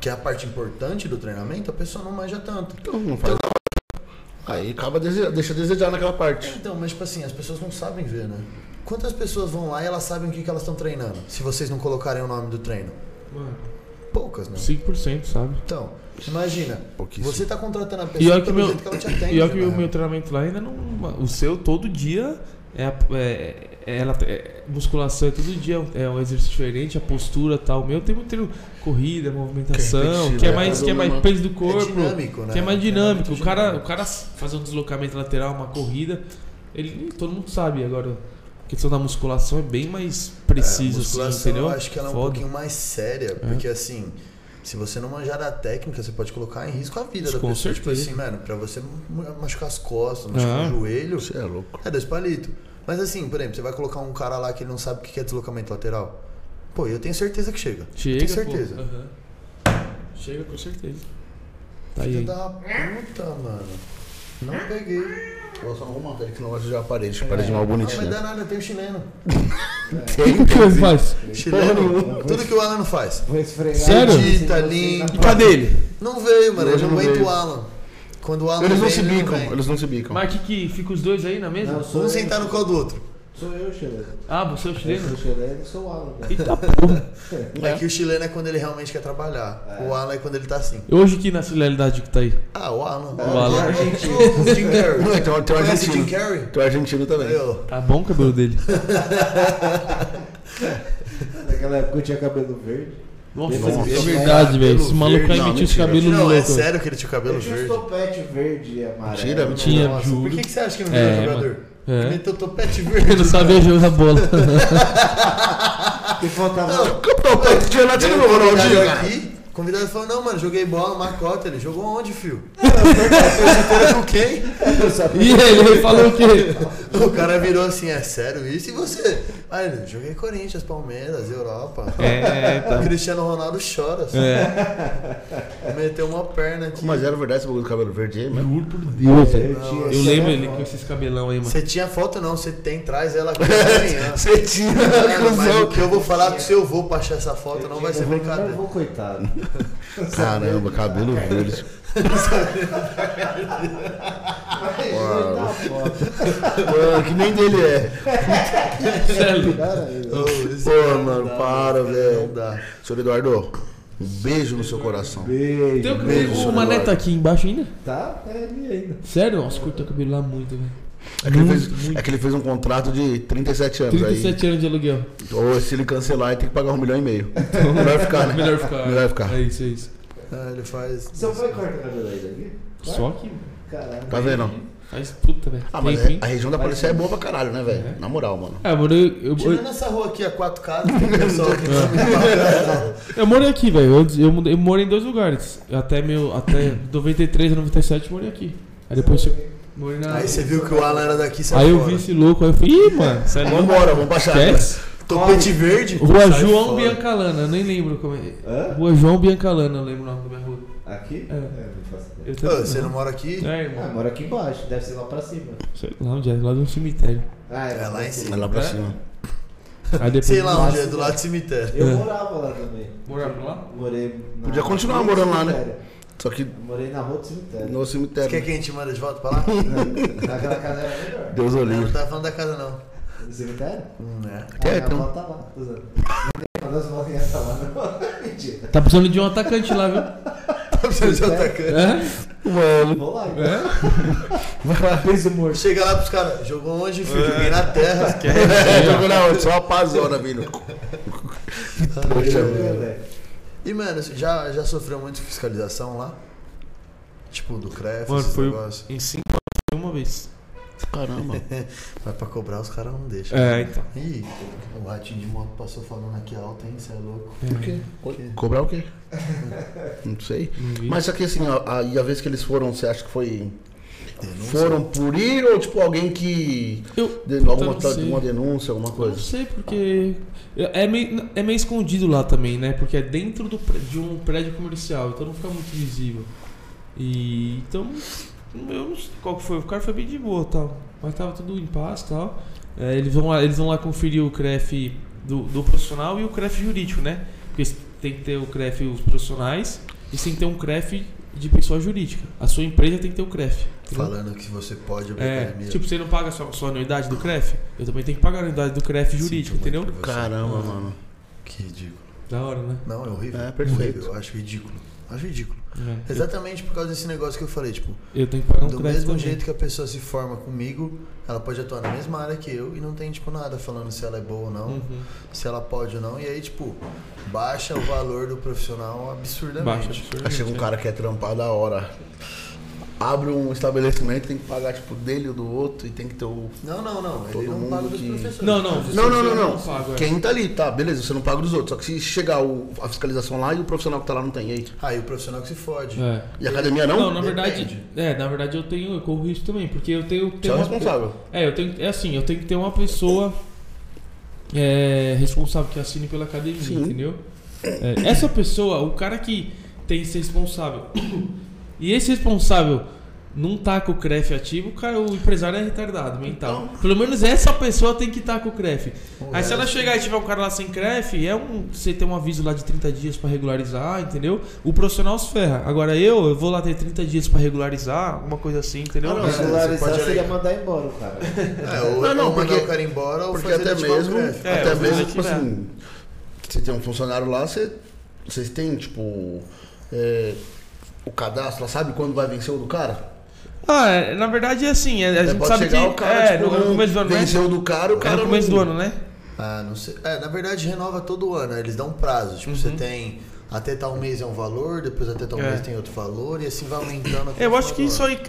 Speaker 3: que é a parte importante do treinamento, a pessoa não manja tanto.
Speaker 2: Então não faz da hora. Aí acaba dese- deixa a desejar naquela parte.
Speaker 3: Então, mas tipo assim, as pessoas não sabem ver, né? Quantas pessoas vão lá e elas sabem o que, que elas estão treinando, se vocês não colocarem o nome do treino?
Speaker 4: Mano,
Speaker 3: Poucas, né?
Speaker 4: 5%, sabe?
Speaker 3: Então, imagina,
Speaker 2: Pouquíssimo.
Speaker 3: você tá contratando a pessoa
Speaker 4: E olha que,
Speaker 3: pelo
Speaker 4: meu,
Speaker 3: jeito que ela te atende.
Speaker 4: e olha que
Speaker 3: né?
Speaker 4: o meu treinamento lá ainda não. O seu todo dia é, a- é, é- ela, é- musculação é todo dia, é um exercício diferente, a postura e tal. O meu tem muito treino, corrida, movimentação,
Speaker 2: repetitivo,
Speaker 4: que é
Speaker 2: né?
Speaker 4: mais, que é mais
Speaker 2: Cada uma-
Speaker 4: peso do corpo.
Speaker 3: É dinâmico, né?
Speaker 4: Que é mais
Speaker 3: É
Speaker 4: dinâmico. O
Speaker 3: muito
Speaker 4: cara, o
Speaker 3: dinâmico.
Speaker 4: cara fazer um deslocamento lateral, uma corrida, ele todo mundo sabe agora. A questão da musculação é bem mais
Speaker 3: É,
Speaker 4: preciso, assim,
Speaker 3: musculação,
Speaker 4: entendeu?
Speaker 3: Eu acho que ela é um
Speaker 4: Foda.
Speaker 3: pouquinho mais séria, porque assim, se você não manjar da técnica, você pode colocar em risco a vida da
Speaker 4: Com
Speaker 3: pessoa. Tipo
Speaker 4: certeza.
Speaker 3: assim, mano, pra você ma- machucar as costas, machucar o
Speaker 4: Ah.
Speaker 3: joelho,
Speaker 2: Você é louco.
Speaker 3: é dois palitos. Mas assim, por exemplo, você vai colocar um cara lá que ele não sabe o que é deslocamento lateral. Pô, eu tenho certeza que chega.
Speaker 4: Chega,
Speaker 3: tenho
Speaker 4: pô.
Speaker 3: certeza.
Speaker 4: Aham. Chega com certeza. Tá aí.
Speaker 3: Filho
Speaker 4: hein?
Speaker 3: da puta, mano. Não peguei.
Speaker 2: Eu só não vou mandar ele que não gosta de a parede. Parede mal
Speaker 3: Não vai
Speaker 2: bonitinha.
Speaker 3: dar nada, tem o chileno.
Speaker 2: é,
Speaker 4: O que ele faz?
Speaker 3: Chileno, tudo que o Alan não faz.
Speaker 1: Vou esfregar. assim,
Speaker 4: Sério?
Speaker 1: Edita,
Speaker 3: Edita,
Speaker 1: limpa.
Speaker 3: limpa.
Speaker 4: E cadê ele?
Speaker 3: Não veio, mano. Eu
Speaker 2: Hoje
Speaker 3: não
Speaker 2: não
Speaker 3: aguento
Speaker 2: veio.
Speaker 3: o Alan. Quando o Alan
Speaker 2: Eles não
Speaker 3: vem,
Speaker 2: se
Speaker 3: ele
Speaker 2: bicam,
Speaker 3: vem.
Speaker 2: eles não se bicam.
Speaker 4: Então. Mas que, que fica os dois aí na mesa?
Speaker 1: assim. Não, sou
Speaker 3: Um
Speaker 1: eu.
Speaker 3: sentar no colo do outro.
Speaker 1: Sou eu, chileno.
Speaker 4: Ah, você é
Speaker 1: Eu sou
Speaker 4: o chileno?
Speaker 1: chileno, sou o Alan. né? velho.
Speaker 4: Eita porra.
Speaker 3: É que o chileno é quando ele realmente quer trabalhar. O Alan é quando ele tá assim.
Speaker 4: E Hoje que nacionalidade que tá aí?
Speaker 3: Ah, o Alan.
Speaker 1: O
Speaker 4: Alan.
Speaker 3: O O Jim Carrey.
Speaker 2: Não, tem, um- tem um
Speaker 3: Conhece o Jim
Speaker 2: argentino.
Speaker 3: Carrey?
Speaker 2: Tem um argentino também.
Speaker 3: Aí, ó.
Speaker 4: Tá bom o cabelo dele?
Speaker 1: Naquela época eu tinha cabelo verde.
Speaker 4: Nossa,
Speaker 1: Nossa.
Speaker 4: é verdade, velho. Esse maluco aí
Speaker 2: Não,
Speaker 4: metia os
Speaker 2: mentira.
Speaker 4: cabelos
Speaker 3: Não, é
Speaker 4: loucos.
Speaker 3: sério que ele tinha o cabelo
Speaker 1: Eu tinha
Speaker 3: verde.
Speaker 1: os topete verde e amarelo.
Speaker 2: Mentira,
Speaker 1: Não,
Speaker 4: Tinha,
Speaker 3: Nossa,
Speaker 4: juro.
Speaker 3: Por que, que você acha que não
Speaker 4: É,
Speaker 3: virou jogador?
Speaker 4: mano. É.
Speaker 3: Ele tem o topete
Speaker 4: Ele
Speaker 3: verde.
Speaker 4: não sabia jogar bola.
Speaker 1: Que faltava.
Speaker 2: Campeão, tá tirando a
Speaker 3: Tem
Speaker 2: tira
Speaker 3: um
Speaker 2: tá do Ronaldinho,
Speaker 3: convidado
Speaker 2: cara.
Speaker 3: aqui O convidado falou, não, mano, joguei bola, marcota. Ele jogou onde, fio? Eu perguntei com quem?
Speaker 1: Eu só
Speaker 4: E ele falou o quê?
Speaker 3: O cara virou assim, é sério isso? E você? Aí ele, joguei Corinthians, Palmeiras, Europa.
Speaker 4: É,
Speaker 3: O
Speaker 4: tá.
Speaker 3: Cristiano Ronaldo chora. assim.
Speaker 4: É.
Speaker 3: Meteu uma perna aqui.
Speaker 2: Mas era verdade esse bagulho do cabelo verde aí mesmo?
Speaker 4: Juro por Deus. velho.
Speaker 1: tinha
Speaker 4: Eu
Speaker 1: essa
Speaker 4: lembro
Speaker 1: memória.
Speaker 4: ele com esses cabelão aí, mano.
Speaker 3: Você tinha foto não, você tem, traz ela aqui amanhã.
Speaker 2: Você tinha
Speaker 3: Mano, mas o
Speaker 2: cruzão.
Speaker 3: que eu vou falar pro seu avô pra achar essa foto não vai ser
Speaker 1: Eu vou- eu
Speaker 3: brincadeira.
Speaker 1: vou, coitado.
Speaker 2: um Caramba, cabelo verde. Mano, que nem dele é.
Speaker 4: Sério.
Speaker 3: Ô, esse cara
Speaker 2: Pô,
Speaker 3: não
Speaker 2: mano,
Speaker 3: dá,
Speaker 2: para,
Speaker 3: cara,
Speaker 2: velho.
Speaker 3: Não dá.
Speaker 2: Senhor Eduardo, um beijo no seu coração.
Speaker 1: Beijo.
Speaker 4: Tem o
Speaker 2: Beijo,
Speaker 4: cabelo. O
Speaker 2: senhor
Speaker 4: Mané tá
Speaker 2: Eduardo.
Speaker 4: aqui embaixo ainda?
Speaker 1: Tá? É ali ainda.
Speaker 4: Sério? Nossa, curta o cabelo lá muito, velho.
Speaker 2: É que, ele fez, é que ele fez um contrato de 37 anos aí.
Speaker 4: 37 anos de aluguel.
Speaker 2: Ou se ele cancelar, ele tem que pagar um milhão e meio.
Speaker 3: Então,
Speaker 2: Melhor ficar, né?
Speaker 4: Melhor ficar.
Speaker 2: Melhor ficar.
Speaker 4: É isso, é isso.
Speaker 3: Ah, ele faz.
Speaker 1: Você foi corta o cabelo aí daqui?
Speaker 4: Só que
Speaker 1: Caralho.
Speaker 2: Tá vendo?
Speaker 4: faz puta, velho.
Speaker 2: Ah, mas
Speaker 4: Tem,
Speaker 2: a
Speaker 4: hein?
Speaker 2: região da polícia é boa pra caralho, né, velho? Na moral, mano.
Speaker 4: Ah, mano, eu, eu,
Speaker 3: Tirando essa rua aqui, a quatro casas, tem pessoal aqui tá também.
Speaker 4: eu morei aqui, velho. Antes Eu, mudei- eu morei em dois lugares. Até meu. Até 93, 97 eu morei aqui. Aí depois eu morei na.
Speaker 3: Aí você viu que o Alan era daqui, você
Speaker 4: Aí eu vi esse louco, aí eu falei, ih, mano, sai
Speaker 2: Vamos
Speaker 4: logo.
Speaker 2: embora, vamos pra chácara.
Speaker 4: Esquece.
Speaker 3: Topete verde?
Speaker 4: Rua
Speaker 3: é Sai
Speaker 4: João
Speaker 3: fora.
Speaker 4: Biancalana, eu nem lembro como é.
Speaker 1: Hã?
Speaker 4: Rua João Biancalana, eu lembro o nome da minha rua.
Speaker 1: Aqui?
Speaker 4: É.
Speaker 1: não faço ideia.
Speaker 4: Eu
Speaker 3: Ô,
Speaker 4: também
Speaker 3: Você não mora aqui?
Speaker 4: É,
Speaker 1: Ah,
Speaker 4: irmão.
Speaker 1: mora aqui embaixo, deve ser lá pra cima.
Speaker 4: Sei lá onde é, lá de um cemitério.
Speaker 1: Ah,
Speaker 3: É lá em
Speaker 2: É
Speaker 3: cima.
Speaker 2: lá pra
Speaker 4: É?
Speaker 2: cima.
Speaker 4: Aí depois
Speaker 3: Sei lá onde é, do lado do cemitério.
Speaker 1: Eu
Speaker 4: É.
Speaker 1: morava lá também.
Speaker 4: Morar pra lá?
Speaker 1: Morei na
Speaker 2: Podia continuar
Speaker 1: rua do
Speaker 2: morando lá, né?
Speaker 1: cemitério.
Speaker 2: Só que
Speaker 1: Morei na rua do cemitério.
Speaker 2: no
Speaker 3: Você quer
Speaker 2: cemitério.
Speaker 3: que a gente manda de volta pra lá?
Speaker 4: Hum.
Speaker 1: Aquela casa era melhor.
Speaker 2: né? Deus o
Speaker 3: Não, não
Speaker 2: livre.
Speaker 3: tava falando da casa, não.
Speaker 1: Do cemitério?
Speaker 3: Hum, é.
Speaker 1: Ah,
Speaker 2: Quer,
Speaker 1: minha
Speaker 2: então?
Speaker 1: avó tá lá. tô usando. Não tem avó que ia tá lá, não. Mentira.
Speaker 4: Tá precisando de um atacante lá, viu?
Speaker 3: Tá precisando de atacante.
Speaker 4: É?
Speaker 2: Mano.
Speaker 1: Vou lá. então.
Speaker 4: É?
Speaker 1: Fez o morto.
Speaker 3: Chega lá pros caras, jogou onde, filho? Joguei na terra.
Speaker 2: É, jogou na onde? Só uma pazona vindo.
Speaker 3: Ah,
Speaker 2: Poxa, velho.
Speaker 3: E, mano, já, já sofreu muito fiscalização lá? Tipo, do CREF,
Speaker 4: Mano,
Speaker 3: esses
Speaker 4: foi-
Speaker 3: negócios.
Speaker 4: Em cinco anos, foi uma vez.
Speaker 2: Caramba.
Speaker 3: Mas pra cobrar, os caras não deixam.
Speaker 4: É, então.
Speaker 3: Ih, o ratinho de moto passou falando aqui alto, hein? Você é louco.
Speaker 2: Por quê? Cobrar o quê? Não sei. Mas só que assim, a, a- e a vez que eles foram, você acha que foi. Foram por ir ou tipo alguém que.
Speaker 4: Eu
Speaker 2: de-
Speaker 4: puta,
Speaker 2: alguma,
Speaker 4: não sei.
Speaker 2: alguma denúncia, alguma
Speaker 4: Eu não
Speaker 2: coisa?
Speaker 4: sei porque. É meio, é meio escondido lá também, né? Porque é dentro do, pré- de um prédio comercial, então não fica muito visível. E. Então. Eu não sei qual que foi. O cara foi bem de boa tal. Mas tava tudo em paz e tal. É, eles, vão lá, eles vão lá conferir o CREF do, do profissional e o CREF jurídico, né? Porque tem que ter o CREF os profissionais e tem que ter um CREF de pessoa jurídica. A sua empresa tem que ter o CREF. entendeu?
Speaker 3: Falando que você pode abrir
Speaker 4: É,
Speaker 3: academia.
Speaker 4: tipo, você não paga só sua anuidade do CREF? Eu também tenho que pagar a anuidade do CREF
Speaker 3: Sinto
Speaker 4: jurídico,
Speaker 3: muito
Speaker 4: entendeu?
Speaker 3: por você.
Speaker 2: Caramba, mano.
Speaker 3: Que ridículo.
Speaker 4: Da hora, né?
Speaker 3: Não, é horrível.
Speaker 2: É, perfeito.
Speaker 3: Horrível, Eu acho ridículo. Acho ridículo. Exatamente por causa desse negócio que eu falei, tipo,
Speaker 4: É. Eu tenho que pagar um
Speaker 3: É. do
Speaker 4: crédito
Speaker 3: mesmo
Speaker 4: também.
Speaker 3: jeito que a pessoa se forma comigo, ela pode atuar na mesma área que eu e não tem, tipo, nada falando se ela é boa ou não,
Speaker 4: Uhum.
Speaker 3: se ela pode ou não. E aí, tipo, baixa o valor do profissional absurdamente.
Speaker 4: Baixa, absurdo.
Speaker 2: Aí chega um cara que é trampar da hora. Abre um estabelecimento, tem que pagar tipo dele ou do outro e tem que ter o.
Speaker 3: Não, não, não.
Speaker 2: Todo
Speaker 3: Ele não
Speaker 2: mundo
Speaker 3: paga dos
Speaker 2: que-
Speaker 3: professores.
Speaker 4: Não, não.
Speaker 2: Não, não, não, não.
Speaker 4: pago, é.
Speaker 2: Quem tá ali, tá, beleza, você não paga dos outros. Só que se chegar o- a fiscalização lá e o profissional que tá lá não tem e aí.
Speaker 3: Aí o profissional que se fode.
Speaker 4: É.
Speaker 2: E a academia não?
Speaker 4: Não, na
Speaker 3: Depende.
Speaker 4: verdade, é, na verdade eu tenho, eu corro risco também, porque eu tenho,
Speaker 2: Você é
Speaker 4: tenho
Speaker 2: o
Speaker 4: uma-
Speaker 2: responsável.
Speaker 4: É, eu tenho, é assim, eu tenho que ter uma pessoa é, responsável que assine pela academia,
Speaker 2: Sim.
Speaker 4: entendeu? É, essa pessoa, o cara que tem que ser responsável. E esse responsável não tá com o CREF ativo, o cara, o empresário é retardado mental.
Speaker 2: Então.
Speaker 4: Pelo menos essa pessoa tem que estar com o CREF. Aí
Speaker 2: é
Speaker 4: se ela
Speaker 2: assim.
Speaker 4: chegar e tiver um cara lá sem CREF, é um, você tem um aviso lá de 30 dias pra regularizar, entendeu? O profissional se ferra. Agora eu, eu vou lá ter 30 dias pra regularizar, alguma coisa assim, entendeu?
Speaker 2: Ah, não,
Speaker 1: Não,
Speaker 2: você
Speaker 1: regularizar
Speaker 3: pode
Speaker 1: seria
Speaker 3: alegar.
Speaker 1: mandar embora o cara.
Speaker 3: É, ou,
Speaker 2: Não, não,
Speaker 3: ou mandar
Speaker 2: porque-
Speaker 3: o cara embora ou
Speaker 2: Porque
Speaker 3: fazer
Speaker 2: até
Speaker 3: ele ativar o
Speaker 2: mesmo,
Speaker 3: CREF.
Speaker 4: É,
Speaker 2: até
Speaker 4: os dois
Speaker 2: mesmo, tipo
Speaker 4: ativar.
Speaker 2: assim, você tem um funcionário lá, você, vocês têm, tipo, é, o cadastro, lá, sabe quando vai vencer o do cara?
Speaker 4: Ah, é, na verdade é assim, é, a
Speaker 2: É,
Speaker 4: gente sabe que é, no, no
Speaker 2: não
Speaker 4: começo do ano, né?
Speaker 2: tipo, um venceu o do cara, o
Speaker 4: É
Speaker 2: cara
Speaker 4: no começo
Speaker 2: não-
Speaker 4: do ano, né?
Speaker 3: Ah, não sei. É, na verdade renova todo ano, né? eles dão prazo. um Tipo, você tem Até tal mês é um valor, depois até tal
Speaker 7: É.
Speaker 3: mês tem outro valor, e assim vai aumentando. até
Speaker 7: Eu
Speaker 3: o
Speaker 7: acho que
Speaker 3: valor.
Speaker 7: isso aí.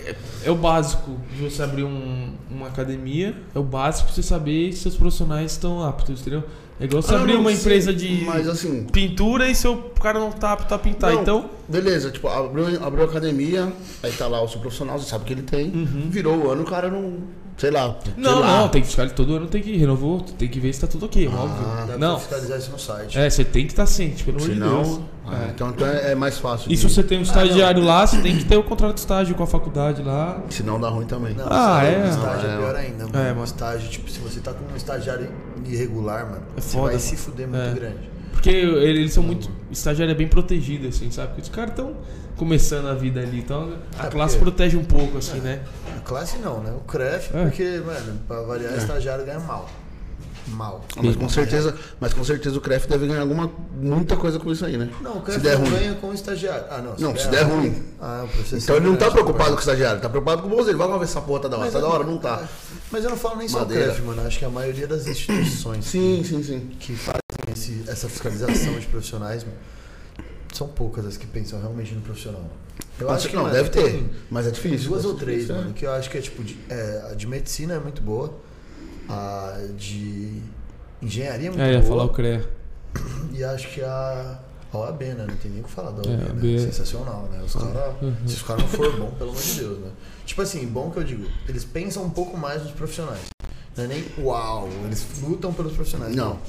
Speaker 4: É o básico de você abrir um- uma academia, é o básico pra você saber se seus profissionais estão aptos, entendeu? É igual você
Speaker 2: Ah,
Speaker 4: abrir
Speaker 2: não,
Speaker 4: uma
Speaker 2: sim,
Speaker 4: empresa de
Speaker 2: Mas assim,
Speaker 4: pintura e seu cara não tá apto a pintar.
Speaker 2: Não.
Speaker 4: Então,
Speaker 2: beleza, tipo, abriu, abriu a academia, aí tá lá o seu profissional, você sabe o que ele tem. Virou o ano, o cara não. Sei lá. sei
Speaker 4: Uhum. não,
Speaker 2: lá. Ah,
Speaker 4: não, tem que ficar todo ano, tem que renovar, tem que ver se tá tudo ok,
Speaker 3: Ah, Dá pra
Speaker 4: óbvio. Não,
Speaker 3: fiscalizar isso no site.
Speaker 4: é, você tem que estar ciente, pelo amor
Speaker 2: Se
Speaker 4: de Deus.
Speaker 2: não. ah, Então, então é é mais fácil.
Speaker 4: E se
Speaker 2: de-
Speaker 4: você tem um estagiário lá, você tem que ter o contrato de estágio com a faculdade lá.
Speaker 2: Se não dá ruim também.
Speaker 3: Não,
Speaker 4: Ah,
Speaker 3: sabe,
Speaker 4: é?
Speaker 3: estágio
Speaker 2: Ah,
Speaker 3: é
Speaker 2: é.
Speaker 3: pior ainda, mano.
Speaker 4: É, mano.
Speaker 3: Estágio, tipo, se você tá com um estagiário irregular, mano,
Speaker 4: É
Speaker 3: você
Speaker 4: foda.
Speaker 3: vai se fuder muito
Speaker 4: É.
Speaker 3: grande.
Speaker 4: Porque eles são muito. O estagiário é bem protegido, assim, sabe? Porque os caras estão começando a vida ali, então a
Speaker 3: É,
Speaker 4: classe
Speaker 3: porque-
Speaker 4: protege um pouco, assim, né?
Speaker 3: A classe não, né? O CREF,
Speaker 4: É.
Speaker 3: porque, mano, pra variar, estagiário ganha mal. Mal.
Speaker 2: Ah, Mas com certeza, mas com certeza o CREF deve ganhar alguma muita coisa com isso aí, né?
Speaker 3: Não, o
Speaker 2: se
Speaker 3: CREF
Speaker 2: der
Speaker 3: não
Speaker 2: ruim.
Speaker 3: ganha com o estagiário. Ah, não.
Speaker 2: Não, se der ruim.
Speaker 3: Ah, o processo
Speaker 2: Então
Speaker 3: é
Speaker 2: ele não tá
Speaker 3: grande,
Speaker 2: preocupado
Speaker 3: mano.
Speaker 2: com o estagiário, tá preocupado com você. Ele vai lá ver se essa porra tá da hora. Tá da hora? Não tá.
Speaker 3: é. Mas eu não falo nem só o
Speaker 2: Madeira.
Speaker 3: CREF, mano. Acho que a maioria das instituições
Speaker 2: Sim, sim, sim.
Speaker 3: que fazem esse- essa fiscalização de profissionais, mano, são poucas as que pensam realmente no profissional. Eu
Speaker 2: Acho que não,
Speaker 3: mano,
Speaker 2: deve ter.
Speaker 3: tem-
Speaker 2: Mas é difícil.
Speaker 3: Duas ou
Speaker 2: Mas é
Speaker 3: três,
Speaker 2: difícil,
Speaker 3: mano,
Speaker 2: né?
Speaker 3: que eu acho que é tipo. De, é, a de medicina é muito boa. A de engenharia é muito
Speaker 4: É, ia
Speaker 3: boa.
Speaker 4: falar o CREA.
Speaker 3: E acho que a. A OAB, né? Não tem nem o que falar da OAB,
Speaker 4: É,
Speaker 3: né?
Speaker 4: a Uhum. OAB.
Speaker 3: Sensacional, né? Os cara, Se os caras não for bom, pelo amor de Deus, né? Tipo assim, bom que eu digo, eles pensam um pouco mais nos profissionais. Não é nem uau, eles lutam pelos profissionais.
Speaker 2: Não.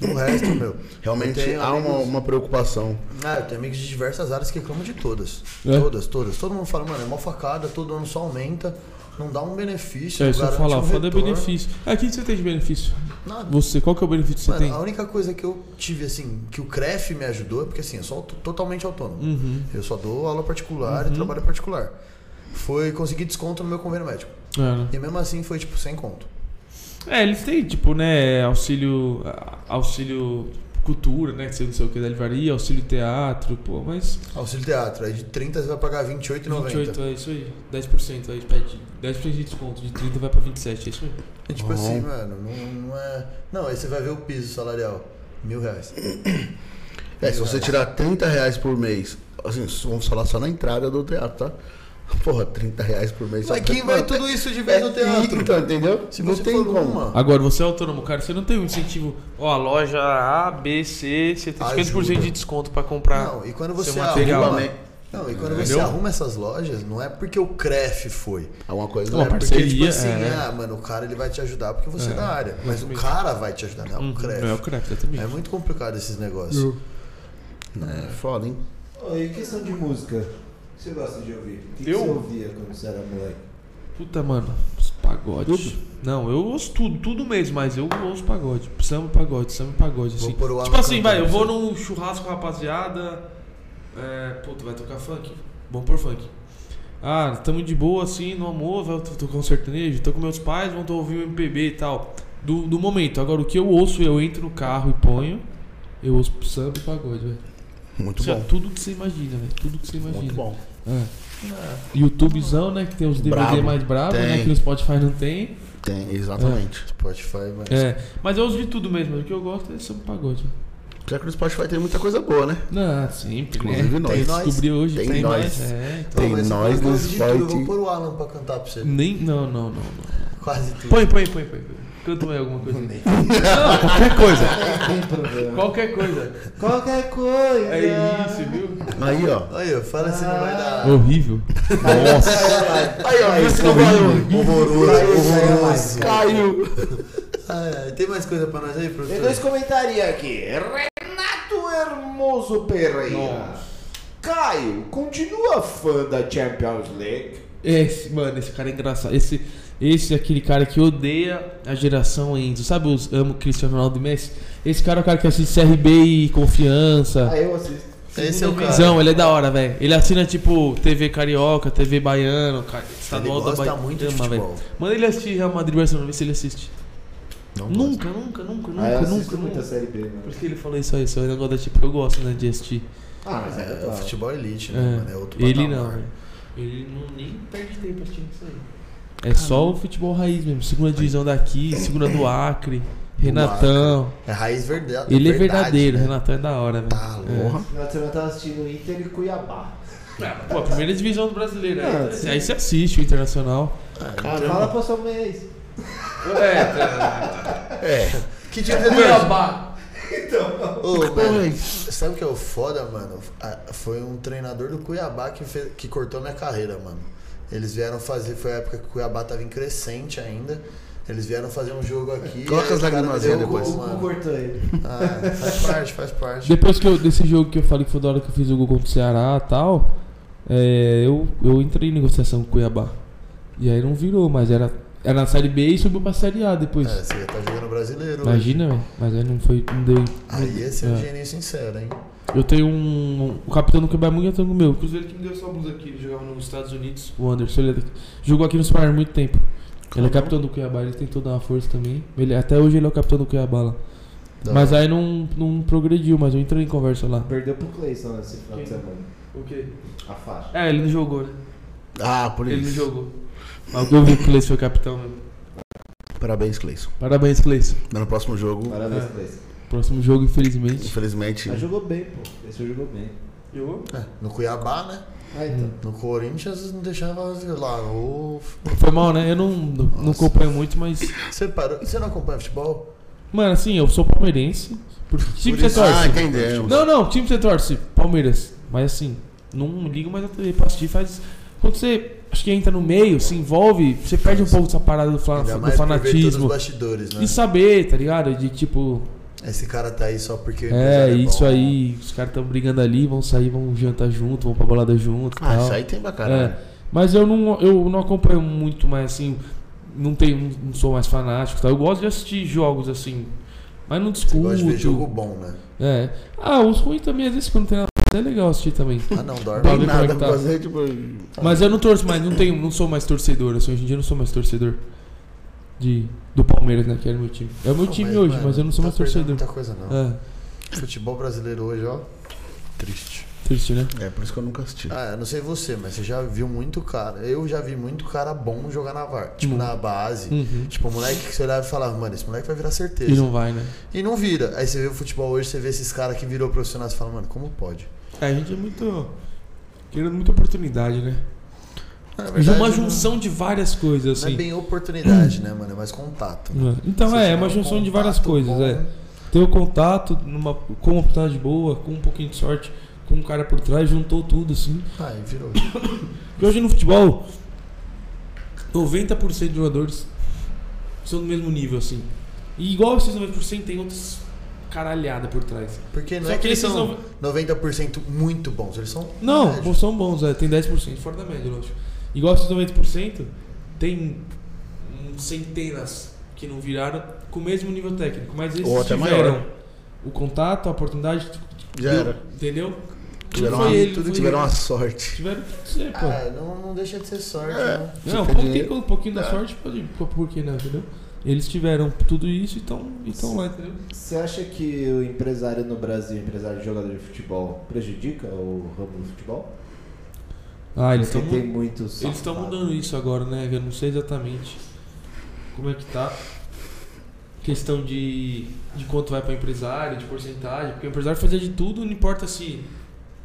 Speaker 3: O resto, é meu.
Speaker 2: Realmente
Speaker 3: eu tenho
Speaker 2: há uma,
Speaker 3: amigos-
Speaker 2: uma preocupação.
Speaker 3: ah, eu tenho amigos de diversas áreas que reclamam de todas.
Speaker 4: É?
Speaker 3: Todas, todas. Todo mundo fala, mano, é mó facada, todo ano só aumenta, não dá um benefício.
Speaker 4: É
Speaker 3: não
Speaker 4: isso que eu
Speaker 3: garante
Speaker 4: falar,
Speaker 3: um
Speaker 4: foda é
Speaker 3: retorno,
Speaker 4: benefício. Ah, o que você tem de benefício?
Speaker 3: Nada.
Speaker 4: Você, qual que é o benefício que você
Speaker 3: Mano,
Speaker 4: tem?
Speaker 3: a única coisa que eu tive, assim, que o CREF me ajudou é porque, assim, eu sou aut- totalmente autônomo.
Speaker 4: Hum. Uhum.
Speaker 3: Eu só dou aula particular e trabalho particular. Foi conseguir desconto no meu convênio médico.
Speaker 4: É, né?
Speaker 3: E mesmo assim foi, tipo, sem conto.
Speaker 4: É, eles têm, tipo, né, auxílio. a- Auxílio cultura, né? Que você não sei o que da livraria, auxílio teatro, pô, mas.
Speaker 3: Auxílio teatro, aí de 30 você vai pagar 28,90.
Speaker 4: 28 é isso aí. 10% aí, pede 10% de desconto, de 30 vai pra 27, é isso aí.
Speaker 3: E, tipo
Speaker 2: Bom.
Speaker 4: Uhum.
Speaker 3: assim, mano, não, não é... Não, aí você vai ver o piso salarial, mil reais.
Speaker 2: É, se você tirar 30 reais por mês, assim, vamos falar só na entrada do teatro, tá? Porra, 30 reais por mês.
Speaker 3: Mas
Speaker 2: só-
Speaker 3: quem vai
Speaker 2: Mano,
Speaker 3: tudo isso de
Speaker 2: é,
Speaker 3: vez no teatro?
Speaker 2: Então, entendeu?
Speaker 3: Se
Speaker 2: não
Speaker 3: você
Speaker 2: tem
Speaker 3: for
Speaker 2: como.
Speaker 3: numa-
Speaker 4: Agora, você é autônomo, cara, você não tem um incentivo. Ó, a loja A, B, C, você tem 50% de
Speaker 3: Ah, Ajuda.
Speaker 4: desconto pra comprar.
Speaker 3: Não, e é quando
Speaker 4: seu
Speaker 3: você
Speaker 4: material,
Speaker 3: arruma...
Speaker 2: né?
Speaker 3: Não, e quando você
Speaker 4: Entendeu?
Speaker 3: arruma essas lojas, não é porque o CREF foi.
Speaker 2: Alguma coisa.
Speaker 4: Uma
Speaker 2: né?
Speaker 3: Porque, tipo
Speaker 4: parceria,
Speaker 3: assim,
Speaker 4: é.
Speaker 3: ah, mano, o cara ele vai te ajudar porque você é, da área. Mas o
Speaker 4: exatamente.
Speaker 3: cara vai te ajudar, não é o CREF.
Speaker 4: É o craft, exatamente.
Speaker 3: É muito complicado esses negócios.
Speaker 2: É foda, hein?
Speaker 1: Ô, e questão de música? O que você gosta de ouvir? O que, que
Speaker 4: Eu?
Speaker 1: você ouvia quando você era moleque?
Speaker 4: Puta, mano, os pagodes. Não, eu ouço tudo, tudo mesmo, mas eu ouço pagode. Samba e pagode, samba e pagode,
Speaker 3: Vou
Speaker 4: assim.
Speaker 3: pôr o A
Speaker 4: tipo
Speaker 3: no
Speaker 4: assim,
Speaker 3: cantor,
Speaker 4: vai, eu
Speaker 3: assim.
Speaker 4: vou num churrasco com a rapaziada. É, puta, vai tocar funk? Vamos pôr funk. Ah, tamo de boa assim, no amor, vai to- tocar um sertanejo, tô com meus pais, vão tô ouvir um o MPB e tal. Do, do momento, agora o que eu ouço, eu entro no carro e ponho, eu ouço samba e pagode, velho.
Speaker 2: Muito
Speaker 4: Isso é
Speaker 2: bom.
Speaker 4: tudo que você imagina, velho. Tudo que você imagina. É.
Speaker 2: Muito bom.
Speaker 4: YouTubezão, né? Que tem os DVD
Speaker 2: É. Brabo.
Speaker 4: mais bravos, né?
Speaker 2: Tem.
Speaker 4: Que o Spotify não tem.
Speaker 2: Tem, exatamente.
Speaker 3: Spotify, mano.
Speaker 4: É, mas eu uso de tudo mesmo. O que eu gosto é samba e pagode.
Speaker 2: Já que no Spotify tem muita coisa boa, né?
Speaker 4: Não, sempre, né?
Speaker 2: Inclusive nós.
Speaker 4: Tem
Speaker 3: nós.
Speaker 4: Descobri hoje.
Speaker 2: Tem
Speaker 4: mais.
Speaker 2: nós.
Speaker 4: É, então.
Speaker 2: Tem
Speaker 3: mas você
Speaker 2: nós no
Speaker 3: falou quase de tudo, Eu vou
Speaker 2: Spotify.
Speaker 3: pôr o Alan pra cantar pra você.
Speaker 4: Nem... Não, não, não, não.
Speaker 3: Quase tudo.
Speaker 4: Põe, põe, põe, põe. põe. Canta aí alguma coisa. Não, qualquer coisa. Qualquer coisa.
Speaker 1: Qualquer coisa.
Speaker 4: É isso, viu?
Speaker 2: Aí, ó.
Speaker 3: Aí, ó, fala se não vai dar.
Speaker 4: Horrível.
Speaker 2: Aí, ó. Esse não valeu.
Speaker 1: Horroroso.
Speaker 2: Caiu.
Speaker 3: Ah, é, tem mais coisa pra nós aí,
Speaker 1: Tem
Speaker 3: professor?
Speaker 1: dois comentários aqui. Renato Hermoso Pereira. Caio, continua fã da Champions League?
Speaker 4: Esse, mano, esse cara é engraçado. Esse, esse é aquele cara que odeia a geração Enzo. Sabe os amo Cristiano Ronaldo e Messi? Esse cara é o cara que assiste CRB e confiança.
Speaker 1: Ah, eu assisto.
Speaker 3: Esse é o cara.
Speaker 4: Visão, ele é da hora, velho. Ele assina tipo TV Carioca, TV Baiano, tá ca- estadual da
Speaker 3: gosta
Speaker 4: Bahia.
Speaker 3: muito de
Speaker 4: Ama,
Speaker 3: futebol.
Speaker 4: velho. Manda ele assistir Real Madrid e Barcelona, vê se ele assiste.
Speaker 3: Não gosto.
Speaker 4: nunca, nunca, nunca,
Speaker 1: ah, eu
Speaker 4: nunca,
Speaker 1: assisto
Speaker 4: nunca,
Speaker 1: muita
Speaker 4: nunca.
Speaker 1: série B, né? mano.
Speaker 4: Por que ele falou isso aí? Isso é um negócio da tipo, eu gosto, né, de assistir.
Speaker 1: Ah, mas é,
Speaker 3: É,
Speaker 1: total.
Speaker 3: o futebol elite, né,
Speaker 4: É.
Speaker 3: mano? É outro
Speaker 4: ele
Speaker 3: patamar.
Speaker 4: não, né? velho. Ele não nem perde tempo assistindo isso aí. É só o futebol raiz mesmo. Segunda divisão daqui, segunda do Acre. Renatão.
Speaker 3: É raiz verdadeira.
Speaker 4: Ele é verdadeiro, Renatão é da hora, velho.
Speaker 3: né? Tá louco.
Speaker 1: No final de semana eu tava assistindo Inter e Cuiabá.
Speaker 4: É. Pô, a primeira divisão do brasileiro.
Speaker 1: Ah,
Speaker 4: Aí,
Speaker 1: sim.
Speaker 4: aí você assiste o internacional.
Speaker 1: Ah, Fala pro seu mês.
Speaker 7: É, cara.
Speaker 4: tá.
Speaker 3: Que dia
Speaker 4: É
Speaker 3: de
Speaker 7: Cuiabá.
Speaker 3: Ô, mano,
Speaker 2: é
Speaker 3: sabe o que é o foda, mano? Ah, Foi um treinador do Cuiabá que, fez- que cortou minha carreira, mano. Eles vieram fazer, foi a época que o Cuiabá tava em crescente ainda. Eles vieram fazer um jogo aqui.
Speaker 2: Coloca
Speaker 3: aí
Speaker 2: as
Speaker 3: o cara
Speaker 2: lagrimas
Speaker 3: me deu
Speaker 2: aí
Speaker 3: um gol,
Speaker 2: depois.
Speaker 1: Não
Speaker 3: mano.
Speaker 1: cortou ele.
Speaker 3: Ah, faz parte, faz parte.
Speaker 4: Depois que eu, desse jogo que eu falei que foi da hora que eu fiz o gol contra o Ceará e tal, é, eu, eu entrei em negociação com o Cuiabá. E aí não virou, mas era, era na Série B e subiu pra Série A depois.
Speaker 3: É, você tá jogando brasileiro. hoje.
Speaker 4: Imagina, velho. Mas aí não foi. Não deu.
Speaker 3: Aí esse é
Speaker 4: É.
Speaker 3: um gênio sincero, hein?
Speaker 4: Eu tenho um. O capitão do Quebra muito e eu tenho o meu. Cruzeiro que me deu essa blusa aqui, ele jogava nos Estados Unidos, o Anderson. Ele é jogou aqui no Spar há muito tempo. Ele é capitão do Cuiabá, ele tentou dar uma força também. Ele, até hoje ele é o capitão do Cuiabá lá.
Speaker 3: Da
Speaker 4: Mas aí não, não progrediu, mas eu entrei em conversa lá.
Speaker 1: Perdeu pro Cleison nesse final de
Speaker 4: Quem?
Speaker 1: semana.
Speaker 4: O quê?
Speaker 1: A faixa.
Speaker 4: É, ele não jogou, né?
Speaker 2: Ah, por
Speaker 4: Ele não
Speaker 2: isso.
Speaker 4: jogou. Mas eu vi que o Cleice foi capitão
Speaker 3: né?
Speaker 4: mesmo.
Speaker 2: Parabéns, Cleison.
Speaker 4: Parabéns, Cleice.
Speaker 2: Mas No próximo jogo,
Speaker 1: Parabéns,
Speaker 4: É.
Speaker 1: Cleison.
Speaker 4: Próximo jogo, infelizmente.
Speaker 2: infelizmente.
Speaker 1: Mas jogou bem, pô. Esse jogou bem.
Speaker 4: Jogou?
Speaker 3: É, No Cuiabá, né?
Speaker 1: Ah, então.
Speaker 3: No Corinthians não deixava lá. ô, f-
Speaker 4: Foi mal, né? Eu não, não não
Speaker 3: Nossa.
Speaker 4: acompanho muito, mas.
Speaker 3: Você parou. Você não acompanha futebol?
Speaker 4: Mano, assim, eu sou palmeirense. Por... Time
Speaker 3: Por
Speaker 4: que você
Speaker 3: isso-
Speaker 4: torce?
Speaker 2: Ah, entendemos.
Speaker 4: Não, não, time que você torce, Palmeiras. Mas assim, não ligo mais a TV pra assistir. Faz. Quando você acho que entra no meio, se envolve, você perde um pouco essa parada do, fla-
Speaker 3: Ainda
Speaker 4: do
Speaker 3: mais por ver todos os
Speaker 4: fanatismo.
Speaker 3: bastidores, né?
Speaker 4: E saber, tá ligado? De tipo,
Speaker 3: Esse cara tá aí só porque. o
Speaker 4: é,
Speaker 3: empresário bom.
Speaker 4: isso aí, os caras tão brigando ali, vão sair, vão jantar junto, vão pra balada junto. e
Speaker 2: Ah,
Speaker 4: tal.
Speaker 2: isso aí tem pra caralho.
Speaker 4: É, mas eu não, eu não acompanho muito mais, assim, não, tenho, não sou mais fanático, e tal. Eu gosto de assistir jogos, assim, mas não
Speaker 3: Você
Speaker 4: discuto.
Speaker 3: gosta de ver jogo bom, né?
Speaker 4: É. Ah, os ruins também, às vezes, quando tem nada pra fazer, é legal assistir também.
Speaker 3: Ah, não, dorme.
Speaker 2: Tem
Speaker 4: Bem
Speaker 2: nada pra
Speaker 4: conectado.
Speaker 2: fazer, tipo.
Speaker 4: é tá? Mas eu não torço mais, não tenho, não sou mais torcedor, assim, hoje em dia eu não sou mais torcedor de, do Palmeiras, né, que era o meu time. É o meu
Speaker 3: Não,
Speaker 4: time
Speaker 3: mas,
Speaker 4: hoje,
Speaker 3: mano,
Speaker 4: mas eu não sou
Speaker 3: tá
Speaker 4: mais
Speaker 3: perdendo
Speaker 4: torcedor.
Speaker 3: Muita coisa, não.
Speaker 4: É,
Speaker 3: Futebol brasileiro hoje, ó. Triste.
Speaker 4: triste, né?
Speaker 2: É, por isso que eu nunca assisti.
Speaker 3: Ah, eu não sei você, mas você já viu muito cara. Eu já vi muito cara bom jogar na VAR. Tipo,
Speaker 4: Hum.
Speaker 3: na base.
Speaker 4: Uhum.
Speaker 3: Tipo, moleque que você olhava e falava, mano, esse moleque vai virar certeza.
Speaker 4: E não vai, né?
Speaker 3: E não vira. Aí você vê o futebol hoje, você vê esses caras que virou profissional, você fala, mano, como pode?
Speaker 4: A gente é muito. Querendo muita oportunidade, né?
Speaker 3: Na
Speaker 4: É
Speaker 3: verdade,
Speaker 4: uma
Speaker 3: não-
Speaker 4: junção de várias coisas,
Speaker 3: Não é
Speaker 4: assim.
Speaker 3: bem oportunidade, né, mano? É mais contato. né?
Speaker 4: Então
Speaker 3: Você
Speaker 4: é, é
Speaker 3: tiver
Speaker 4: uma
Speaker 3: um
Speaker 4: junção de várias
Speaker 3: contato
Speaker 4: coisas,
Speaker 3: bom, né?
Speaker 4: é. Ter o contato numa, com uma oportunidade boa, com um pouquinho de sorte, com um cara por trás, juntou tudo, assim.
Speaker 3: Aí Tá, virou.
Speaker 4: Porque hoje no futebol, 90% dos jogadores são do mesmo nível, assim. E igual esses 90% tem outros caralhada por trás. assim.
Speaker 3: Porque não
Speaker 4: Só
Speaker 3: é
Speaker 4: que
Speaker 3: que eles
Speaker 4: esses
Speaker 3: são 90% muito bons, eles são. né,
Speaker 4: Não,
Speaker 3: médios.
Speaker 4: bom, são bons, é, tem 10%, fora da média, lógico. Igual esses 90%, tem hum, centenas que não viraram com o mesmo nível técnico, mas eles
Speaker 2: Ou até
Speaker 4: tiveram
Speaker 2: maior.
Speaker 4: o contato, a oportunidade,
Speaker 2: Já
Speaker 4: deu-
Speaker 2: era.
Speaker 4: entendeu?
Speaker 2: Tiveram,
Speaker 4: foi
Speaker 2: uma,
Speaker 4: ele,
Speaker 2: tudo
Speaker 4: foi
Speaker 2: tiveram
Speaker 3: tipo,
Speaker 4: ele.
Speaker 2: uma sorte.
Speaker 4: Tiveram que ser, pô.
Speaker 3: Ah, não, não deixa de ser sorte, né?
Speaker 4: não, um
Speaker 2: Tipo
Speaker 4: pouquinho,
Speaker 2: de-
Speaker 4: um pouquinho da sorte pode, por por que não, entendeu? Eles tiveram tudo isso e estão lá, entendeu?
Speaker 1: Você acha que o empresário no Brasil, empresário de jogador de futebol, prejudica o ramo do futebol?
Speaker 4: Ah, eles
Speaker 1: Porque
Speaker 4: estão
Speaker 1: tem muito safado.
Speaker 4: Eles estão mudando isso agora, né? Eu não sei exatamente como é que tá. Questão de, de quanto vai para empresário, de porcentagem, porque o empresário fazia de tudo, não importa se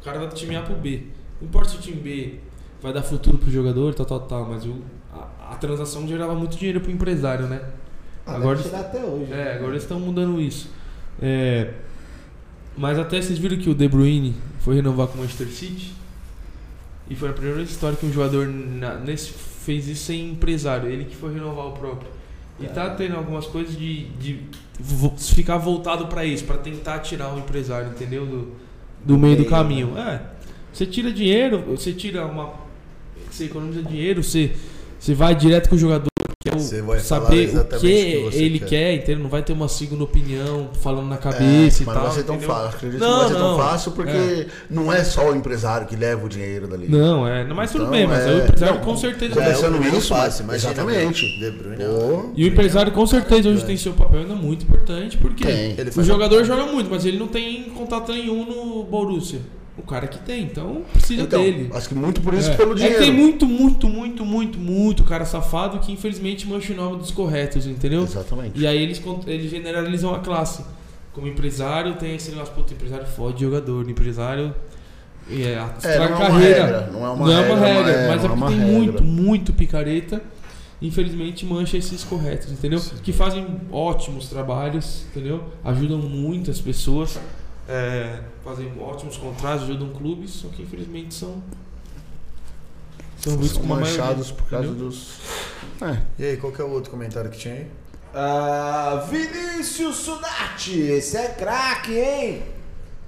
Speaker 4: o cara vai do time A pro B. Não importa se o time B vai dar futuro pro jogador, tal, tal, tal, mas o, a, a transação gerava muito dinheiro pro empresário, né?
Speaker 1: Ah,
Speaker 4: Agora-
Speaker 1: agora chegar até hoje.
Speaker 4: É, agora eles estão mudando isso. É, mas até vocês viram que o De Bruyne foi renovar com o Manchester City. E foi a primeira história que um jogador na- nesse, fez isso sem empresário. Ele que foi renovar o próprio. E tá
Speaker 3: É.
Speaker 4: tendo algumas coisas de, de vo- ficar voltado pra isso, pra tentar tirar o empresário, entendeu? Do, do meio do
Speaker 1: meio,
Speaker 4: caminho. É. Você tira dinheiro, você tira uma. Você economiza dinheiro, você, você vai direto com o jogador, que é o
Speaker 3: Você vai falar
Speaker 4: saber o que,
Speaker 3: exatamente o que você
Speaker 4: ele
Speaker 3: quer.
Speaker 4: quer, entendeu? Não vai ter uma segunda opinião falando na cabeça e
Speaker 2: É, mas
Speaker 4: tal.
Speaker 2: não vai ser tão
Speaker 4: entendeu?
Speaker 2: fácil. Acredito que
Speaker 4: Não,
Speaker 2: não vai ser
Speaker 4: não.
Speaker 2: tão fácil porque não é só o empresário que leva o dinheiro dali.
Speaker 4: Não, é. Mas tudo
Speaker 2: Então,
Speaker 4: bem, mas aí o
Speaker 2: é-
Speaker 4: empresário
Speaker 2: não,
Speaker 4: com certeza.
Speaker 2: já
Speaker 3: Já
Speaker 4: vai-
Speaker 3: é o
Speaker 2: Começando
Speaker 3: primeiro
Speaker 2: isso,
Speaker 3: passo,
Speaker 2: mas-
Speaker 3: imagina,
Speaker 2: exatamente.
Speaker 3: De Bruyne.
Speaker 2: Pô,
Speaker 4: E o empresário com certeza hoje tem seu papel ainda muito importante, porque
Speaker 2: É. Tem.
Speaker 3: Ele
Speaker 4: o
Speaker 3: faz-
Speaker 4: jogador joga muito, mas ele não tem contato nenhum no Borussia. o cara que tem, então precisa
Speaker 2: Então,
Speaker 4: dele.
Speaker 2: acho que muito por isso
Speaker 4: é.
Speaker 2: que pelo
Speaker 4: É que
Speaker 2: dinheiro.
Speaker 4: tem muito, muito, muito, muito, muito cara safado que infelizmente mancha o nome dos corretos, entendeu?
Speaker 2: Exatamente.
Speaker 4: E aí eles, con- eles generalizam a classe. Como empresário, tem esse negócio, puta, empresário fode jogador, empresário. E é,
Speaker 2: É, não
Speaker 4: estraga
Speaker 2: é
Speaker 4: a
Speaker 2: uma
Speaker 4: carreira.
Speaker 2: regra, não é uma
Speaker 4: não
Speaker 2: regra,
Speaker 4: é uma regra,
Speaker 2: é,
Speaker 4: mas é
Speaker 2: não é
Speaker 4: porque
Speaker 2: uma
Speaker 4: tem
Speaker 2: regra.
Speaker 4: muito, muito picareta. Infelizmente mancha esses corretos, entendeu? Que fazem ótimos trabalhos, entendeu? Ajudam muitas pessoas, é, fazem ótimos contratos, ajudam clubes, só que infelizmente são. São vistos
Speaker 2: São
Speaker 4: como a maioria,
Speaker 2: manchados por causa
Speaker 4: entendeu?
Speaker 2: dos. É,
Speaker 3: E aí, qual que é o outro comentário que tinha aí?
Speaker 1: Ah, Vinícius Sudati, esse é craque, hein?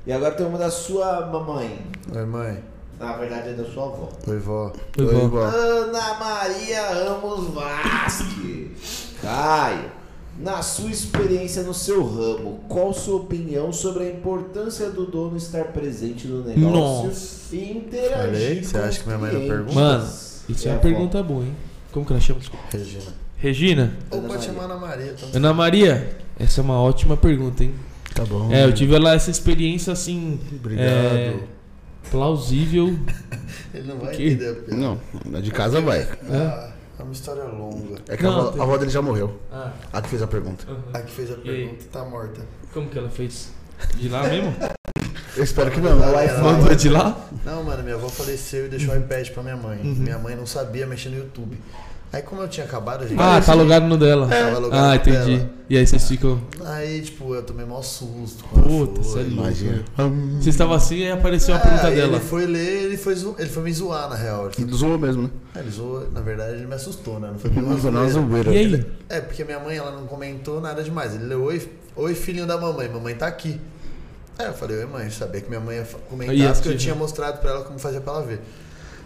Speaker 1: E agora tem uma da sua mamãe.
Speaker 3: Oi, mãe.
Speaker 1: Na verdade é da sua avó.
Speaker 3: Oi, vó.
Speaker 4: Foi tá bom.
Speaker 1: Ana Maria Ramos Vasque. Caio, na sua experiência no seu ramo, qual sua opinião sobre a importância do dono estar presente no negócio
Speaker 4: Nossa.
Speaker 1: e interagir
Speaker 3: Falei? Você
Speaker 1: com
Speaker 3: acha
Speaker 1: os
Speaker 3: que minha mãe não
Speaker 1: clientes?
Speaker 3: pergunta?
Speaker 4: Mano, isso é,
Speaker 1: a
Speaker 4: uma
Speaker 1: avó.
Speaker 4: pergunta boa, hein? Como que ela chama? Desculpa.
Speaker 3: Regina.
Speaker 4: Regina,
Speaker 3: Ou pode
Speaker 1: Maria.
Speaker 3: chamar Ana Maria. Tanto...
Speaker 4: Ana Maria, essa é uma ótima pergunta, hein?
Speaker 2: tá bom.
Speaker 4: É, eu tive lá essa experiência assim.
Speaker 2: Obrigado.
Speaker 4: é, plausível.
Speaker 3: Ele não vai
Speaker 4: Que?
Speaker 3: entender a piada.
Speaker 2: Não, a de casa vai.
Speaker 3: Ah, é uma história longa.
Speaker 2: É que
Speaker 4: Não,
Speaker 2: a, avó,
Speaker 4: tem-
Speaker 2: a avó dele já morreu.
Speaker 4: Ah,
Speaker 2: A que fez a pergunta.
Speaker 3: A que fez a pergunta tá morta.
Speaker 4: como que ela fez? De lá mesmo?
Speaker 2: Eu espero que não.
Speaker 3: Ela- ela-
Speaker 4: Mandou de lá?
Speaker 3: Não, mano, minha avó faleceu e deixou
Speaker 4: Uhum.
Speaker 3: o iPad pra minha mãe. Minha mãe não sabia mexer no YouTube. Aí, como eu tinha acabado, a gente.
Speaker 4: Ah, tá alugado no dela.
Speaker 3: Tava alugado
Speaker 4: Ah,
Speaker 3: no
Speaker 4: entendi.
Speaker 3: dela.
Speaker 4: E aí vocês ficam.
Speaker 3: Aí, tipo, eu tomei maior susto. quando ela foi.
Speaker 4: Puta, você é louco.
Speaker 2: Imagina.
Speaker 4: Vocês estavam assim e apareceu a
Speaker 3: É,
Speaker 4: pergunta
Speaker 3: aí
Speaker 4: dela.
Speaker 3: Ele foi ler, ele foi, zo- ele foi me zoar, na real. Ele,
Speaker 2: Zoou mesmo, né?
Speaker 3: foi- ele zoou, na verdade, ele me assustou, né? Não foi pelo
Speaker 2: Não zoou, não,
Speaker 3: zoeira.
Speaker 2: zoeira.
Speaker 4: E aí?
Speaker 3: É, porque minha mãe, ela não comentou nada demais. Ele leu, oi, oi filhinho da mamãe, mamãe tá aqui. É, eu falei, oi mãe, eu sabia que minha mãe ia fa- comentar,
Speaker 4: Ia
Speaker 3: porque eu
Speaker 4: assistir,
Speaker 3: tinha
Speaker 4: né?
Speaker 3: mostrado pra ela como fazia pra ela ver.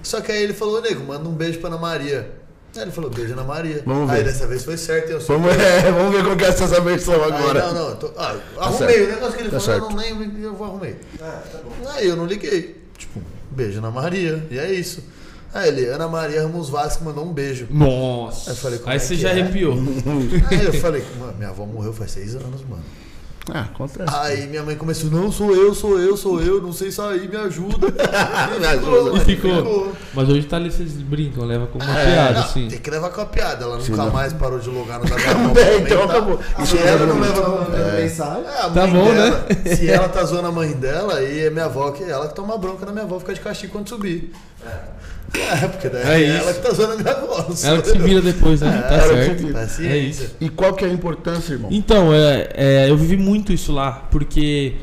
Speaker 3: Só que aí ele falou, nego, manda um beijo pra Ana Maria. Aí ele falou, beijo Ana Maria.
Speaker 2: Vamos
Speaker 3: aí
Speaker 2: ver.
Speaker 3: dessa vez foi certo, eu sou...
Speaker 2: Vamos, é, vamos ver qual que é essa versão
Speaker 3: Aí,
Speaker 2: agora.
Speaker 3: não, não, eu tô- ah, eu arrumei
Speaker 2: certo.
Speaker 3: o negócio que ele
Speaker 2: Tá
Speaker 3: falou, eu não lembro, eu vou arrumei. Aí eu não liguei. Tipo, beijo Ana Maria, e é isso. Aí ele, Ana Maria Ramos Vasco mandou um beijo.
Speaker 4: Nossa.
Speaker 3: Aí eu falei, como
Speaker 4: Aí
Speaker 3: é
Speaker 4: você
Speaker 3: que
Speaker 4: já
Speaker 3: é?
Speaker 4: arrepiou.
Speaker 3: Aí eu falei, mano, minha avó morreu faz seis anos, mano.
Speaker 2: Ah, acontece.
Speaker 3: Aí minha mãe começou, não, sou eu, sou eu, sou eu, não sei sair, me ajuda. me
Speaker 2: ajuda.
Speaker 4: E ficou. Mas hoje tá ali, vocês brincam, leva como
Speaker 3: É.
Speaker 4: uma piada, assim.
Speaker 3: Tem que levar com a piada, ela nunca
Speaker 2: não.
Speaker 3: mais parou de logar no Gabriel.
Speaker 2: É, então acabou. Isso
Speaker 3: Se ela
Speaker 2: é
Speaker 3: não leva
Speaker 1: Então, mandando mensagem.
Speaker 3: É, a
Speaker 4: Tá
Speaker 3: mãe
Speaker 4: bom,
Speaker 3: dela, né? Se ela tá zoando a mãe dela, aí é minha avó, que ela que toma bronca na minha avó, fica de castigo quando subir. É, porque daí
Speaker 4: É
Speaker 3: é ela
Speaker 4: isso.
Speaker 3: que tá zoando a minha avó. assim? não sou
Speaker 4: Ela que se
Speaker 3: eu.
Speaker 4: vira depois, né? Tá
Speaker 3: ela que se
Speaker 4: certo.
Speaker 3: vira. Paciência.
Speaker 4: É isso.
Speaker 2: E qual que é a importância, irmão?
Speaker 4: Então, é, é, eu vivi muito isso lá, porque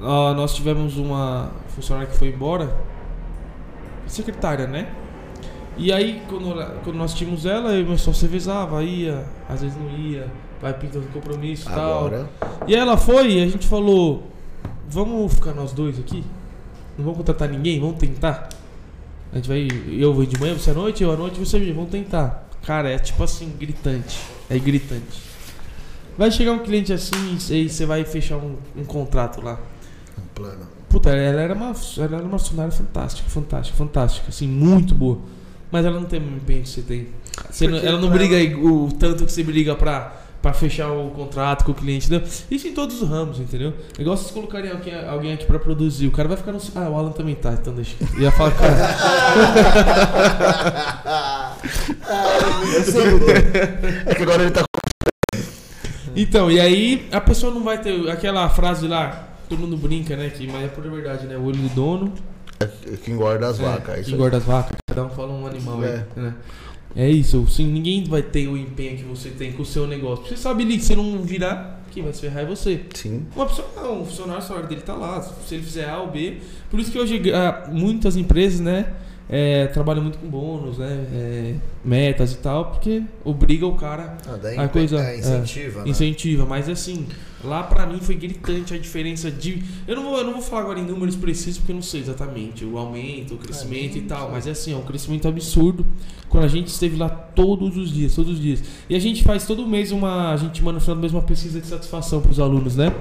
Speaker 4: ah, nós tivemos uma funcionária que foi embora, secretária, né? E aí, quando, ela- quando nós tínhamos ela, eu e meu sócio revezava, ia, às vezes não ia, vai pintando compromisso e tal.
Speaker 2: Agora.
Speaker 4: E aí ela foi e a gente falou: vamos ficar nós dois aqui? Não vamos contratar ninguém, vamos tentar. A gente vai, eu vou de manhã, você à noite, eu à noite, você à noite, vamos tentar. Cara, é tipo assim, gritante. É gritante. Vai chegar um cliente assim e aí você vai fechar um, um contrato lá.
Speaker 3: Um plano.
Speaker 4: Puta, ela era uma, ela era uma funcionária fantástica, fantástica, fantástica, assim, muito boa. Mas ela não tem o mesmo empenho que você tem. Você não-
Speaker 3: Porque
Speaker 4: ela não
Speaker 3: pra
Speaker 4: briga o tanto que você briga pra, pra fechar o contrato com o cliente, entendeu? Isso em todos os ramos, entendeu? É igual vocês colocarem alguém, alguém aqui pra produzir. O cara vai ficar no. Ah, o Alan também tá, então deixa. Eu ia falar, cara.
Speaker 2: É que agora ele tá com.
Speaker 4: Então, e aí a pessoa não vai ter aquela frase lá, todo mundo brinca, né? Que, mas é por verdade, né? O olho do dono.
Speaker 2: É que engorda as vacas. é
Speaker 4: que
Speaker 2: isso aí.
Speaker 4: engorda as vacas. Cada um fala um animal aí,
Speaker 2: É.
Speaker 4: né? É isso, sim, ninguém vai ter o empenho que você tem com o seu negócio. Você sabe ali que se não virar, quem vai se ferrar é você.
Speaker 2: Sim.
Speaker 4: Uma pessoa não, o funcionário, o salário dele tá lá. Se ele fizer A ou B. Por isso que hoje ah, muitas empresas, né? é, trabalham muito com bônus, né? é, metas e tal, porque obriga o cara
Speaker 3: Ah, daí
Speaker 4: A coisa-
Speaker 3: é, incentiva, né?
Speaker 4: Incentiva, mas assim, lá pra mim foi gritante a diferença de. Eu não vou, eu não vou falar agora em números precisos, porque eu não sei exatamente o aumento, o crescimento e tal, mas é assim, é um crescimento absurdo. Quando a gente esteve lá todos os dias, todos os dias. E a gente faz todo mês uma. A gente manda no final do mês uma pesquisa de satisfação pros alunos, né?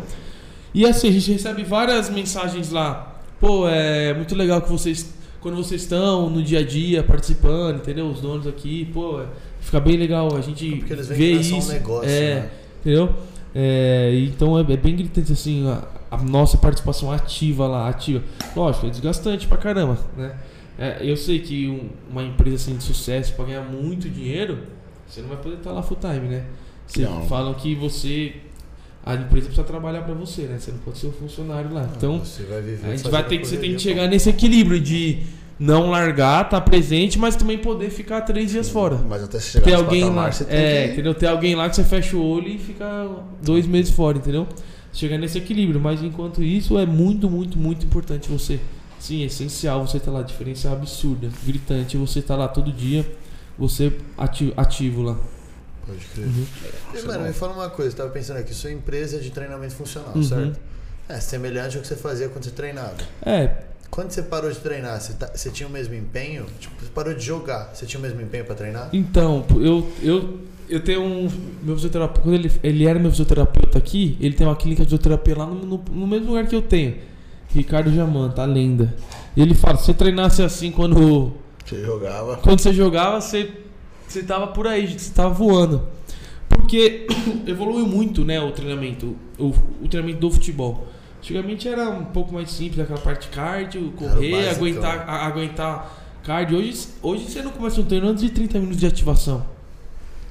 Speaker 4: E assim, a gente recebe várias mensagens lá. Pô, é muito legal que vocês. Quando vocês estão no dia a dia participando, entendeu? Os donos aqui, pô, é- fica bem legal a gente
Speaker 3: Porque eles veem
Speaker 4: ver
Speaker 3: que não é só um
Speaker 4: isso.
Speaker 3: negócio,
Speaker 4: é,
Speaker 3: né?
Speaker 4: entendeu? É, então é, é bem gritante assim a, a nossa participação ativa lá, ativa. Lógico, é desgastante pra caramba, né? É, eu sei que um- uma empresa assim, de sucesso pra ganhar muito dinheiro, você não vai poder estar lá full time, né? Você
Speaker 2: Não.
Speaker 4: falam que você a empresa precisa trabalhar pra você, né? Você não pode ser um funcionário lá. Então
Speaker 3: Você vai viver.
Speaker 4: a gente
Speaker 3: fazendo
Speaker 4: vai ter que você tem
Speaker 3: correria,
Speaker 4: que chegar nesse equilíbrio de não largar, estar presente, mas também poder ficar três dias fora.
Speaker 2: Mas até chegar
Speaker 4: Ter
Speaker 2: nesse
Speaker 4: alguém
Speaker 2: patamar,
Speaker 4: lá,
Speaker 2: você tem
Speaker 4: é,
Speaker 2: que...
Speaker 4: entendeu? Ter alguém lá que você fecha o olho e fica dois meses fora, entendeu? Chegar nesse equilíbrio, mas enquanto isso é muito, muito, muito importante você. Sim, é essencial você estar lá, a diferença é absurda, gritante, você tá lá todo dia, você ati- ativo lá.
Speaker 2: Pode crer.
Speaker 4: Uhum.
Speaker 3: pô. E, mano, me fala uma coisa, eu tava pensando aqui, sua empresa é de treinamento funcional,
Speaker 4: Uhum.
Speaker 3: certo? É semelhante ao que você fazia quando você treinava.
Speaker 4: É,
Speaker 3: Quando você parou de treinar, você, tá- você tinha o mesmo empenho? Tipo, você parou de jogar, você tinha o mesmo empenho pra treinar?
Speaker 4: Então, pô, eu, eu, eu tenho um. Meu fisioterapeuta, quando ele, ele era meu fisioterapeuta aqui, ele tem uma clínica de fisioterapia lá no, no- no mesmo lugar que eu tenho. Ricardo Jamanta, a lenda. E ele fala: se você treinasse assim quando,
Speaker 2: Você jogava.
Speaker 4: quando você jogava, você, você tava por aí, você tava voando. Porque evoluiu muito né, o treinamento, o, o treinamento do futebol. Antigamente era um pouco mais simples, aquela parte cardio, correr,
Speaker 3: básico.
Speaker 4: aguentar, a- aguentar cardio. Hoje, hoje você não começa um treino antes de 30 minutos de ativação.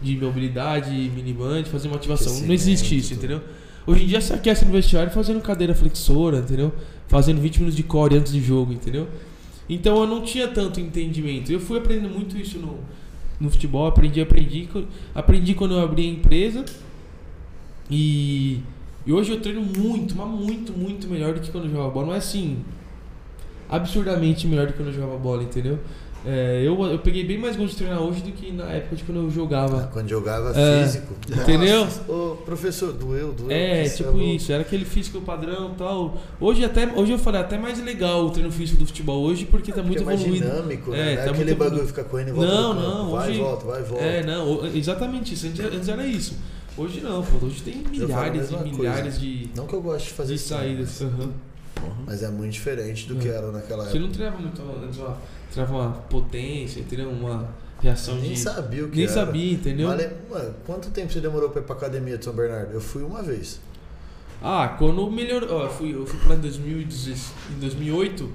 Speaker 4: De mobilidade, miniband, fazer uma ativação. Não existe isso, entendeu? Hoje em dia você aquece no vestiário fazendo cadeira flexora, entendeu? Fazendo 20 minutos de core antes de jogo, entendeu? Então eu não tinha tanto entendimento. Eu fui aprendendo muito isso no, no futebol, aprendi, aprendi. co- Aprendi quando eu abri a empresa. E, e hoje eu treino muito, mas muito, muito melhor do que quando eu jogava bola. Não é assim, absurdamente melhor do que quando eu jogava bola, entendeu? É, eu, eu peguei bem mais gosto de treinar hoje do que na época de quando eu jogava.
Speaker 3: Ah, Quando jogava
Speaker 4: É,
Speaker 3: físico.
Speaker 4: entendeu?
Speaker 3: Nossa, Ô, professor, doeu, doeu.
Speaker 4: É,
Speaker 3: Isso
Speaker 4: tipo
Speaker 3: bom.
Speaker 4: isso, era aquele físico padrão e tal. Hoje até hoje eu falei é até mais legal o treino físico do futebol hoje porque tá
Speaker 3: Porque
Speaker 4: muito
Speaker 3: é mais
Speaker 4: evoluído.
Speaker 3: dinâmico, né?
Speaker 4: É,
Speaker 3: Não é
Speaker 4: tá
Speaker 3: aquele
Speaker 4: muito
Speaker 3: bagulho
Speaker 4: evoluído.
Speaker 3: ficar correndo e volta.
Speaker 4: Não,
Speaker 3: no campo.
Speaker 4: não,
Speaker 3: Vai
Speaker 4: hoje-
Speaker 3: e volta, vai e volta.
Speaker 4: É, não, o- exatamente isso. Antes, antes era isso. Hoje não, pô. Hoje tem
Speaker 3: falo a
Speaker 4: milhares e
Speaker 3: mesma coisa.
Speaker 4: milhares de,
Speaker 3: Não que eu gosto de fazer
Speaker 4: de
Speaker 3: isso, né?
Speaker 4: saídas. aham.
Speaker 3: mas é muito diferente do que
Speaker 4: É.
Speaker 3: era naquela
Speaker 4: Você
Speaker 3: época.
Speaker 4: não treinava muito antes uma, treinava uma potência, entendeu? Uma reação
Speaker 3: Nem
Speaker 4: de.
Speaker 3: sabia o que
Speaker 4: Nem
Speaker 3: era.
Speaker 4: sabia, entendeu?
Speaker 3: Vale- Mano, quanto tempo você demorou pra ir pra academia de São Bernardo? Eu fui uma vez.
Speaker 4: Ah, quando melhorou. ó, eu fui, eu fui pra lá em 2016 em 2008,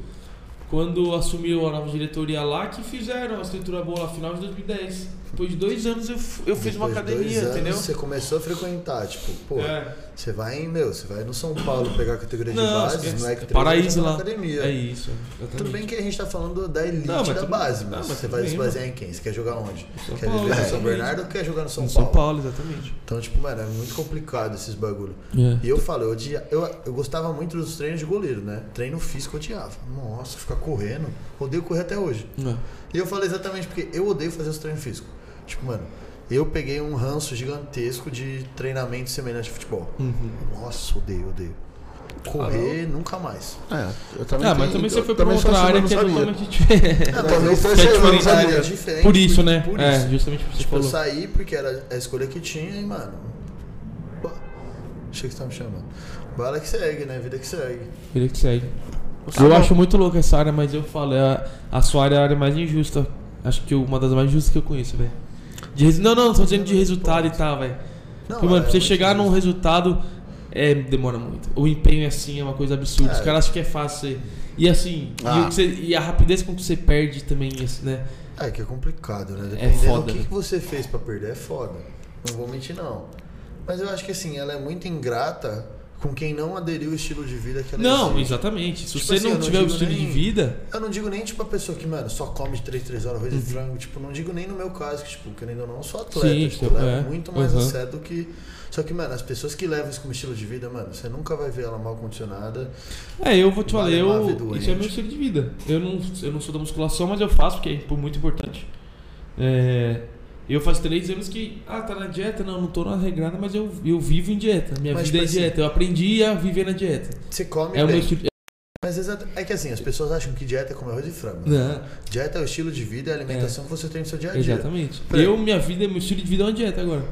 Speaker 4: quando assumiu a nova diretoria lá, que fizeram uma estrutura boa lá, final de 2010. Depois de dois anos eu, fu- eu fiz uma
Speaker 3: Depois de
Speaker 4: academia,
Speaker 3: dois anos,
Speaker 4: entendeu?
Speaker 3: Você começou a frequentar, tipo, pô,
Speaker 4: É.
Speaker 3: você vai em, meu, você vai no São Paulo pegar a categoria de
Speaker 4: Não,
Speaker 3: base, é
Speaker 4: esquece.
Speaker 3: os moleque treina,
Speaker 4: paraíso
Speaker 3: vai na
Speaker 4: lá.
Speaker 3: academia.
Speaker 4: É isso. Exatamente.
Speaker 3: Tudo bem que a gente tá falando da elite
Speaker 4: Não, mas
Speaker 3: da
Speaker 4: tudo-
Speaker 3: base,
Speaker 4: não,
Speaker 3: mas,
Speaker 4: mas
Speaker 3: você
Speaker 4: tudo
Speaker 3: vai
Speaker 4: bem, né?
Speaker 3: se basear em quem? Você quer jogar onde?
Speaker 4: São
Speaker 3: quer
Speaker 4: Paulo,
Speaker 3: viver no São
Speaker 4: exatamente.
Speaker 3: Bernardo ou quer jogar no São,
Speaker 4: Em
Speaker 3: Paulo?
Speaker 4: São Paulo, exatamente.
Speaker 3: Então, tipo, mano, é muito complicado esses bagulho.
Speaker 4: É.
Speaker 3: E eu falo, eu, odia, eu, eu gostava muito dos treinos de goleiro, né? Treino físico eu odiava. Nossa, ficar correndo. Odeio correr até hoje.
Speaker 4: É.
Speaker 3: E eu falo exatamente porque eu odeio fazer os treinos físicos. Tipo, mano, eu peguei um ranço gigantesco de treinamento semelhante a futebol. Nossa, odeio, odeio. Correr, nunca mais.
Speaker 2: É, eu também
Speaker 4: Ah, mas
Speaker 2: tenho-
Speaker 4: também você
Speaker 2: eu
Speaker 4: foi pra
Speaker 2: também sou
Speaker 4: outra
Speaker 2: assim,
Speaker 4: área
Speaker 2: mas
Speaker 4: que é
Speaker 2: não sabia.
Speaker 4: totalmente diferente.
Speaker 3: Ah,
Speaker 2: É, mas eu
Speaker 3: mas
Speaker 2: sou
Speaker 3: eu
Speaker 2: esse, eu não
Speaker 3: uma
Speaker 2: sabia.
Speaker 3: área diferente.
Speaker 4: Por isso, né?
Speaker 3: Por isso.
Speaker 4: É, justamente o que você
Speaker 3: Tipo, eu
Speaker 4: falou.
Speaker 3: saí porque era a escolha que tinha e, mano. pô, Achei que você tá me chamando. Bala que segue, né? Vida que segue.
Speaker 4: Queria que segue. eu acho muito louco essa área, mas eu falo, é a, a sua área é a área mais injusta. Acho que uma das mais justas que eu conheço, velho. De resu- Não, não, tô dizendo de resultado e tal, velho.
Speaker 3: Não,
Speaker 4: Porque, mano,
Speaker 3: é
Speaker 4: pra você
Speaker 3: muito
Speaker 4: chegar num
Speaker 3: justo.
Speaker 4: resultado, é, demora muito. O empenho é assim, é uma coisa absurda. Os
Speaker 3: É. Ah.
Speaker 4: caras acham que é fácil. você- E assim, e, o que você- e a rapidez com que você perde também, assim, né?
Speaker 3: É que é complicado, né?
Speaker 4: É
Speaker 3: Dependendo
Speaker 4: foda,
Speaker 3: do que,
Speaker 4: né?
Speaker 3: que você fez pra perder, é foda. Não vou mentir, não. Mas eu acho que assim, ela é muito ingrata com quem não aderiu ao estilo de vida que ela
Speaker 4: Não,
Speaker 3: exige.
Speaker 4: exatamente. Se
Speaker 3: Tipo
Speaker 4: você
Speaker 3: assim, eu
Speaker 4: não
Speaker 3: não
Speaker 4: tiver o
Speaker 3: digo
Speaker 4: estilo de
Speaker 3: nem-
Speaker 4: vida,
Speaker 3: Eu não digo nem tipo a pessoa que, mano, só come de 3, 3 horas
Speaker 4: Uhum.
Speaker 3: arroz e frango. Tipo, não digo nem no meu caso, que, tipo, querendo ou não, eu sou atleta.
Speaker 4: Sim,
Speaker 3: tipo,
Speaker 4: tipo,
Speaker 3: eu
Speaker 4: é.
Speaker 3: levo muito mais a
Speaker 4: Uhum.
Speaker 3: sério do que. Só que, mano, as pessoas que levam isso como estilo de vida, mano, você nunca vai ver ela mal condicionada.
Speaker 4: É, eu vou te falar,
Speaker 3: Vale
Speaker 4: eu,
Speaker 3: nave doente.
Speaker 4: isso é meu estilo de vida. Eu não, eu não sou da musculação, mas eu faço, porque é pô, muito importante. É, eu faço três anos que, ah, tá na dieta? Não, não tô na regrada, mas eu, eu vivo em dieta. Minha
Speaker 3: Mas,
Speaker 4: vida é
Speaker 3: tipo assim,
Speaker 4: dieta. Eu aprendi a viver na dieta.
Speaker 3: Você come
Speaker 4: É o meu
Speaker 3: bem.
Speaker 4: estilo.
Speaker 3: Mas exato- é que assim, as pessoas acham que dieta é comer arroz e frango.
Speaker 4: Não, É.
Speaker 3: Dieta é o estilo de vida e a alimentação que você tem no seu dia a dia.
Speaker 4: Ah, exatamente.
Speaker 3: Peraí.
Speaker 4: Eu, minha vida, meu estilo de vida é uma dieta agora.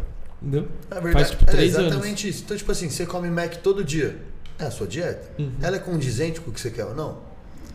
Speaker 4: Entendeu?
Speaker 3: É verdade.
Speaker 4: tipo,
Speaker 3: é
Speaker 4: três
Speaker 3: exatamente isso. Então, tipo assim, você come Mac todo dia. É a sua dieta?
Speaker 4: Uhum.
Speaker 3: Ela é condizente com o que você quer ou não?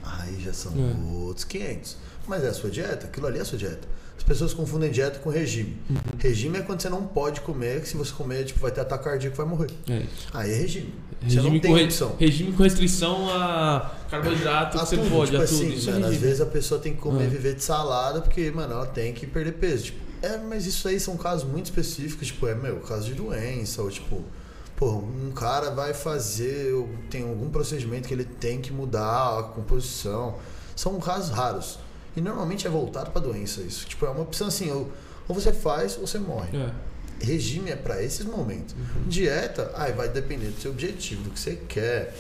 Speaker 3: Aí já são
Speaker 4: É.
Speaker 3: outros 500. Mas é a sua dieta? Aquilo ali é a sua dieta. As pessoas confundem dieta com regime.
Speaker 4: Uhum.
Speaker 3: Regime é quando você não pode comer, que se você comer, tipo, vai ter ataque cardíaco e vai morrer.
Speaker 4: É.
Speaker 3: Aí é regime. você
Speaker 4: Regime
Speaker 3: não tem
Speaker 4: com re-
Speaker 3: opção.
Speaker 4: Regime com restrição a carboidrato,
Speaker 3: A
Speaker 4: que você
Speaker 3: tudo,
Speaker 4: pode,
Speaker 3: tipo
Speaker 4: a tudo.
Speaker 3: assim,
Speaker 4: Isso é
Speaker 3: mano, às
Speaker 4: regime.
Speaker 3: vezes a pessoa tem que comer e
Speaker 4: Ah.
Speaker 3: viver de salada porque, mano, ela tem que perder peso. Tipo, é, mas isso aí são casos muito específicos, tipo, é, meu, caso de doença, ou tipo, pô, um cara vai fazer, ou tem algum procedimento que ele tem que mudar a composição. São casos raros. E normalmente é voltado pra doença isso. Tipo, é uma opção assim, ou, ou você faz ou você morre.
Speaker 4: É.
Speaker 3: Regime é pra esses momentos. Dieta, aí vai depender do seu objetivo, do que você quer.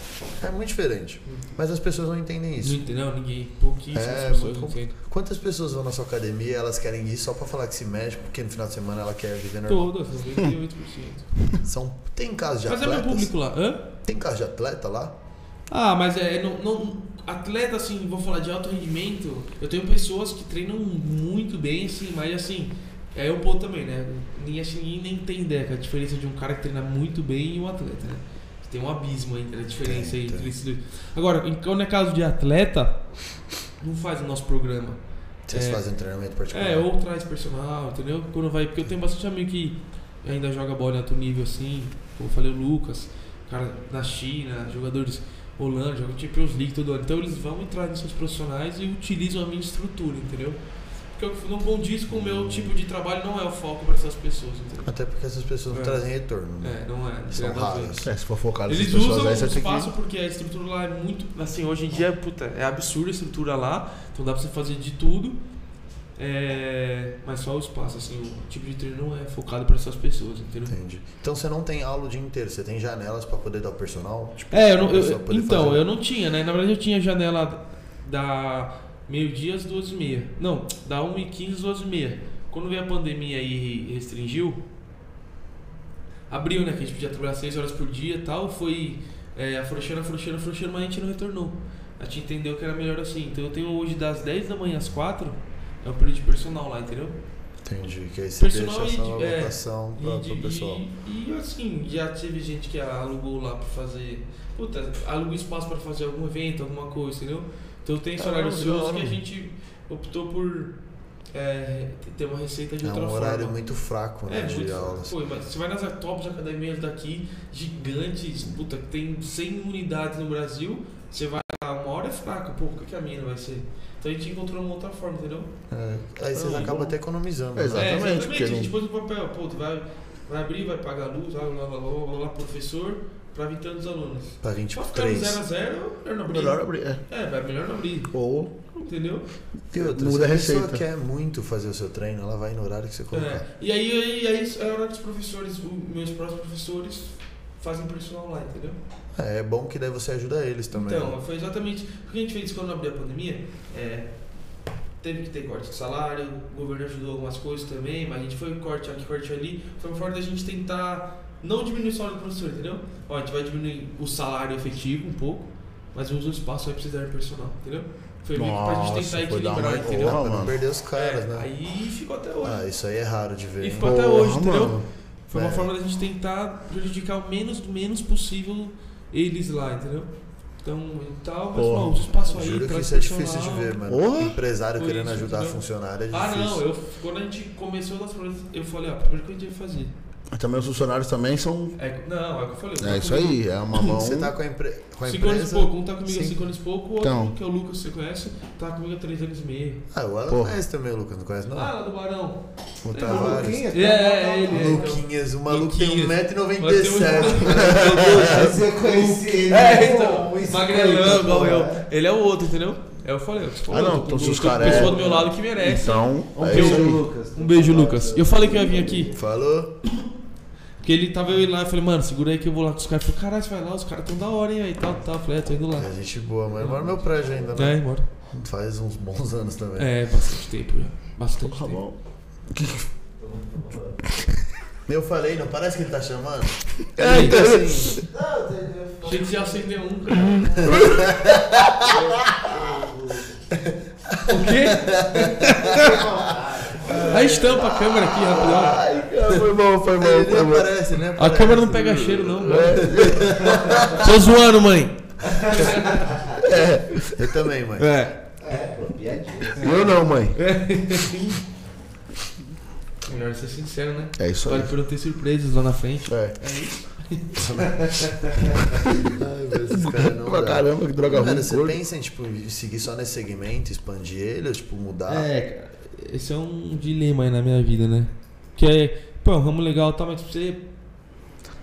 Speaker 3: É muito diferente. Mas as pessoas não entendem é isso.
Speaker 4: Não entendeu? Ninguém. Pouquíssimas
Speaker 3: É,
Speaker 4: pessoas
Speaker 3: muito
Speaker 4: entendem.
Speaker 3: Quantas pessoas vão na sua academia e elas querem ir só pra falar que se mexe, porque no final de semana ela quer viver normal?
Speaker 4: Todas, 98%.
Speaker 3: São, tem casos de
Speaker 4: Mas é
Speaker 3: atletas?
Speaker 4: meu público lá. Hã?
Speaker 3: Tem casos de atleta lá?
Speaker 4: Ah, mas é. Não, não- atleta, assim, vou falar de alto rendimento. Eu tenho pessoas que treinam muito bem, assim, mas assim. É um ponto também, né? Nem, acho que ninguém nem tem ideia que a diferença de um cara que treina muito bem e um atleta, né? Tem um abismo entre a diferença
Speaker 3: Tem,
Speaker 4: entre
Speaker 3: tem.
Speaker 4: esses dois. Agora, em- quando é caso de atleta, não faz o nosso programa.
Speaker 3: Vocês
Speaker 4: É.
Speaker 3: fazem treinamento particular?
Speaker 4: É, ou traz personal, entendeu? Quando vai. Porque eu tenho bastante amigo que ainda joga bola em alto nível assim. Como eu falei, o Lucas, cara na China, jogadores Holanda, jogam Champions League todo ano. Então eles vão e trazem seus profissionais e utilizam a minha estrutura, entendeu? Porque eu não condiz com o meu tipo de trabalho, não é o foco para essas pessoas, entendeu?
Speaker 3: Até porque essas pessoas não
Speaker 4: É.
Speaker 3: trazem retorno. né?
Speaker 4: É, não é.
Speaker 3: São
Speaker 4: nada a ver.
Speaker 3: raras.
Speaker 2: É, se for focado
Speaker 4: Eles
Speaker 2: nessas
Speaker 4: usam o
Speaker 2: aí, você tem que-
Speaker 4: espaço porque a estrutura lá é muito. Assim, hoje em dia, puta, é absurda a estrutura lá, então dá pra você fazer de tudo. é, mas só o espaço, assim, o tipo de treino não é focado pra essas pessoas, entendeu?
Speaker 3: Entendi. Então você não tem aula o dia inteiro, você tem janelas pra poder dar o personal? Tipo,
Speaker 4: É, eu não,
Speaker 3: pra
Speaker 4: eu-
Speaker 3: pessoa poder
Speaker 4: então,
Speaker 3: fazer.
Speaker 4: eu não tinha, né? Na verdade eu tinha janela da meio-dia às duas e meia. Não, da 1 e 15 às duas e meia. Quando veio a pandemia e restringiu, abriu, né? Que a gente podia trabalhar seis horas por dia e tal. Foi é, afrouxando, afrouxando, afrouxando, mas a gente não retornou. A gente entendeu que era melhor assim. Então eu tenho hoje das 10 da manhã às 4, é o período de personal lá, entendeu?
Speaker 3: Entendi, que aí você
Speaker 4: Personal
Speaker 3: deixa essa
Speaker 4: e de- é,
Speaker 3: locação pra,
Speaker 4: E,
Speaker 3: pro
Speaker 4: de-
Speaker 3: pessoal.
Speaker 4: e, e, assim, já tive gente que alugou lá pra fazer. Puta, alugou espaço pra fazer algum evento, alguma coisa, entendeu? Então tem esse
Speaker 3: Tá
Speaker 4: horário
Speaker 3: bom,
Speaker 4: ocioso
Speaker 3: da hora,
Speaker 4: que a
Speaker 3: mano.
Speaker 4: gente optou por é, ter uma receita de
Speaker 3: É
Speaker 4: outra
Speaker 3: um horário
Speaker 4: forma.
Speaker 3: muito fraco, né,
Speaker 4: É,
Speaker 3: de
Speaker 4: muito
Speaker 3: aulas.
Speaker 4: Foi, mas você vai nas tops academias daqui, gigantes, puta, que tem 100 unidades no Brasil, você vai lá, uma hora é fraco, pô, o que que a minha não vai ser? Então a gente encontrou uma outra forma, entendeu?
Speaker 3: É, Aí vocês
Speaker 4: Ah,
Speaker 3: acabam
Speaker 4: bom.
Speaker 3: até economizando. né?
Speaker 2: Exato.
Speaker 4: É,
Speaker 2: Exatamente,
Speaker 4: exatamente,
Speaker 2: porque
Speaker 4: a gente
Speaker 2: não-
Speaker 4: pôs no papel, pô, tu vai, vai abrir, vai pagar luz, lá, lá, lá, lá, lá, lá, professor, pra vir tantos alunos.
Speaker 3: Pra
Speaker 4: Pra ficar no
Speaker 3: 23.
Speaker 4: 0 a 0 melhor não abrir.
Speaker 2: Tipo Melhor abrir, é.
Speaker 4: É, vai melhor não abrir,
Speaker 2: Ou
Speaker 4: entendeu?
Speaker 3: E outra,
Speaker 2: Muda a
Speaker 3: se a pessoa
Speaker 2: receita.
Speaker 3: quer muito fazer o seu treino, ela vai no horário que você colocar.
Speaker 4: É, E aí, aí, aí é a hora dos professores, o- meus próximos professores fazem personal lá, entendeu?
Speaker 3: É, é bom que daí você ajuda eles também. né?
Speaker 4: Então, foi exatamente o que a gente fez quando abriu a pandemia. é, teve que ter corte de salário, o governo ajudou algumas coisas também, mas a gente foi corte aqui, corte ali. Foi uma forma da gente tentar não diminuir o salário do professor, entendeu? Ó, a gente vai diminuir o salário efetivo um pouco, mas usa o espaço aí pra vocês darem personal, entendeu? Foi meio que pra gente
Speaker 2: Nossa,
Speaker 4: tentar
Speaker 2: foi dar uma
Speaker 4: equilibrar,
Speaker 2: boa,
Speaker 3: Entendeu?
Speaker 4: entendeu?
Speaker 2: Porra,
Speaker 3: pra não
Speaker 2: mano.
Speaker 3: perder os caras,
Speaker 4: É,
Speaker 3: né?
Speaker 4: Aí ficou até hoje.
Speaker 3: Ah, isso aí é raro de
Speaker 4: E
Speaker 3: ver.
Speaker 4: ficou
Speaker 3: hein?
Speaker 4: Tipo, até hoje, entendeu?
Speaker 2: mano.
Speaker 4: Foi uma
Speaker 3: É.
Speaker 4: forma da gente tentar prejudicar o menos, o menos possível eles lá, entendeu? Então, tal, mas
Speaker 2: Porra.
Speaker 4: ó, usa o espaço aí.
Speaker 3: Juro que
Speaker 4: traz
Speaker 3: isso é difícil de
Speaker 4: personal.
Speaker 3: ver, mano.
Speaker 2: Porra.
Speaker 3: Empresário
Speaker 4: Por
Speaker 3: querendo
Speaker 4: isso,
Speaker 3: ajudar
Speaker 4: entendeu?
Speaker 3: funcionário é
Speaker 4: Ah,
Speaker 3: difícil.
Speaker 4: não, eu, quando a gente começou nas coisas, eu falei, ó, primeiro que a gente ia fazer.
Speaker 2: também os funcionários também são.
Speaker 4: É, não, é o que eu falei. eu tô
Speaker 2: É isso
Speaker 4: comigo.
Speaker 2: aí, é uma mão.
Speaker 3: Você tá com a, empre... com a
Speaker 4: Cinco anos e
Speaker 3: empresa.
Speaker 4: pouco, um tá comigo há
Speaker 3: Sim.
Speaker 4: cinco anos e pouco, o outro,
Speaker 2: Então.
Speaker 4: que é o Lucas, você conhece, tá comigo há três anos e meio.
Speaker 3: Ah, o Alan
Speaker 2: Porra.
Speaker 3: conhece também, o Lucas, não conhece não?
Speaker 4: Ah, lá do Barão.
Speaker 3: o
Speaker 4: é,
Speaker 3: Tavares.
Speaker 1: Luquinhas,
Speaker 4: É, é, ele, é, então.
Speaker 3: Luquinhas, o maluco tem
Speaker 4: Luquinhas. Mas
Speaker 3: 1,97m.
Speaker 1: Se eu conheci ele,
Speaker 4: É,
Speaker 1: pô,
Speaker 4: então,
Speaker 1: um esqueleto,
Speaker 4: magrelão, igual
Speaker 1: pô,
Speaker 3: né?
Speaker 4: eu.
Speaker 1: é.
Speaker 4: Ele é o outro, entendeu? É, eu falei, eu
Speaker 2: Ah, não, então
Speaker 4: tô
Speaker 2: se os caras.
Speaker 3: é.
Speaker 4: pessoa do meu lado que merece.
Speaker 2: Então,
Speaker 1: Um
Speaker 2: é
Speaker 1: beijo,
Speaker 2: isso aí.
Speaker 1: Lucas.
Speaker 4: Um beijo, Lucas. Eu falei que eu ia vir aqui.
Speaker 3: Falou?
Speaker 4: Porque ele tava eu lá, eu falei, mano, segura aí que eu vou lá com os caras. Ele falou, caralho, você vai lá, os caras tão da hora, hein, aí, tal, tal. Eu falei, é, tô indo lá.
Speaker 3: É gente boa, mas mora no meu prédio ainda,
Speaker 4: É,
Speaker 3: né?
Speaker 4: embora.
Speaker 3: Faz uns bons anos também.
Speaker 4: É, bastante tempo já. Bastante
Speaker 2: Tá
Speaker 4: tempo.
Speaker 2: bom.
Speaker 3: Eu falei, não parece que ele tá chamando?
Speaker 4: É, então,
Speaker 3: Assim,
Speaker 4: achei que você já acendeu um, cara. o quê? Aí estampa a câmera aqui, rapidão.
Speaker 2: Foi bom, foi bom,
Speaker 3: ele
Speaker 2: foi
Speaker 3: nem
Speaker 2: bom.
Speaker 3: aparece, né?
Speaker 4: A
Speaker 3: Aparece.
Speaker 4: câmera não pega cheiro, não. mano. Tô zoando, mãe.
Speaker 2: É,
Speaker 3: Eu também, mãe.
Speaker 4: É.
Speaker 2: Eu não, mãe.
Speaker 4: Melhor ser sincero, né?
Speaker 2: É isso aí.
Speaker 4: Vale por eu ter surpresas lá na frente.
Speaker 2: É.
Speaker 3: Ai, velho, esses caras não.
Speaker 2: Pra
Speaker 3: dá.
Speaker 2: caramba, que droga ruim.
Speaker 3: Mano, você
Speaker 2: gordo.
Speaker 3: pensa em tipo, seguir só nesse segmento, expandir ele, ou tipo, mudar?
Speaker 4: É, cara, esse é um dilema aí na minha vida, né? Que é, pô, é um ramo legal e tal, mas pra você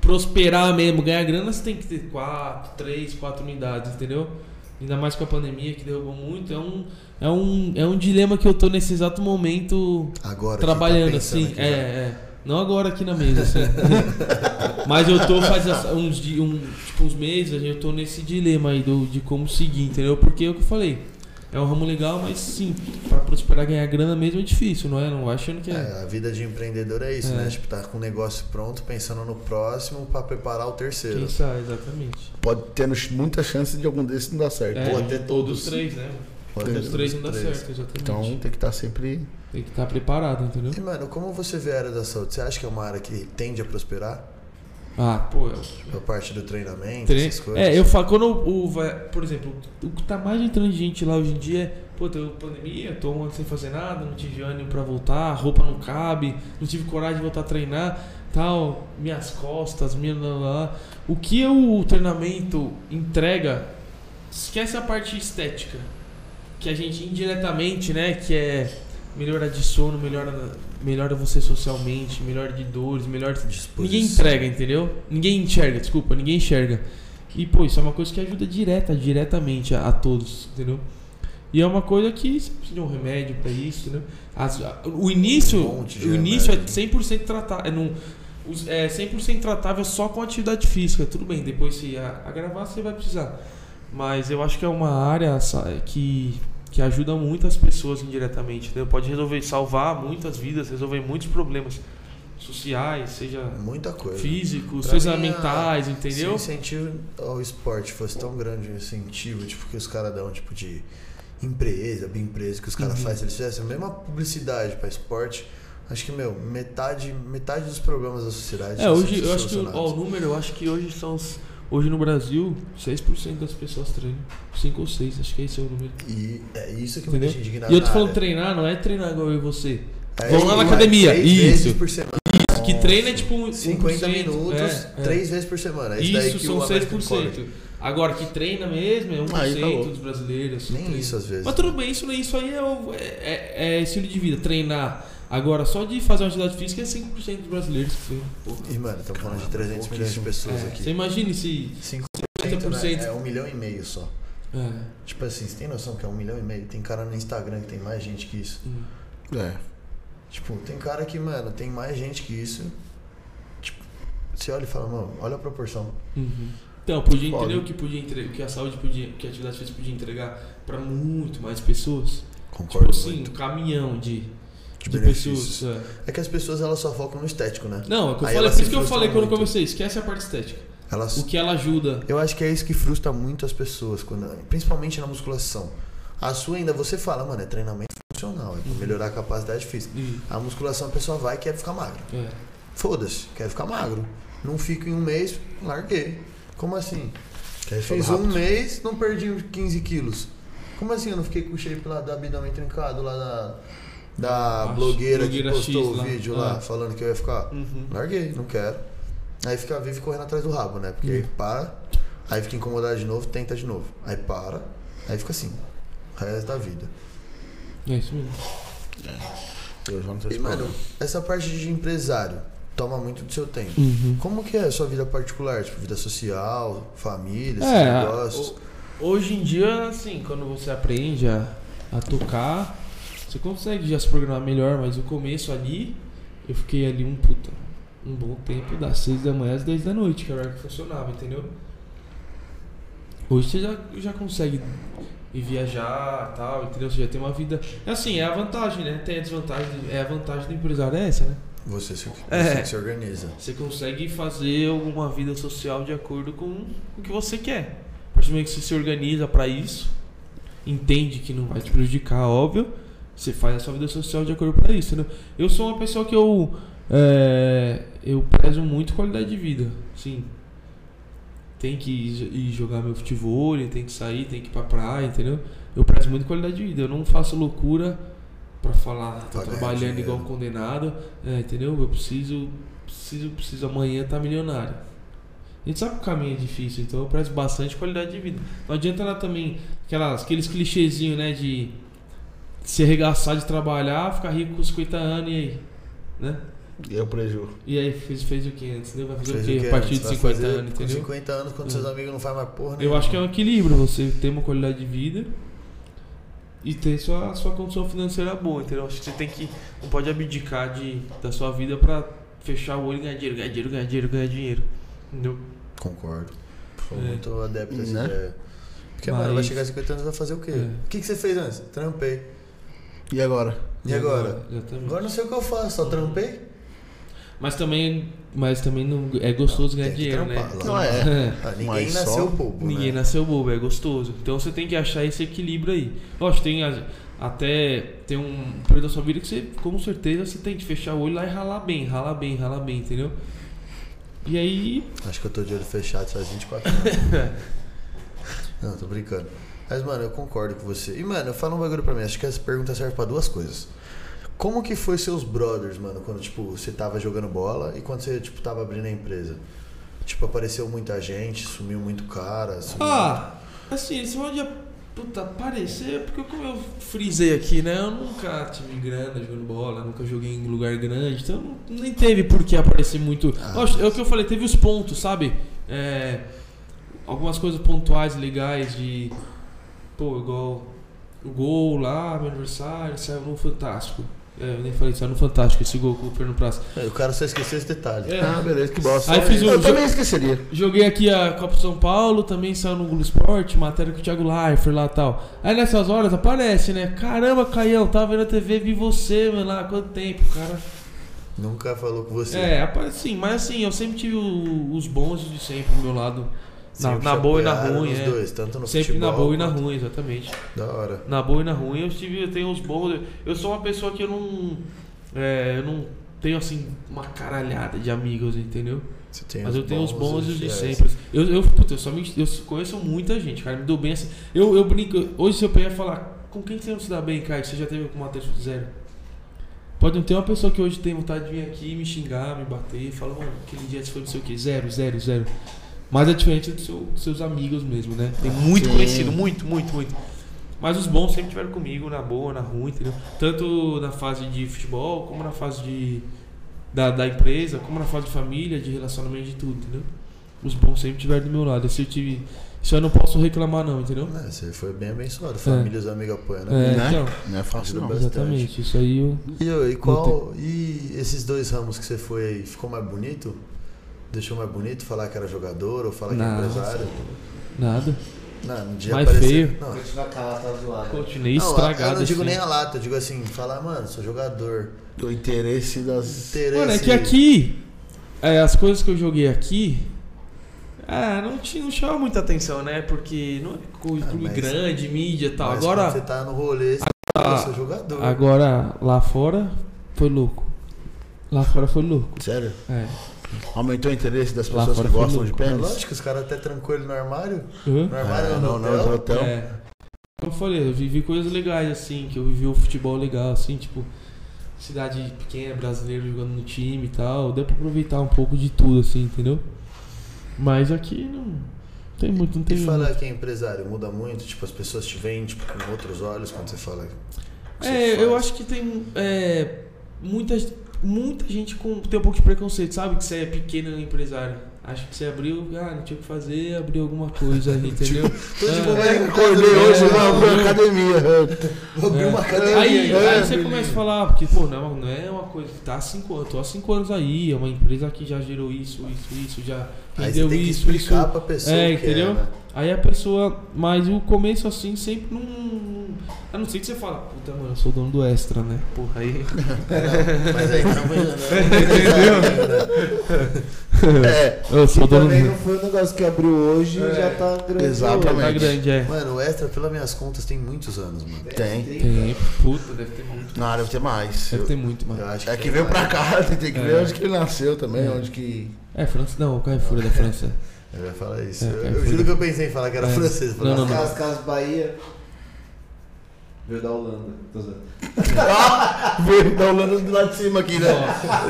Speaker 4: prosperar mesmo, ganhar grana, você tem que ter 4, 3, 4 unidades, entendeu? Ainda mais com a pandemia que derrubou muito. É um, é um, é um dilema que eu tô nesse exato momento
Speaker 3: Agora. que tá
Speaker 4: trabalhando,
Speaker 3: pensando
Speaker 4: assim.
Speaker 3: aqui,
Speaker 4: É,
Speaker 3: né?
Speaker 4: é. Não agora aqui na mesa, assim. Mas eu tô faz as- uns, di- um, tipo, uns meses, eu tô nesse dilema aí do, de como seguir, entendeu? Porque é o que eu falei. É um ramo legal, mas sim, pra prosperar ganhar grana mesmo é difícil, não é? Não vai achando que é.
Speaker 3: É, a vida de empreendedor é isso,
Speaker 4: É.
Speaker 3: né? Tipo, tá com o negócio pronto, pensando no próximo pra preparar o terceiro.
Speaker 4: Quem sabe, exatamente.
Speaker 2: Pode ter ch- muita chance de algum desses não dar certo.
Speaker 4: É,
Speaker 3: Ou até
Speaker 4: ou
Speaker 3: todos.
Speaker 4: dos três, né?
Speaker 3: Pode ter
Speaker 4: Dos três não dá
Speaker 3: três.
Speaker 4: certo, exatamente.
Speaker 2: Então tem que estar sempre.
Speaker 4: Tem que estar preparado, entendeu?
Speaker 3: E, mano, como você vê a área da saúde? Você acha que é uma área que tende a prosperar?
Speaker 4: Ah, pô, eu
Speaker 3: A parte do treinamento,
Speaker 4: Tre-
Speaker 3: essas coisas?
Speaker 4: É, eu falo, quando o, o vai- por exemplo, o que tá mais entrando de gente lá hoje em dia é, pô, teve pandemia, tô um ano sem fazer nada, não tive ânimo pra voltar, a roupa não cabe, não tive coragem de voltar a treinar, tal, minhas costas, minha lá, lá, lá. O que é o treinamento entrega, esquece a parte estética, que a gente indiretamente, né, que é melhora de sono, melhora, melhora você socialmente, melhora de dores, melhora
Speaker 3: Disposição.
Speaker 4: Ninguém entrega, entendeu? Ninguém enxerga, desculpa, ninguém enxerga. E, pô, isso é uma coisa que ajuda direta, diretamente a, a todos, entendeu? E é uma coisa que você precisa de um remédio pra isso, entendeu? As- a- o início,
Speaker 3: Um monte de
Speaker 4: o início
Speaker 3: remédio, né?
Speaker 4: é 100% tratável, é, num- os- é 100% tratável só com atividade física, tudo bem, depois se a- agravar você vai precisar. Mas eu acho que é uma área sa- que que ajuda muitas pessoas indiretamente, entendeu? Pode resolver salvar muitas vidas, resolver muitos problemas sociais, seja
Speaker 3: Muita coisa.
Speaker 4: físicos,
Speaker 3: Pra
Speaker 4: seja
Speaker 3: mim, é a-
Speaker 4: mentais,
Speaker 3: Se o
Speaker 4: entendeu?
Speaker 3: incentivo ao esporte fosse tão grande, o incentivo, tipo, que os caras dão, tipo, de empresa, bem empresa que os
Speaker 4: Uhum.
Speaker 3: caras fazem, se eles fizessem a mesma publicidade pra esporte, acho que, meu, metade, metade dos problemas da sociedade
Speaker 4: É,
Speaker 3: tinham
Speaker 4: hoje
Speaker 3: sido
Speaker 4: eu acho que o- ó,
Speaker 3: solucionados.
Speaker 4: o número, eu acho que hoje são os- hoje no Brasil, 6% das pessoas treinam, 5 ou 6, acho que esse é o número.
Speaker 3: E é isso que me
Speaker 4: Entendeu?
Speaker 3: deixa indignado.
Speaker 4: E eu tô
Speaker 3: na
Speaker 4: falando
Speaker 3: área.
Speaker 4: treinar, não é treinar igual eu e você.
Speaker 3: É,
Speaker 4: Vamos lá na
Speaker 3: tipo,
Speaker 4: academia,
Speaker 3: três
Speaker 4: isso.
Speaker 3: Vezes por semana,
Speaker 4: Que treina é tipo um-
Speaker 3: 50
Speaker 4: 1%,
Speaker 3: minutos,
Speaker 4: é, é.
Speaker 3: três vezes por semana. É daí
Speaker 4: Isso
Speaker 3: que
Speaker 4: são
Speaker 3: o American
Speaker 4: 6%.
Speaker 3: College-
Speaker 4: Agora, que treina mesmo é 1%
Speaker 2: Aí, falou.
Speaker 4: dos brasileiros. assim,
Speaker 3: Nem
Speaker 4: treina.
Speaker 3: isso às vezes.
Speaker 4: Mas tudo bem, isso, não é- isso aí é, o- é- é- é estilo de vida, treinar. Agora, só de fazer uma atividade física é 5% dos brasileiros que treinam. porra.
Speaker 3: E, mano, estamos falando de 300 milhões de pessoas
Speaker 4: É,
Speaker 3: aqui.
Speaker 4: Você imagina se.
Speaker 3: 50% né?
Speaker 4: 50%.
Speaker 3: é um milhão e meio só.
Speaker 4: É,
Speaker 3: Tipo assim, você tem noção que é um milhão e meio? Tem cara no Instagram que tem mais gente que isso.
Speaker 4: hum.
Speaker 2: É.
Speaker 3: Tipo, tem cara que, mano, tem mais gente que isso. Tipo, você olha e fala, mano, olha a proporção.
Speaker 4: Uhum. Então, podia
Speaker 2: Foda.
Speaker 4: entender o que podia entregar, que a saúde podia, que a atividade física podia entregar para muito mais pessoas. Tipo
Speaker 3: Concordo
Speaker 4: assim, um caminhão de,
Speaker 3: De
Speaker 4: de,
Speaker 3: benefícios.
Speaker 4: pessoas. é.
Speaker 3: É que as pessoas elas só focam no estético, né?
Speaker 4: Não, é o que eu
Speaker 3: Aí
Speaker 4: falei,
Speaker 3: elas
Speaker 4: por
Speaker 3: se
Speaker 4: isso que eu
Speaker 3: frustram
Speaker 4: falei quando eu
Speaker 3: muito.
Speaker 4: comecei, esquece a parte estética.
Speaker 3: Elas
Speaker 4: O que ela ajuda.
Speaker 3: Eu acho que é isso que frustra muito as pessoas, quando- principalmente na musculação. A sua ainda você fala, mano, é treinamento funcional, é pra
Speaker 4: Uhum.
Speaker 3: melhorar a capacidade física.
Speaker 4: Hum,
Speaker 3: A musculação a pessoa vai e quer ficar magra.
Speaker 4: é.
Speaker 3: Foda-se, quer ficar magro. Não fico em um mês, larguei. Como assim?
Speaker 2: Quer
Speaker 3: Fiz um mês, não perdi uns 15 quilos. Como assim eu não fiquei com o shape lá do abdômen trincado, lá da, da
Speaker 4: Acho-
Speaker 3: blogueira,
Speaker 4: blogueira
Speaker 3: que postou
Speaker 4: X
Speaker 3: o
Speaker 4: lá.
Speaker 3: vídeo lá,
Speaker 4: Ah.
Speaker 3: falando que eu ia ficar?
Speaker 4: Uhum.
Speaker 3: Larguei, não quero. Aí fica vive correndo atrás do rabo, né? Porque
Speaker 4: Hum.
Speaker 3: aí para, aí fica incomodado de novo, tenta de novo. Aí para, aí fica assim. O resto da vida.
Speaker 4: É isso mesmo.
Speaker 2: Eu já não sei
Speaker 3: E,
Speaker 2: se
Speaker 3: mano, essa parte de empresário toma muito do seu tempo.
Speaker 4: Uhum.
Speaker 3: Como que é a sua vida particular? Tipo, vida social, família, esses
Speaker 4: É,
Speaker 3: negócios?
Speaker 4: ho- hoje em dia, assim, quando você aprende a, a tocar, você consegue já se programar melhor, mas o começo ali, eu fiquei ali um puta, um bom tempo, das 6 da manhã às 10 da noite, que era o horário que funcionava, entendeu? Hoje você já, já consegue ir viajar tal, entendeu? Você já tem uma vida. É assim, é a vantagem, né? Tem a desvantagem, é a vantagem do empresário, é essa, né?
Speaker 3: Você, se, você
Speaker 4: É.
Speaker 3: que se organiza.
Speaker 4: Você consegue fazer uma vida social de acordo com o que você quer. A partir do momento que você se organiza pra isso, entende que não vai te prejudicar, óbvio, você faz a sua vida social de acordo pra isso. entendeu? Eu sou uma pessoa que eu é, eu prezo muito qualidade de vida, sim. Tem que ir ir jogar meu futebol, tem que sair, tem que ir pra praia, entendeu? Eu prezo muito qualidade de vida. Eu não faço loucura pra pra falar, "Ah, tô
Speaker 3: Tá ganhando
Speaker 4: trabalhando igual
Speaker 3: dinheiro.
Speaker 4: um condenado, é, entendeu? Eu preciso, preciso, preciso amanhã tá milionário. A gente sabe que o caminho é difícil, então eu prezo bastante qualidade de vida. Não adianta ela também, aquelas, aqueles clichêzinhos, né, de se arregaçar de trabalhar, ficar rico com 50 anos e aí, né?
Speaker 2: E o preju.
Speaker 4: E aí fez, fez o que antes, entendeu? Vai fazer
Speaker 3: Fez
Speaker 4: o que a
Speaker 3: quê? Você
Speaker 4: partir de
Speaker 3: vai
Speaker 4: 50
Speaker 3: fazer
Speaker 4: anos,
Speaker 3: Com
Speaker 4: entendeu? Hum.
Speaker 3: 50 anos, quando seus amigos não fazem mais porra, né?
Speaker 4: Eu acho que é um equilíbrio você ter uma qualidade de vida e ter sua, sua condição financeira boa, entendeu? Acho que você tem que. Não pode abdicar de, da sua vida pra fechar o olho e ganhar dinheiro, ganhar dinheiro, ganhar dinheiro, ganhar dinheiro. Entendeu?
Speaker 3: Concordo. Sou
Speaker 4: É.
Speaker 3: muito adepto dessa
Speaker 2: Né?
Speaker 3: ideia. Porque,
Speaker 4: Mas-
Speaker 3: mano, vai chegar a 50 anos e vai fazer o quê?
Speaker 4: É.
Speaker 3: O que, que você fez antes? Trampei.
Speaker 2: E agora?
Speaker 3: E agora?
Speaker 4: Exatamente.
Speaker 3: Agora não sei o que eu faço, só trampei?
Speaker 4: Mas também. Mas também não, é gostoso ganhar
Speaker 3: Tem que
Speaker 4: dinheiro, né?
Speaker 3: trampar lá.
Speaker 2: Não é.
Speaker 3: Ah, ninguém
Speaker 2: Mas só-
Speaker 3: nasceu bobo,
Speaker 4: Ninguém
Speaker 3: né?
Speaker 4: nasceu bobo, é gostoso. Então você tem que achar esse equilíbrio aí. Lógico, tem as- até tem um período da sua vida que você, com certeza, você tem que fechar o olho lá e ralar bem, ralar bem, ralar bem, entendeu? E aí.
Speaker 3: Acho que eu tô de olho fechado faz 24 anos. não, tô brincando. Mas, mano, eu concordo com você. E, mano, fala um bagulho pra mim. Acho que essa pergunta serve pra duas coisas. Como que foi seus brothers, mano, quando, tipo, você tava jogando bola e quando você, tipo, tava abrindo a empresa? Tipo, apareceu muita gente, sumiu muito cara, sumiu...
Speaker 4: Ah, assim, esse modo de puta, aparecer, porque como eu frisei aqui, né? Eu nunca tive grana jogando bola, nunca joguei em lugar grande, então não- nem teve por que aparecer muito. Lógico, é o que eu falei, teve os pontos, sabe? É, algumas coisas pontuais legais de. Pô, igual o gol lá, meu aniversário, saiu no Fantástico. É, eu nem falei, saiu no Fantástico esse gol com o Fernando Praça.
Speaker 3: É, O cara só esqueceu esse detalhe.
Speaker 4: É,
Speaker 2: Ah, beleza, que bosta.
Speaker 4: Aí fiz um
Speaker 2: eu
Speaker 4: jo-
Speaker 2: também esqueceria.
Speaker 4: Joguei aqui a Copa São Paulo, também saiu no Google Esporte, matéria com o Thiago Leifert lá e tal. Aí nessas horas aparece, né? Caramba, Caião, tava vendo a TV, vi você, mano, lá há quanto tempo, cara.
Speaker 3: Nunca falou com você.
Speaker 4: É, aparece sim, mas assim, eu sempre tive o- os bons de sempre do meu lado. Na,
Speaker 3: Sempre
Speaker 4: na
Speaker 3: te
Speaker 4: boa e na
Speaker 3: apoiaram
Speaker 4: ruim,
Speaker 3: nos
Speaker 4: é.
Speaker 3: dois, tanto no
Speaker 4: sempre
Speaker 3: futebol, né?
Speaker 4: na boa e na
Speaker 3: quanto-
Speaker 4: ruim, exatamente.
Speaker 3: Da hora.
Speaker 4: Na boa e na ruim, eu tive, eu tenho os bons. Eu sou uma pessoa que eu não. É, eu não tenho assim uma caralhada de amigos, entendeu?
Speaker 3: Você tem
Speaker 4: Mas
Speaker 3: os é.
Speaker 4: eu tenho os bons e os de
Speaker 3: fiéis.
Speaker 4: sempre. Eu, eu, puta, eu só me, eu conheço muita gente, cara. Me dou bem assim. Eu, eu brinco. Hoje, se eu pegar e falar, com quem você não se dá bem, cara? que Você já teve com o Matheus Zero? Pode não ter uma pessoa que hoje tem vontade de vir aqui me xingar, me bater, falar, mano, aquele dia você foi não sei o quê, zero, zero, zero. Mas é diferente dos seu- dos seus amigos mesmo, né? Tem muito
Speaker 2: Sim.
Speaker 4: conhecido, muito, muito, muito. Mas os bons sempre tiveram comigo, na boa, na ruim, entendeu? Tanto na fase de futebol, como na fase de, da, da empresa, como na fase de família, de relacionamento, de tudo, entendeu? Os bons sempre tiveram do meu lado. Esse eu tive. Isso eu não posso reclamar, não, entendeu?
Speaker 3: É, você foi bem abençoado. Família e os amigos apoiando.
Speaker 4: É,
Speaker 2: né?
Speaker 4: então.
Speaker 2: Não é fácil, não.
Speaker 3: Bastante.
Speaker 4: Exatamente, isso aí eu.
Speaker 3: E, ô, e qual. E esses dois ramos que você foi aí, ficou mais bonito? Deixou mais bonito falar que era jogador ou falar que era
Speaker 4: Não.
Speaker 3: empresário?
Speaker 4: Nada.
Speaker 3: Não, no dia
Speaker 4: Mais
Speaker 3: aparecer.
Speaker 4: feio.
Speaker 3: Não, não,
Speaker 6: Continua calado, tá zoado.
Speaker 4: Continuei
Speaker 3: eu
Speaker 4: estragado.
Speaker 3: não digo
Speaker 4: assim.
Speaker 3: nem a lata, eu digo assim, falar, mano, sou jogador.
Speaker 2: O interesse das.
Speaker 3: Interesse.
Speaker 4: Mano, é que aqui. é, as coisas que eu joguei aqui. Ah, não, te, não chama muita atenção, né? Porque não é co-
Speaker 3: Ah,
Speaker 4: clube
Speaker 3: mas-
Speaker 4: grande, mídia e tal.
Speaker 3: Mas
Speaker 4: Agora.
Speaker 3: quando Você tá no rolê, você fala, sou jogador.
Speaker 4: Agora, lá fora, foi louco. Lá fora foi louco.
Speaker 2: Sério?
Speaker 4: É.
Speaker 2: Aumentou o interesse das
Speaker 4: Lá
Speaker 2: pessoas
Speaker 4: fora
Speaker 2: que
Speaker 4: foi
Speaker 2: gostam de
Speaker 4: louco.
Speaker 3: É
Speaker 2: pênis?
Speaker 3: lógico, os caras até trancou ele no armário.
Speaker 4: Hã?
Speaker 3: No armário
Speaker 2: É,
Speaker 3: não,
Speaker 2: não,
Speaker 3: no
Speaker 2: não, no
Speaker 3: hotel.
Speaker 2: hotel.
Speaker 4: É. Como eu falei, eu vivi coisas legais, assim, que eu vivi o futebol legal, assim, tipo, cidade pequena, brasileiro jogando no time e tal. Deu pra aproveitar um pouco de tudo, assim, entendeu? Mas aqui não tem muito, não tem
Speaker 3: E falar que é empresário muda muito, tipo, as pessoas te veem tipo, com outros olhos quando você fala. que você
Speaker 4: É, eu
Speaker 3: faz.
Speaker 4: acho que tem é, muita, muita gente com, tem um pouco de preconceito, sabe? Que você é pequeno empresário. Acho que você abriu, ah, não tinha o que fazer, abriu alguma coisa aí, entendeu?
Speaker 3: Tô de
Speaker 4: Ah,
Speaker 3: bobeira em casa,
Speaker 2: Acordei
Speaker 3: né?
Speaker 2: hoje,
Speaker 4: É,
Speaker 2: mano, pra
Speaker 4: não.
Speaker 2: academia.
Speaker 3: Vou abrir
Speaker 4: É.
Speaker 3: uma academia.
Speaker 4: Aí,
Speaker 3: né?
Speaker 4: aí você começa a falar, porque, pô, não, é uma- não é uma coisa que tá há cinco anos, tô há cinco anos aí, é uma empresa que já gerou isso, isso, isso, já
Speaker 3: Aí você
Speaker 4: vendeu
Speaker 3: tem que
Speaker 4: isso, isso.
Speaker 3: explicar pra pessoa.
Speaker 4: É,
Speaker 3: o que
Speaker 4: entendeu?
Speaker 3: né?
Speaker 4: Aí a pessoa. Mas o começo assim sempre não. A não ser que você fala, puta, mano, eu sou dono do extra, né? Porra, aí.
Speaker 3: Mas aí tá não vai
Speaker 2: É,
Speaker 4: Eu sou dono
Speaker 1: Também
Speaker 4: do.
Speaker 1: não foi um negócio que abriu hoje e já tá grande.
Speaker 2: Exatamente.
Speaker 4: Tá grande, é.
Speaker 3: né? Mano, o Extra, pelas minhas contas, tem muitos anos, mano.
Speaker 2: tem.
Speaker 4: Tem, puta, deve ter muito.
Speaker 2: Na área tem mais.
Speaker 4: Deve ter muito, mano.
Speaker 3: Eu acho
Speaker 2: É que veio pra cá, tem que ver
Speaker 4: É.
Speaker 2: onde que ele nasceu também, onde que.
Speaker 4: É, França. Não, o Carrefour é da França.
Speaker 3: Eu ia falar isso.
Speaker 4: É,
Speaker 3: eu,
Speaker 4: cara,
Speaker 3: eu
Speaker 4: foi-
Speaker 3: juro que eu pensei em falar que era
Speaker 4: É.
Speaker 3: francês.
Speaker 4: Não,
Speaker 3: Não,
Speaker 4: não,
Speaker 3: não,
Speaker 4: não.
Speaker 1: Casas Casas Bahia. Veio da Holanda. Tô zoando.
Speaker 2: Veio da Holanda do lado de cima aqui, né?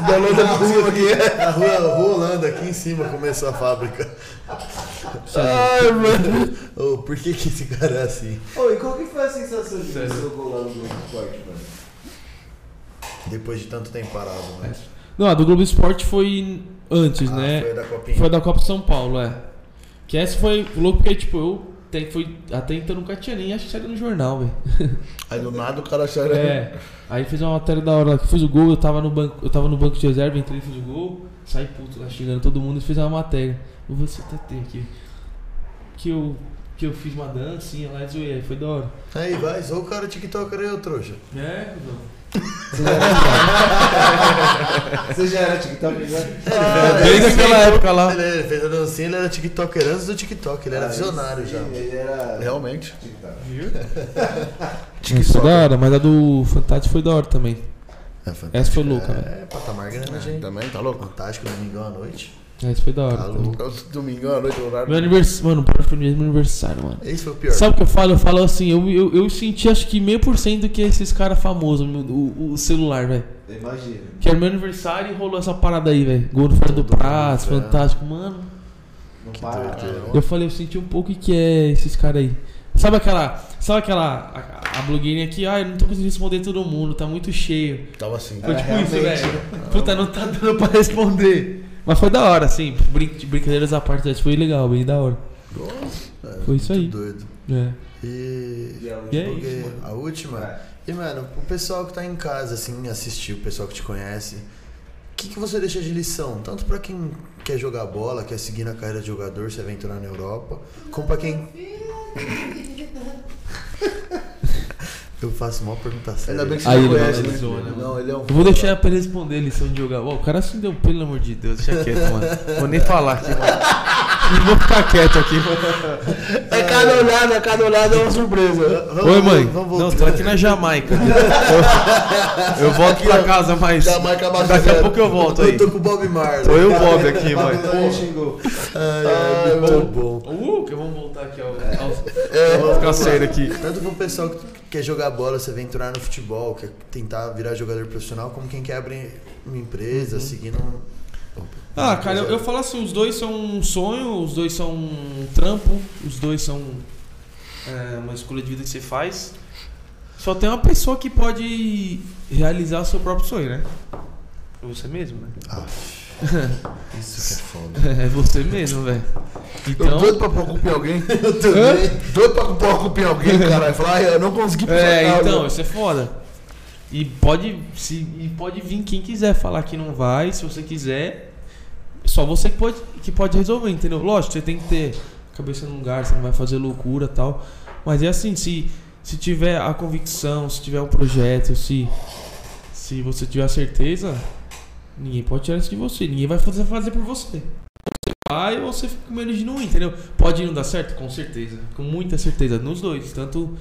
Speaker 2: Da Holanda do cima aqui.
Speaker 3: assim. Na rua, rua Holanda, aqui em cima, começou a fábrica.
Speaker 2: Ai, mano.
Speaker 3: Ô, por que que esse cara é assim?
Speaker 1: Ô, e qual que foi a sensação de ver seu gol lá no Globo Esporte, mano?
Speaker 3: Depois de tanto tempo parado, né?
Speaker 4: Não, a do Globo Esporte foi antes, É, né?
Speaker 3: Ah, foi da copinha.
Speaker 4: Foi da Copa São Paulo, é. Que essa foi louco porque, tipo, eu até, foi, até então nunca tinha nem acho que saiu no jornal, velho.
Speaker 2: Aí do nada o cara achou.
Speaker 4: É. Aí fiz uma matéria da hora lá que fiz o gol, eu tava no banco, eu tava no banco de reserva, entrei e fiz o gol, saí puto lá xingando todo mundo e fiz uma matéria. Eu vou você até tem aqui. Que eu. Que eu fiz uma dancinha lá e zoei, aí foi da hora.
Speaker 3: Aí vai, zoa o cara TikToker aí, ô trouxa.
Speaker 4: É,
Speaker 1: Você já era- Você já era TikTok já?
Speaker 4: É, Desde aquela época lá.
Speaker 3: Ah, é, Ele, ele fez a dancinha, ele era TikToker antes do TikTok, ele era
Speaker 1: Ah,
Speaker 3: visionário
Speaker 1: esse-
Speaker 3: já.
Speaker 1: Ele era.
Speaker 2: Realmente.
Speaker 1: TikTok.
Speaker 4: Isso é da hora, mas a do Fantástico foi da hora também.
Speaker 3: É, fantástico.
Speaker 4: Essa foi louca, velho.
Speaker 3: É, patamar grande, hein?
Speaker 2: Também, tá louco?
Speaker 3: Fantástico, domingão à noite.
Speaker 4: Essa foi da hora.
Speaker 3: Tá
Speaker 4: também.
Speaker 3: louco.
Speaker 2: Domingão à noite, horário.
Speaker 4: Meu aniversário, mano, o pior foi mesmo meu aniversário, mano.
Speaker 3: Esse foi o pior.
Speaker 4: Sabe o que eu falo? Eu falo assim, eu, eu, eu senti acho que meio por cento do que esses caras famosos, meu- o, o celular, velho.
Speaker 1: Imagina.
Speaker 4: Que era meu aniversário e rolou essa parada aí, velho. Gol no fora do prazo,
Speaker 3: mundo, é.
Speaker 4: fantástico, mano.
Speaker 1: Não para.
Speaker 3: doideira.
Speaker 4: Eu falei, eu senti um pouco o que é esses caras aí. Sabe aquela. Sabe aquela. A, a blogueirinha que, ah, eu não tô conseguindo responder todo mundo, tá muito cheio.
Speaker 2: Tava assim.
Speaker 4: Foi tipo isso,
Speaker 1: realmente.
Speaker 4: velho. Puta, não tá dando pra responder. Mas foi da hora, assim, brin- de brincadeiras à parte, acho que foi legal, bem da hora.
Speaker 3: É,
Speaker 4: Foi isso
Speaker 3: muito
Speaker 4: aí.
Speaker 3: doido.
Speaker 4: É.
Speaker 3: E.
Speaker 1: E a última?
Speaker 4: E é
Speaker 3: Porque
Speaker 4: isso, mano.
Speaker 3: a última.
Speaker 1: É.
Speaker 3: E, mano, o pessoal que tá em casa, assim, assistir, o pessoal que te conhece, o que, que você deixa de lição? Tanto pra quem quer jogar bola, quer seguir na carreira de jogador, se aventurar na Europa, como pra quem. Eu faço uma pergunta séria.
Speaker 2: Ainda bem que você
Speaker 4: Aí
Speaker 2: não
Speaker 4: ele
Speaker 2: conhece, né?
Speaker 4: valorizou, né, mano?
Speaker 2: Não, ele é um.
Speaker 4: Eu vou deixar pra ele responder a lição de jogar. Ó, o cara acendeu, pelo amor de Deus, deixa quieto, mano. Vou nem falar aqui, mano. Não vou ficar quieto aqui.
Speaker 2: É cada olhada, é cada olhada é uma surpresa.
Speaker 3: Vamos-
Speaker 4: Oi, mãe.
Speaker 3: Vamos
Speaker 4: Não,
Speaker 3: voltar.
Speaker 4: tô aqui na Jamaica. Eu, eu volto pra casa, mas.
Speaker 2: Jamaica abaixo
Speaker 4: Daqui a
Speaker 2: zero.
Speaker 4: pouco eu volto aí.
Speaker 3: Eu tô com o Bob Marley.
Speaker 4: Tô eu Ah, e o Bob aqui, mãe.
Speaker 1: Babilônia xingou.
Speaker 3: Ai, ai, muito bom.
Speaker 4: Uh, que vamos voltar aqui, ó.
Speaker 3: É,
Speaker 4: Vou ficar sério aqui.
Speaker 3: Tanto pro pessoal que quer jogar bola, se aventurar no futebol, quer tentar virar jogador profissional, como quem quer abrir uma empresa, seguindo um.
Speaker 4: Uhum. Ah, cara, eu, eu falo assim, os dois são um sonho, os dois são um trampo, os dois são é, uma escolha de vida que você faz. Só tem uma pessoa que pode realizar seu próprio sonho, né? Você mesmo, né?
Speaker 3: Ah, isso que é foda.
Speaker 4: É você mesmo, velho.
Speaker 2: Eu
Speaker 4: Então,
Speaker 2: doido pra pôr a culpa em alguém.
Speaker 3: Eu também.
Speaker 2: Doido pra pôr a culpa em alguém, cara. Falar, "Ai, eu não consegui
Speaker 4: é,
Speaker 2: passar,
Speaker 4: então,
Speaker 2: mano."
Speaker 4: isso é foda. E pode, se, e pode vir quem quiser falar que não vai, se você quiser. Só você que pode, que pode resolver, entendeu? Lógico, você tem que ter a cabeça no lugar, você não vai fazer loucura e tal. Mas é assim, se, se tiver a convicção, se tiver um projeto, se, se você tiver a certeza, ninguém pode tirar isso de você, ninguém vai fazer, fazer por você. Você vai ou você fica com medo de não ir, entendeu? Pode não dar certo? Com certeza, com muita certeza, nos dois, tanto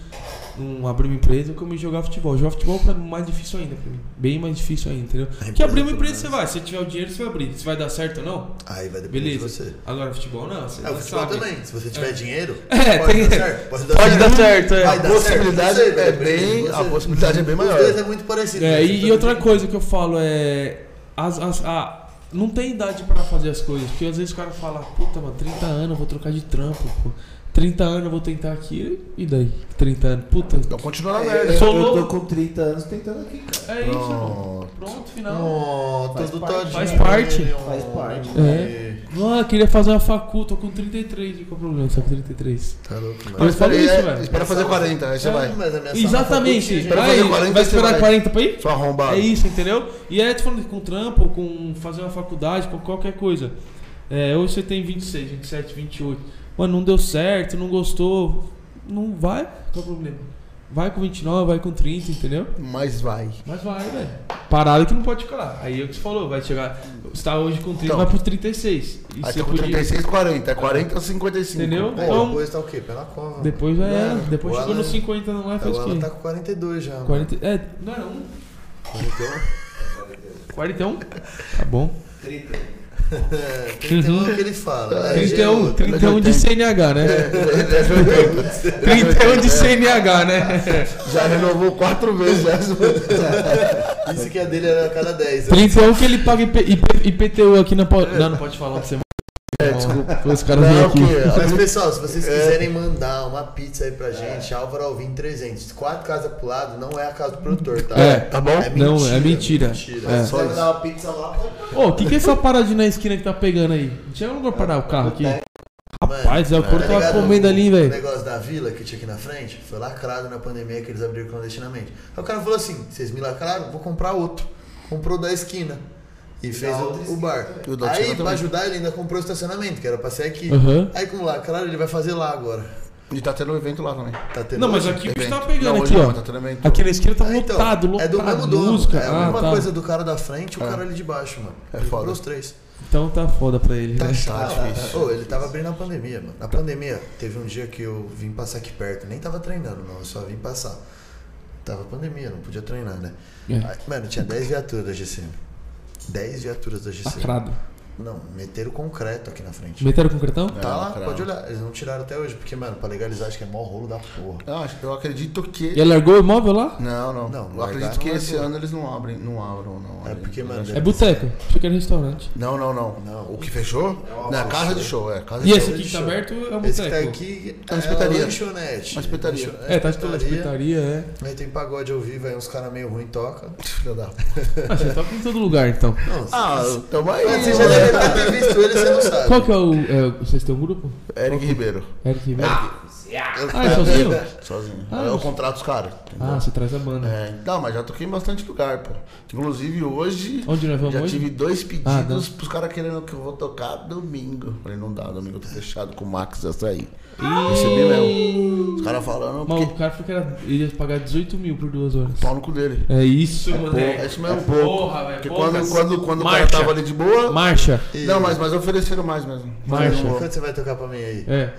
Speaker 4: não um, abrir uma empresa como em jogar futebol. Jogar futebol é mais difícil ainda pra mim. Bem mais difícil ainda, entendeu? Porque abrir uma empresa você vai. Se tiver o dinheiro, você vai abrir. Se vai dar certo ou não.
Speaker 3: Aí vai depender
Speaker 4: Beleza.
Speaker 3: de você.
Speaker 4: Agora futebol não. Você
Speaker 3: É, o
Speaker 4: não
Speaker 3: futebol
Speaker 4: sabe.
Speaker 3: também. Se você tiver
Speaker 4: É.
Speaker 3: dinheiro,
Speaker 4: É,
Speaker 3: pode
Speaker 4: tem-
Speaker 3: dar certo. Pode dar
Speaker 4: Pode
Speaker 3: certo.
Speaker 4: dar certo,
Speaker 3: Vai
Speaker 4: é.
Speaker 3: dar
Speaker 2: A possibilidade
Speaker 3: certo, não sei,
Speaker 2: é
Speaker 3: vai depender
Speaker 2: bem.
Speaker 3: de
Speaker 2: A
Speaker 3: você.
Speaker 2: possibilidade é bem
Speaker 3: Os
Speaker 2: maior.
Speaker 3: dois é muito parecido.
Speaker 4: É, e, e outra
Speaker 3: coisa.
Speaker 4: coisa que eu falo é. As, as- a- não tem idade pra fazer as coisas. Porque às vezes o cara fala, puta, mano, 30 anos eu vou trocar de trampo, pô. 30 anos eu vou tentar aqui. E daí? 30 anos. Puta.
Speaker 2: Então continua
Speaker 4: É,
Speaker 2: na merda.
Speaker 1: Eu,
Speaker 4: Sou
Speaker 1: eu tô
Speaker 4: louco.
Speaker 1: com 30 anos tentando aqui, cara.
Speaker 4: É isso, mano. Pronto, final.
Speaker 3: Oh,
Speaker 1: Faz
Speaker 3: tudo
Speaker 1: parte.
Speaker 3: todinho.
Speaker 4: Faz parte.
Speaker 1: Faz parte.
Speaker 4: É. Ah, queria fazer uma facul, tô com 33. Qual o problema? Só com 33.
Speaker 3: Tá louco, mano.
Speaker 4: é. Mas
Speaker 2: Espera
Speaker 4: fala
Speaker 2: aí,
Speaker 4: isso,
Speaker 2: é,
Speaker 4: velho.
Speaker 2: Espera fazer 40, aí você
Speaker 3: É,
Speaker 2: vai.
Speaker 3: mas a minha sala
Speaker 4: Exatamente.
Speaker 3: tá curtinha,
Speaker 2: Pra
Speaker 4: Vai,
Speaker 2: fazer 40,
Speaker 4: vai
Speaker 2: você
Speaker 4: esperar
Speaker 2: vai.
Speaker 4: 40 pra ir?
Speaker 2: Só arrombado.
Speaker 4: É isso, entendeu? E é, tô falando com trampo, com fazer uma faculdade, com qualquer coisa. É, hoje você tem 26, 27, 28. Mano, não deu certo, não gostou. Não vai, qual é o problema? Vai com 29, vai com 30, entendeu?
Speaker 2: Mas vai.
Speaker 4: Mas vai, velho. Parada que não pode ficar lá. Aí é o que você falou, vai chegar. Você tá hoje com 30,
Speaker 2: Então.
Speaker 4: vai pro 36. E
Speaker 2: Aí
Speaker 4: você
Speaker 2: tá com
Speaker 4: podia-
Speaker 2: 36, 40. É 40, 55.
Speaker 4: Entendeu?
Speaker 3: Pô,
Speaker 4: Então-
Speaker 3: depois tá o quê? Pela cova.
Speaker 4: Depois já
Speaker 3: Não
Speaker 4: era.
Speaker 3: era.
Speaker 4: Depois
Speaker 3: O
Speaker 4: chegou
Speaker 3: Alan-
Speaker 4: nos
Speaker 2: né?
Speaker 4: 50, não é? Faz o
Speaker 3: Agora ela
Speaker 4: quê?
Speaker 3: tá com 42 já. mano.
Speaker 4: 40. É, não era um? 41? Tá bom.
Speaker 1: 30.
Speaker 3: É, 31 é o que ele fala. É,
Speaker 4: 31,
Speaker 3: G8.
Speaker 4: 31 de CNH, né? 31 de CNH, né?
Speaker 2: Já renovou quatro vezes já.
Speaker 3: É, Isso que a dele era a cada 10. né?
Speaker 4: 31 que ele paga IP, IP, IPTU aqui na. po- Não, não pode falar pra você. É, desculpa. Os caras vêm
Speaker 2: Não,
Speaker 4: aqui. É.
Speaker 2: que
Speaker 3: Mas pessoal, se vocês quiserem mandar uma pizza aí pra gente, Álvaro Alvim 300, quatro casas pro lado, não é a casa do produtor, tá?
Speaker 4: É,
Speaker 2: tá bom?
Speaker 4: Não, é mentira. É.
Speaker 3: Só
Speaker 1: Você dá uma pizza lá.
Speaker 4: Ô, o que, que é essa paradinha na esquina que tá pegando aí? Não tinha lugar pra parar o carro aqui.
Speaker 3: Mano,
Speaker 4: Rapaz, é, o corpo tava
Speaker 3: tá ligado
Speaker 4: comendo
Speaker 3: o-
Speaker 4: ali,
Speaker 3: O
Speaker 4: velho.
Speaker 3: negócio da vila que tinha aqui na frente foi lacrado na pandemia que eles abriram clandestinamente. Aí o cara falou assim: vocês me lacraram, vou comprar outro. Comprou da esquina. E fez
Speaker 1: da
Speaker 3: o,
Speaker 1: outra
Speaker 3: o bar.
Speaker 2: E o da
Speaker 3: Aí,
Speaker 2: esquina
Speaker 3: pra
Speaker 2: também.
Speaker 3: ajudar, ele ainda comprou o estacionamento, que era pra ser aqui.
Speaker 4: Aham.
Speaker 3: Aí, como lacraram, ele vai fazer lá agora.
Speaker 2: E tá tendo um evento lá também.
Speaker 3: Tá tendo
Speaker 4: Não, mas
Speaker 3: hoje?
Speaker 4: aqui o bicho
Speaker 2: Evento.
Speaker 4: tá pegando
Speaker 2: Não,
Speaker 4: aqui,
Speaker 2: hoje não, Tá
Speaker 4: ó.
Speaker 2: tendo evento.
Speaker 4: Aqui na esquina tá
Speaker 3: Ah, então,
Speaker 4: lotado, lotado.
Speaker 3: É do mesmo dono.
Speaker 4: música.
Speaker 3: É a
Speaker 4: ah,
Speaker 3: mesma
Speaker 4: tá.
Speaker 3: coisa do cara da frente e o cara ali de baixo, mano. É
Speaker 2: foda.
Speaker 3: Os três.
Speaker 4: Então tá foda pra ele, né?
Speaker 3: Ah, ô, ele tava bem na pandemia, mano. Na pandemia, teve um dia que eu vim passar aqui perto. Nem tava treinando, não. Eu só vim passar. Tava pandemia, não podia treinar, né?
Speaker 4: É.
Speaker 3: Aí, mano, tinha 10 viaturas da GCM. 10 viaturas da GCM.
Speaker 4: Lacrado.
Speaker 3: Não, meteram concreto aqui na frente.
Speaker 4: Meteram concretão?
Speaker 3: Tá lá,
Speaker 2: lacrado.
Speaker 3: pode olhar. Eles não tiraram até hoje, porque, mano, pra legalizar, acho que é mó rolo da porra.
Speaker 2: Eu, acho- Ah, eu acredito que.
Speaker 4: E ele largou o imóvel lá?
Speaker 2: Não, não.
Speaker 3: Não,
Speaker 2: eu
Speaker 3: largar
Speaker 2: acredito que
Speaker 3: não é
Speaker 2: esse
Speaker 3: boa.
Speaker 2: ano eles não abrem, não abram, não.
Speaker 3: É porque, mano,
Speaker 4: É boteco. Achei que era restaurante.
Speaker 2: Não, não, não.
Speaker 3: Não. É
Speaker 2: O que fechou? Na casa
Speaker 3: né?
Speaker 2: de show, é. Casa
Speaker 4: E
Speaker 2: de
Speaker 4: esse
Speaker 2: show.
Speaker 4: aqui que tá aberto é um
Speaker 3: Esse que tá
Speaker 4: boteco.
Speaker 3: aqui
Speaker 2: É uma
Speaker 3: é
Speaker 2: espetaria.
Speaker 3: a lanchonete.
Speaker 2: Uma espetaria.
Speaker 3: Lancho-
Speaker 4: É, tá de toda espetaria, é.
Speaker 3: Aí tem pagode ao vivo, aí uns caras meio ruim tocam.
Speaker 2: Filha da-
Speaker 4: Ah, você toca em todo lugar, então.
Speaker 2: Ah, tamo aí.
Speaker 3: Você já deve ter visto ele, você não sabe.
Speaker 4: Qual que é o... é, vocês têm um grupo?
Speaker 2: Eric Ribeiro,
Speaker 4: Eric Ribeiro? Ah, é sozinho?
Speaker 2: sozinho.
Speaker 4: Ah,
Speaker 2: Aí eu
Speaker 4: mas-
Speaker 2: contrato os caras.
Speaker 4: Ah, você traz a banda.
Speaker 2: É, não, mas já toquei em bastante lugar, pô. Inclusive hoje.
Speaker 4: Onde nós vamos
Speaker 2: Já
Speaker 4: hoje?
Speaker 2: tive dois
Speaker 4: Ah,
Speaker 2: pedidos
Speaker 4: não.
Speaker 2: pros caras querendo que eu vou tocar domingo. Falei, não dá, domingo eu tô fechado com o Max essa aí.
Speaker 4: E-
Speaker 2: Recebi mesmo. Os caras falando,
Speaker 4: Mas
Speaker 2: porque
Speaker 4: o cara falou que era, ele ia pagar 18 mil por duas horas.
Speaker 2: pau no cu dele.
Speaker 4: É isso,
Speaker 2: É
Speaker 4: moleque.
Speaker 2: isso mesmo.
Speaker 4: Porra, velho,
Speaker 2: Porque
Speaker 4: poucas.
Speaker 2: quando, quando, quando o cara
Speaker 4: Marcha.
Speaker 2: tava ali de boa.
Speaker 4: Marcha.
Speaker 2: Não, mas, mas ofereceram mais mesmo.
Speaker 4: Marcha.
Speaker 3: Quanto você vai tocar pra mim aí?
Speaker 4: É.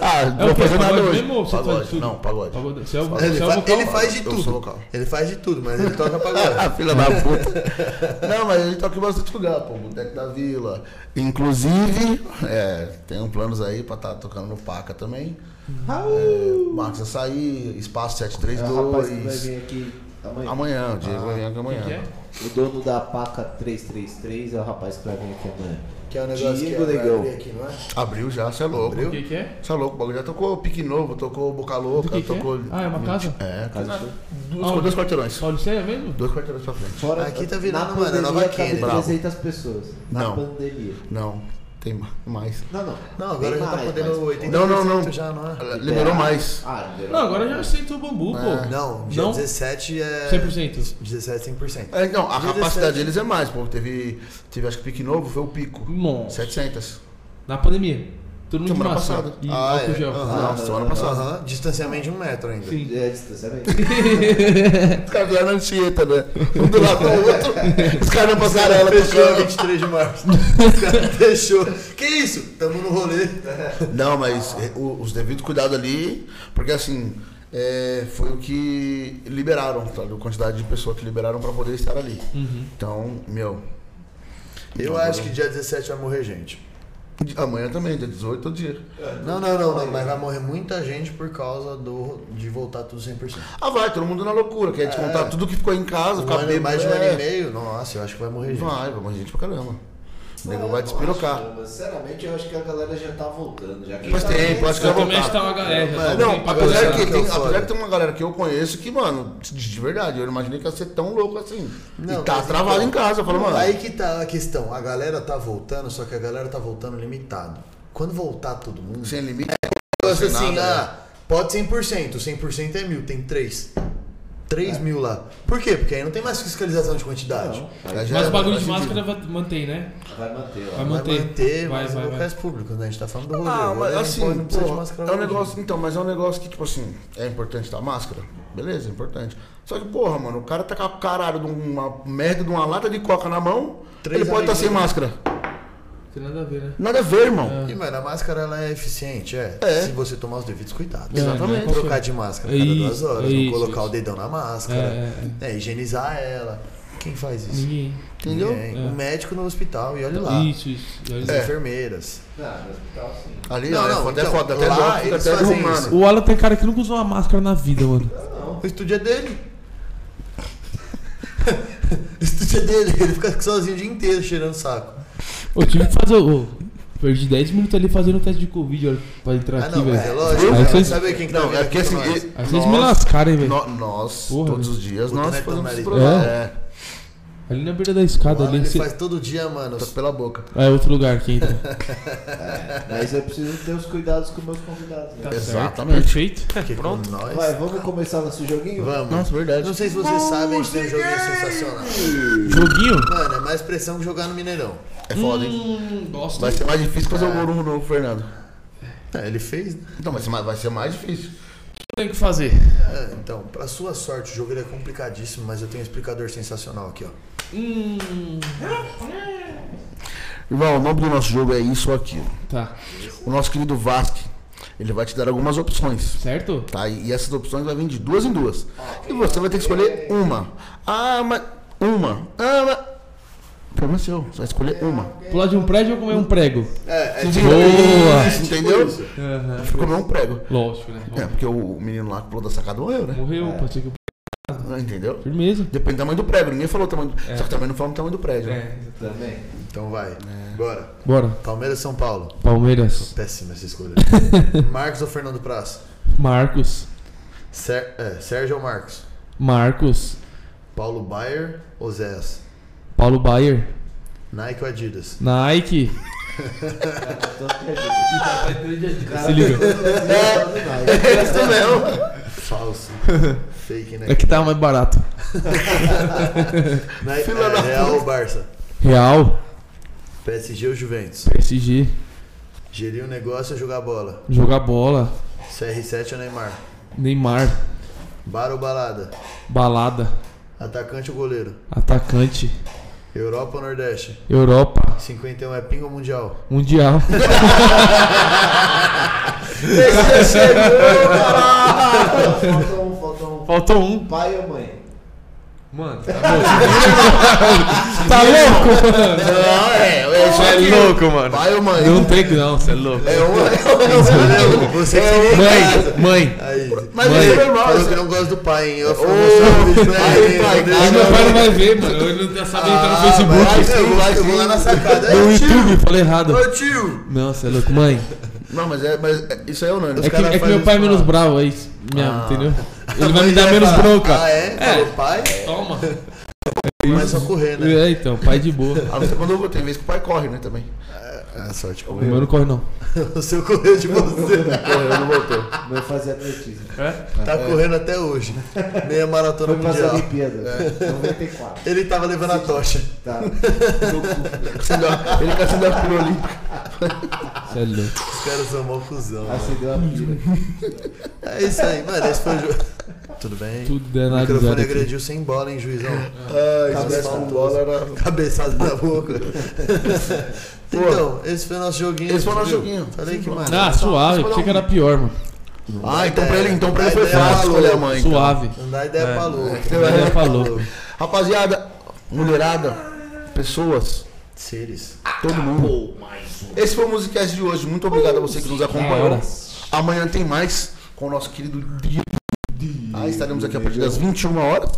Speaker 2: Ah, não
Speaker 4: É o
Speaker 2: vou
Speaker 4: quê?
Speaker 2: fazer nada
Speaker 4: Pagode
Speaker 2: hoje.
Speaker 4: mesmo ou você faz
Speaker 2: Pagode,
Speaker 4: tudo?
Speaker 2: não, pagode.
Speaker 4: Pagode- Você é o,
Speaker 3: Ele,
Speaker 4: você é o
Speaker 3: fa-
Speaker 4: vocal?
Speaker 3: ele faz de
Speaker 2: Eu
Speaker 3: tudo.
Speaker 2: sou vocal.
Speaker 3: Ele faz de tudo, mas ele toca pagode.
Speaker 2: Ah, filha da puta. Não, mas ele toca em bastante lugar, pô. Boteco da Vila. Inclusive, é, tem um planos aí pra estar tocando no Paca também.
Speaker 4: Uhum.
Speaker 2: É, Marcos Açaí, Espaço
Speaker 1: É o rapaz que vai
Speaker 2: 732.
Speaker 1: vir aqui amanhã.
Speaker 2: Amanhã, o Diego vai vir aqui amanhã.
Speaker 4: que é?
Speaker 1: O dono da Paca 333 é o rapaz que vai vir aqui amanhã.
Speaker 3: Que é o negócio
Speaker 1: Diego
Speaker 3: que é pra
Speaker 1: Negão.
Speaker 3: abrir aqui, não é?
Speaker 2: Abriu já, você é louco.
Speaker 4: O que, que é?
Speaker 2: Você é louco, o bagulho já tocou Pique Novo, tocou Boca Louca,
Speaker 4: Do que que é?
Speaker 2: tocou.
Speaker 4: Ah, é uma casa?
Speaker 2: É,
Speaker 4: Ah,
Speaker 1: Casa de
Speaker 2: casa.
Speaker 1: show.
Speaker 2: Duas,
Speaker 4: Aonde?
Speaker 2: dois quarteirões.
Speaker 4: Olha, você é mesmo?
Speaker 2: Dois quarteirões pra frente.
Speaker 1: Fora,
Speaker 3: Aqui tá virando,
Speaker 1: na
Speaker 3: mano,
Speaker 1: pandemia,
Speaker 3: nova
Speaker 1: cabe
Speaker 3: Kennedy.
Speaker 1: 300 pessoas. Na
Speaker 2: Não.
Speaker 1: pandemia.
Speaker 2: Não, tem ma- mais.
Speaker 1: Não, não.
Speaker 3: Não, agora
Speaker 1: Tem
Speaker 3: já tá
Speaker 1: mais,
Speaker 3: podendo
Speaker 1: mas-
Speaker 3: 80%
Speaker 2: Não, não, não.
Speaker 3: já, não é?
Speaker 2: Liberou mais.
Speaker 1: Ah, liberou.
Speaker 4: Não, agora já aceitou o bambu, pô.
Speaker 3: Ah, Não, dia
Speaker 4: Não?
Speaker 3: 17 é...
Speaker 4: 100%.
Speaker 3: 17, 100%.
Speaker 2: É, não, a
Speaker 3: 17.
Speaker 2: capacidade deles é mais, pô. Teve, teve acho que pique novo, foi o pico.
Speaker 4: Nossa.
Speaker 2: 700.
Speaker 4: Na pandemia. Todo mundo de
Speaker 2: Semana
Speaker 4: massa.
Speaker 2: passada.
Speaker 4: E
Speaker 3: Ah,
Speaker 4: álcool
Speaker 3: é.
Speaker 4: gel.
Speaker 3: Aham.
Speaker 2: não, semana passada.
Speaker 3: Aham, distanciamento de um metro ainda.
Speaker 4: Sim.
Speaker 1: É, distanciamento.
Speaker 2: Os caras vieram na Anchieta, né? Um do lado do outro. Os caras na passarela
Speaker 3: Fechou
Speaker 2: tocando.
Speaker 3: 23 de março. Os caras fechou. Que isso? Tamo no rolê.
Speaker 2: Não, mas é, o- os devidos cuidados ali, porque assim, é, foi o que liberaram, tá? A quantidade de pessoas que liberaram pra poder estar ali.
Speaker 4: Uhum.
Speaker 2: Então, meu.
Speaker 3: Eu acho que dia 17 vai morrer gente.
Speaker 2: Amanhã também, dia 18 todo dia.
Speaker 3: Não, não, não, não, mas vai morrer muita gente por causa do, de voltar tudo 100%.
Speaker 2: Ah, vai, todo mundo na loucura, quer descontar tudo que ficou em casa,
Speaker 3: É. Um
Speaker 2: ficar
Speaker 3: ano,
Speaker 2: bêbado.
Speaker 3: mais de um ano
Speaker 2: é.
Speaker 3: e meio, nossa, eu acho que vai morrer gente.
Speaker 2: Vai, vai morrer gente pra caramba. O nego vai
Speaker 1: Eu
Speaker 2: despirocar.
Speaker 1: acho, mas, Sinceramente, eu acho que a galera já tá voltando. Já que
Speaker 2: Mas
Speaker 1: tá
Speaker 2: tem,
Speaker 3: é
Speaker 2: pode ficar
Speaker 4: Também
Speaker 2: voltar.
Speaker 4: está uma galera. já tá
Speaker 2: Não,
Speaker 4: alguém pra
Speaker 2: apesar
Speaker 4: conversar.
Speaker 2: que,
Speaker 3: que
Speaker 2: tem,
Speaker 3: eu né? falo.
Speaker 2: apesar que tem uma galera que eu conheço que, mano, de, de verdade, eu não imaginei que ia ser tão louco assim.
Speaker 3: Não,
Speaker 2: e tá
Speaker 3: mas
Speaker 2: travado
Speaker 3: então,
Speaker 2: em casa, eu falo, mano.
Speaker 3: Aí que tá a questão. A galera tá voltando, só que a galera tá voltando limitado. Quando voltar todo mundo,
Speaker 2: Sem limite.
Speaker 3: eu acho
Speaker 2: sem
Speaker 3: assim,
Speaker 2: nada,
Speaker 3: ah, pode 100%, 100% é mil, tem 3. 3 mil lá. Por quê? Porque aí não tem mais fiscalização de quantidade.
Speaker 1: Não,
Speaker 2: Aí já
Speaker 4: Mas
Speaker 3: é
Speaker 2: era,
Speaker 4: o bagulho
Speaker 2: faz
Speaker 4: de
Speaker 2: sentido.
Speaker 4: máscara vai- mantém, né?
Speaker 1: Vai manter, ó.
Speaker 4: Vai
Speaker 3: Vai
Speaker 4: manter.
Speaker 3: manter,
Speaker 4: Vai,
Speaker 3: mas é em
Speaker 4: vai, vai.
Speaker 3: locais públicos, né? A gente tá falando do rolê.
Speaker 2: Ah,
Speaker 3: O rolê
Speaker 2: mas
Speaker 3: não
Speaker 2: assim,
Speaker 3: pode- não precisa de
Speaker 2: porra,
Speaker 3: máscara
Speaker 2: é um
Speaker 3: hoje.
Speaker 2: negócio, então, mas é um negócio que, tipo assim, é importante tá máscara? Beleza, é importante. Só que, porra, mano, o cara tá com a caralho de uma merda de uma lata de coca na mão,
Speaker 3: Três
Speaker 2: ele pode estar
Speaker 3: amigos,
Speaker 2: sem
Speaker 3: né?
Speaker 2: máscara.
Speaker 4: Tem nada a ver, né?
Speaker 2: Nada a ver, irmão.
Speaker 3: E, mano, a máscara ela é eficiente, é.
Speaker 2: É.
Speaker 3: Se você tomar os devidos cuidados.
Speaker 4: É, Exatamente. né?
Speaker 3: Trocar de máscara a cada
Speaker 4: Isso,
Speaker 3: duas horas, não
Speaker 4: isso,
Speaker 3: colocar
Speaker 4: isso.
Speaker 3: o dedão na máscara,
Speaker 4: É,
Speaker 3: né, higienizar ela. Quem faz isso?
Speaker 4: Ninguém.
Speaker 3: Entendeu?
Speaker 4: É.
Speaker 3: O médico no hospital, e olha lá.
Speaker 4: Isso, é. isso. E olha
Speaker 3: As
Speaker 4: lá.
Speaker 3: enfermeiras.
Speaker 2: Ali,
Speaker 3: Não,
Speaker 2: ó, é
Speaker 3: não,
Speaker 2: foda,
Speaker 3: então,
Speaker 2: é foda, até
Speaker 3: lá
Speaker 2: dó, fica
Speaker 3: eles
Speaker 2: até
Speaker 3: fazem
Speaker 2: humano.
Speaker 3: isso.
Speaker 4: O Alan tem cara que nunca usou uma máscara na vida, mano.
Speaker 3: O estúdio é dele. o estúdio é dele. Ele fica sozinho o dia inteiro cheirando saco.
Speaker 4: Eu tive que fazer. ô, perdi 10 minutos ali fazendo o teste de Covid, olha, pra entrar
Speaker 3: Ah,
Speaker 4: aqui,
Speaker 3: não, mas é
Speaker 4: velho.
Speaker 3: lógico.
Speaker 4: Aí
Speaker 3: né?
Speaker 4: vocês-
Speaker 3: Sabe quem que tá
Speaker 2: Não,
Speaker 3: vindo
Speaker 2: é porque
Speaker 3: aqui
Speaker 2: assim,
Speaker 3: com nós?
Speaker 2: e-
Speaker 4: Aí vocês me
Speaker 2: nós-
Speaker 4: lascaram, hein, velho.
Speaker 2: no- nós,
Speaker 4: Porra,
Speaker 2: todos os dias,
Speaker 3: O
Speaker 2: nós
Speaker 3: Neto
Speaker 2: fazemos
Speaker 3: Marinho.
Speaker 2: esse programa. É,
Speaker 4: Ali na beira da escada,
Speaker 3: Mano,
Speaker 4: ali.
Speaker 3: ele
Speaker 4: Você...
Speaker 3: faz todo dia, mano.
Speaker 2: tá pela boca.
Speaker 4: Ah, é outro lugar que entra.
Speaker 1: Mas eu preciso ter os cuidados com meus convidados. Né?
Speaker 4: Tá
Speaker 2: Exatamente.
Speaker 4: Perfeito.
Speaker 3: Porque com
Speaker 7: Pronto.
Speaker 2: Tá.
Speaker 3: Nós.
Speaker 1: Vai, vamos começar nosso joguinho?
Speaker 3: Vamos.
Speaker 2: Nossa,
Speaker 3: Não
Speaker 2: verdade.
Speaker 3: sei se vocês sabem, a gente tem um joguinho sensacional.
Speaker 4: Joguinho?
Speaker 3: Mano, é mais pressão que jogar no Mineirão.
Speaker 2: É foda, hein?
Speaker 4: Hum, gosto.
Speaker 2: Vai ser mais difícil fazer o gol no novo, Fernando.
Speaker 3: É, ele fez, né?
Speaker 2: Então, vai ser mais, vai ser mais difícil.
Speaker 4: Tem que fazer.
Speaker 3: É, então, pra sua sorte, o jogo ele é complicadíssimo, mas eu tenho um explicador sensacional aqui, ó.
Speaker 4: Hum.
Speaker 2: Irmão, o nome do nosso jogo é isso ou aquilo.
Speaker 4: Tá.
Speaker 2: O nosso querido Vasque, ele vai te dar algumas opções.
Speaker 4: Certo?
Speaker 2: Tá, e essas opções vai vir de duas em duas. E você vai ter que escolher uma. Ah, mas. Uma. Ah, mas. Problema seu. Você vai escolher uma.
Speaker 4: Pular de um prédio ou comer um prego?
Speaker 3: É, é
Speaker 2: Você
Speaker 4: Boa!
Speaker 2: isso, entendeu?
Speaker 4: Aham.
Speaker 2: Ficou meio um prego.
Speaker 4: Lógico, né?
Speaker 2: É, porque o menino lá que pulou da sacada morreu, né?
Speaker 4: Morreu, pode ser que eu.
Speaker 2: Entendeu?
Speaker 4: Firmeza.
Speaker 2: Depende do tamanho do prédio. Ninguém falou o tamanho do...
Speaker 4: É.
Speaker 2: Só que também não falamos o tamanho do prédio. né?
Speaker 4: É.
Speaker 1: Também.
Speaker 3: Então vai. Bora.
Speaker 4: Bora.
Speaker 3: Palmeiras São Paulo.
Speaker 4: Palmeiras.
Speaker 3: Péssima essa escolha. Marcos ou Fernando Praça?
Speaker 4: Marcos.
Speaker 3: Ser- é, Sérgio ou Marcos?
Speaker 4: Marcos.
Speaker 3: Paulo Baier ou Zéas?
Speaker 4: Paulo Bayer.
Speaker 3: Nike ou Adidas?
Speaker 4: Nike.
Speaker 1: Tô perdido.
Speaker 4: Se liga.
Speaker 1: É.
Speaker 3: Falso. Fake, né?
Speaker 4: É que tá mais barato.
Speaker 3: Nike, é, Real ou Barça?
Speaker 4: Real.
Speaker 3: PSG ou Juventus?
Speaker 4: PSG.
Speaker 3: Gerir um negócio ou jogar bola?
Speaker 4: Jogar bola.
Speaker 3: CR7 ou é Neymar?
Speaker 4: Neymar.
Speaker 3: Bar ou balada?
Speaker 4: Balada.
Speaker 3: Atacante ou goleiro?
Speaker 4: Atacante.
Speaker 3: Europa ou Nordeste?
Speaker 4: Europa.
Speaker 3: 51 é pingo ou mundial?
Speaker 4: Mundial. é
Speaker 1: Falta um, falta um.
Speaker 4: Faltou um.
Speaker 1: Pai ou mãe?
Speaker 4: Mano, tá louco. tá louco, mano.
Speaker 2: Não, é. é isso
Speaker 4: Cê
Speaker 2: aqui.
Speaker 4: louco, mano.
Speaker 2: Vai, ô, mãe.
Speaker 4: Não tem que não, você é louco.
Speaker 3: É uma, é uma. Você que
Speaker 4: Mãe, mãe.
Speaker 3: Aí.
Speaker 2: Mas
Speaker 4: Mãe.
Speaker 2: isso é normal.
Speaker 3: Falou
Speaker 2: isso
Speaker 3: que
Speaker 2: é-
Speaker 3: não gosta do pai, hein? Eu falo,
Speaker 2: Ô,
Speaker 3: "Você é um
Speaker 2: pai,
Speaker 3: bicho, né?
Speaker 2: pai,
Speaker 3: Não
Speaker 2: pai,
Speaker 4: Aí
Speaker 3: deixa
Speaker 4: meu
Speaker 3: eu
Speaker 4: pai não vai ver, mano. Ele não sabe entrar no
Speaker 3: Ah,
Speaker 4: Facebook.
Speaker 3: mas eu vou lá, eu vou lá na sacada.
Speaker 4: No
Speaker 3: Ô,
Speaker 4: YouTube, falei errado.
Speaker 3: Ô tio!
Speaker 4: Não, você é louco, mãe.
Speaker 2: Não, mas, é, mas é- isso aí é unânime.
Speaker 4: É que,
Speaker 3: caras
Speaker 4: é que
Speaker 3: fazem
Speaker 4: meu pai é
Speaker 3: isso
Speaker 4: menos
Speaker 3: lá.
Speaker 4: bravo, é isso. Minha,
Speaker 2: Ah.
Speaker 4: entendeu? Ele vai me dar menos bronca.
Speaker 3: Ah, é? Falou pai?
Speaker 4: Toma.
Speaker 3: Começa a correr, né?
Speaker 4: É, então, pai de boa.
Speaker 2: A não ser Ah, é quando tem vez que o pai corre, né, também.
Speaker 3: Ah, sorte
Speaker 4: O meu não corre, não.
Speaker 3: O seu correu de você.
Speaker 2: Correu, não voltou.
Speaker 1: Meu fazer atletismo.
Speaker 3: Tá correndo até hoje. Meia maratona
Speaker 1: Foi pras
Speaker 3: mundial.
Speaker 1: Olimpíadas.
Speaker 2: É.
Speaker 1: 94.
Speaker 3: Ele tava levando a tocha.
Speaker 1: Tá.
Speaker 2: Acendeu a- Ele que acendeu a pílula olímpica.
Speaker 4: Você é louco.
Speaker 3: Os caras são mó cuzão. mano.
Speaker 1: Acendeu a pira.
Speaker 3: É isso aí, mano. Esse foi o jogo. Tudo bem?
Speaker 4: Tudo é
Speaker 3: o microfone
Speaker 4: analisado. aqui.
Speaker 3: agrediu sem bola, hein, juizão?
Speaker 2: Ai,
Speaker 3: se tivesse com bola,
Speaker 2: era...
Speaker 3: Cabeçado na boca. então, esse foi o nosso joguinho.
Speaker 2: Esse foi o nosso
Speaker 3: viu?
Speaker 2: joguinho.
Speaker 3: Falei que, mano.
Speaker 4: Ah, suave, achei que era pior, mano.
Speaker 2: Ah, então pra ele, então pra ele
Speaker 3: Aí
Speaker 2: foi
Speaker 4: é
Speaker 3: deu
Speaker 2: fácil
Speaker 3: valor.
Speaker 2: escolher a mãe. É. então.
Speaker 4: Suave.
Speaker 3: Não dá ideia pra louco.
Speaker 4: Ele já falou.
Speaker 2: Rapaziada, mulherada, pessoas,
Speaker 3: Seres.
Speaker 2: todo mundo. Esse foi o Musicast de hoje. Muito obrigado a você que nos acompanhou.
Speaker 4: hora.
Speaker 2: Amanhã tem mais com o nosso querido Diego. Ah, estaremos aqui a partir das 21 horas.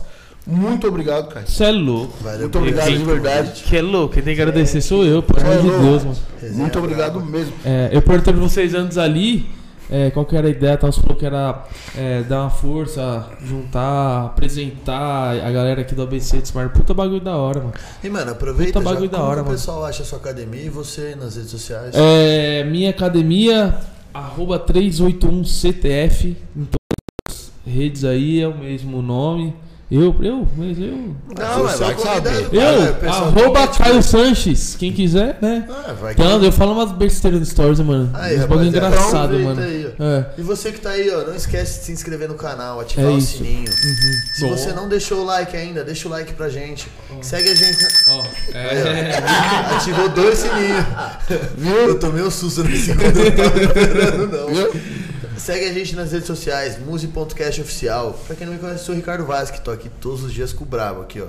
Speaker 2: Muito obrigado, Caio.
Speaker 4: Você é louco.
Speaker 3: Valeu,
Speaker 2: Muito obrigado de
Speaker 4: Sim.
Speaker 2: verdade.
Speaker 4: Que é louco, quem tem que agradecer sou eu, pelo amor de
Speaker 2: louco.
Speaker 4: Deus, mano.
Speaker 3: Resenha
Speaker 2: Muito obrigado
Speaker 3: brava.
Speaker 2: mesmo.
Speaker 4: É, eu perguntei pra vocês antes ali é, qual que era a ideia, tal, você falou que era é, dar uma força, juntar, apresentar a galera aqui do ABC de Smart. Puta bagulho da hora, mano.
Speaker 3: E, mano, aproveita
Speaker 4: Puta
Speaker 3: já.
Speaker 4: bagulho da
Speaker 3: Como
Speaker 4: hora,
Speaker 3: que o
Speaker 4: mano.
Speaker 3: pessoal acha a sua academia e você nas redes sociais?
Speaker 4: É, minha academia, arroba 381CTF, em todas as redes aí, é o mesmo nome. Eu, eu, mas eu.
Speaker 2: Não,
Speaker 3: Você é
Speaker 2: vai
Speaker 3: o convidado,
Speaker 2: saber.
Speaker 3: cara, o
Speaker 4: Eu,
Speaker 3: pessoal
Speaker 4: arroba
Speaker 3: que-
Speaker 4: Caio Sanches, quem quiser, né?
Speaker 3: Ah, vai que- é.
Speaker 4: Então, eu falo umas besteiras no stories, mano.
Speaker 3: Aí,
Speaker 4: Uns bagulho é
Speaker 3: rapaziada,
Speaker 4: engraçado,
Speaker 3: aproveita
Speaker 4: mano.
Speaker 3: aí, ó.
Speaker 4: É.
Speaker 3: E você que tá aí, ó, não esquece de se inscrever no canal, ativar
Speaker 4: É
Speaker 3: o
Speaker 4: isso.
Speaker 3: sininho.
Speaker 4: Uhum.
Speaker 3: Se
Speaker 4: Bom.
Speaker 3: você não deixou o like ainda, deixa o like pra gente. Segue a gente. na-
Speaker 4: Ó, é.
Speaker 3: Ativou Ah, dois sininhos. Eu
Speaker 2: Viu?
Speaker 3: tomei um susto nesse segundo, eu não tava esperando, não.
Speaker 2: Viu?
Speaker 3: Segue a gente nas redes sociais, muse.cast oficial. Pra quem não me conhece, eu sou o Ricardo Vaz, que tô aqui todos os dias com o Brabo aqui, ó.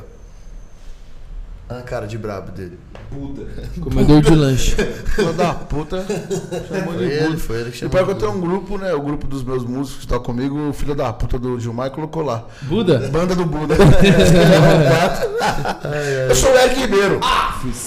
Speaker 3: Ah, cara de brabo dele.
Speaker 4: Comedor de lanche.
Speaker 2: Filho da puta. Chamou de
Speaker 3: Foi ele,
Speaker 2: burro.
Speaker 3: foi ele que
Speaker 2: E
Speaker 3: chamou.
Speaker 2: pior que eu tenho um grupo, né? O grupo dos meus músicos que tá comigo, o filho da puta do Gilmar colocou lá.
Speaker 4: Buda?
Speaker 2: Banda do Buda. É. eu sou o Eric Ribeiro.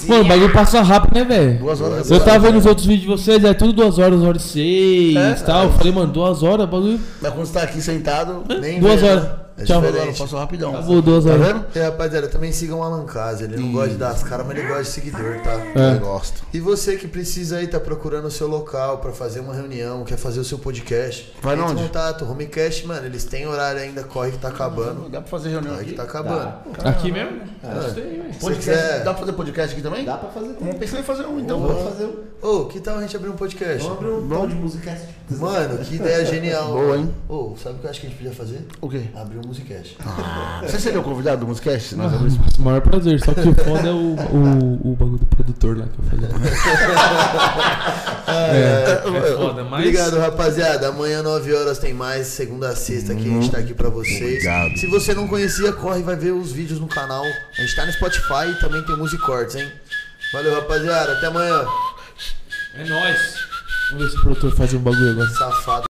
Speaker 4: Mano, o bagulho passa rápido, né, velho?
Speaker 2: Duas horas
Speaker 4: Eu tava vendo os outros vídeos de vocês, é tudo duas horas, uma hora e seis e
Speaker 7: É?
Speaker 4: tal. Eu falei, mano, duas horas, bagulho.
Speaker 2: Mas quando você tá aqui sentado, nem
Speaker 4: Duas
Speaker 2: vê, né?
Speaker 4: horas.
Speaker 2: É
Speaker 4: Tchau.
Speaker 2: diferente. Passou rapidão.
Speaker 4: Vou duas
Speaker 2: Tá
Speaker 4: horas.
Speaker 2: vendo?
Speaker 3: E É, rapaziada, também sigam o Alan Casa. Ele não gosta de dar as caras, mas ele gosta de seguidor, tá?
Speaker 2: Eu gosto.
Speaker 3: E você que precisa aí, tá procurando o seu local pra fazer uma reunião, quer fazer o seu podcast,
Speaker 2: Vai
Speaker 3: entra
Speaker 2: onde?
Speaker 3: em contato, Homecast, mano, eles têm horário ainda, corre que tá acabando.
Speaker 2: Dá pra fazer reunião
Speaker 3: Corre que
Speaker 2: aqui?
Speaker 3: tá acabando.
Speaker 4: Aqui mesmo?
Speaker 3: quiser-
Speaker 2: Podcast. Dá pra fazer podcast aqui também?
Speaker 1: Dá pra fazer tempo.
Speaker 2: Vamos pensar em fazer um, então.
Speaker 1: Vamos fazer um.
Speaker 3: Ô, que tal a gente abrir um podcast?
Speaker 1: Vamos abrir um tal de musicast.
Speaker 3: Mano, que ideia genial.
Speaker 2: Boa, hein?
Speaker 3: Ô, sabe o que eu acho que a gente podia fazer?
Speaker 2: O quê?
Speaker 3: Abrir um musicast.
Speaker 2: Você seria o convidado do Musicast? Nós vamos-
Speaker 4: Nossa, maior prazer. Só que é o foda é o, o, o bagulho do produtor lá que eu falei.
Speaker 7: É foda, mas.
Speaker 3: Obrigado, rapaziada. Amanhã, 9 horas, tem mais. Segunda a sexta que a gente tá aqui pra vocês.
Speaker 2: Obrigado.
Speaker 3: Se você não conhecia, corre e vai ver os vídeos no canal. A gente tá no Spotify e também tem Music Cortes, hein? Valeu, rapaziada. Até amanhã.
Speaker 7: É nóis.
Speaker 4: Vamos ver se o produtor faz um bagulho agora.
Speaker 3: Safado.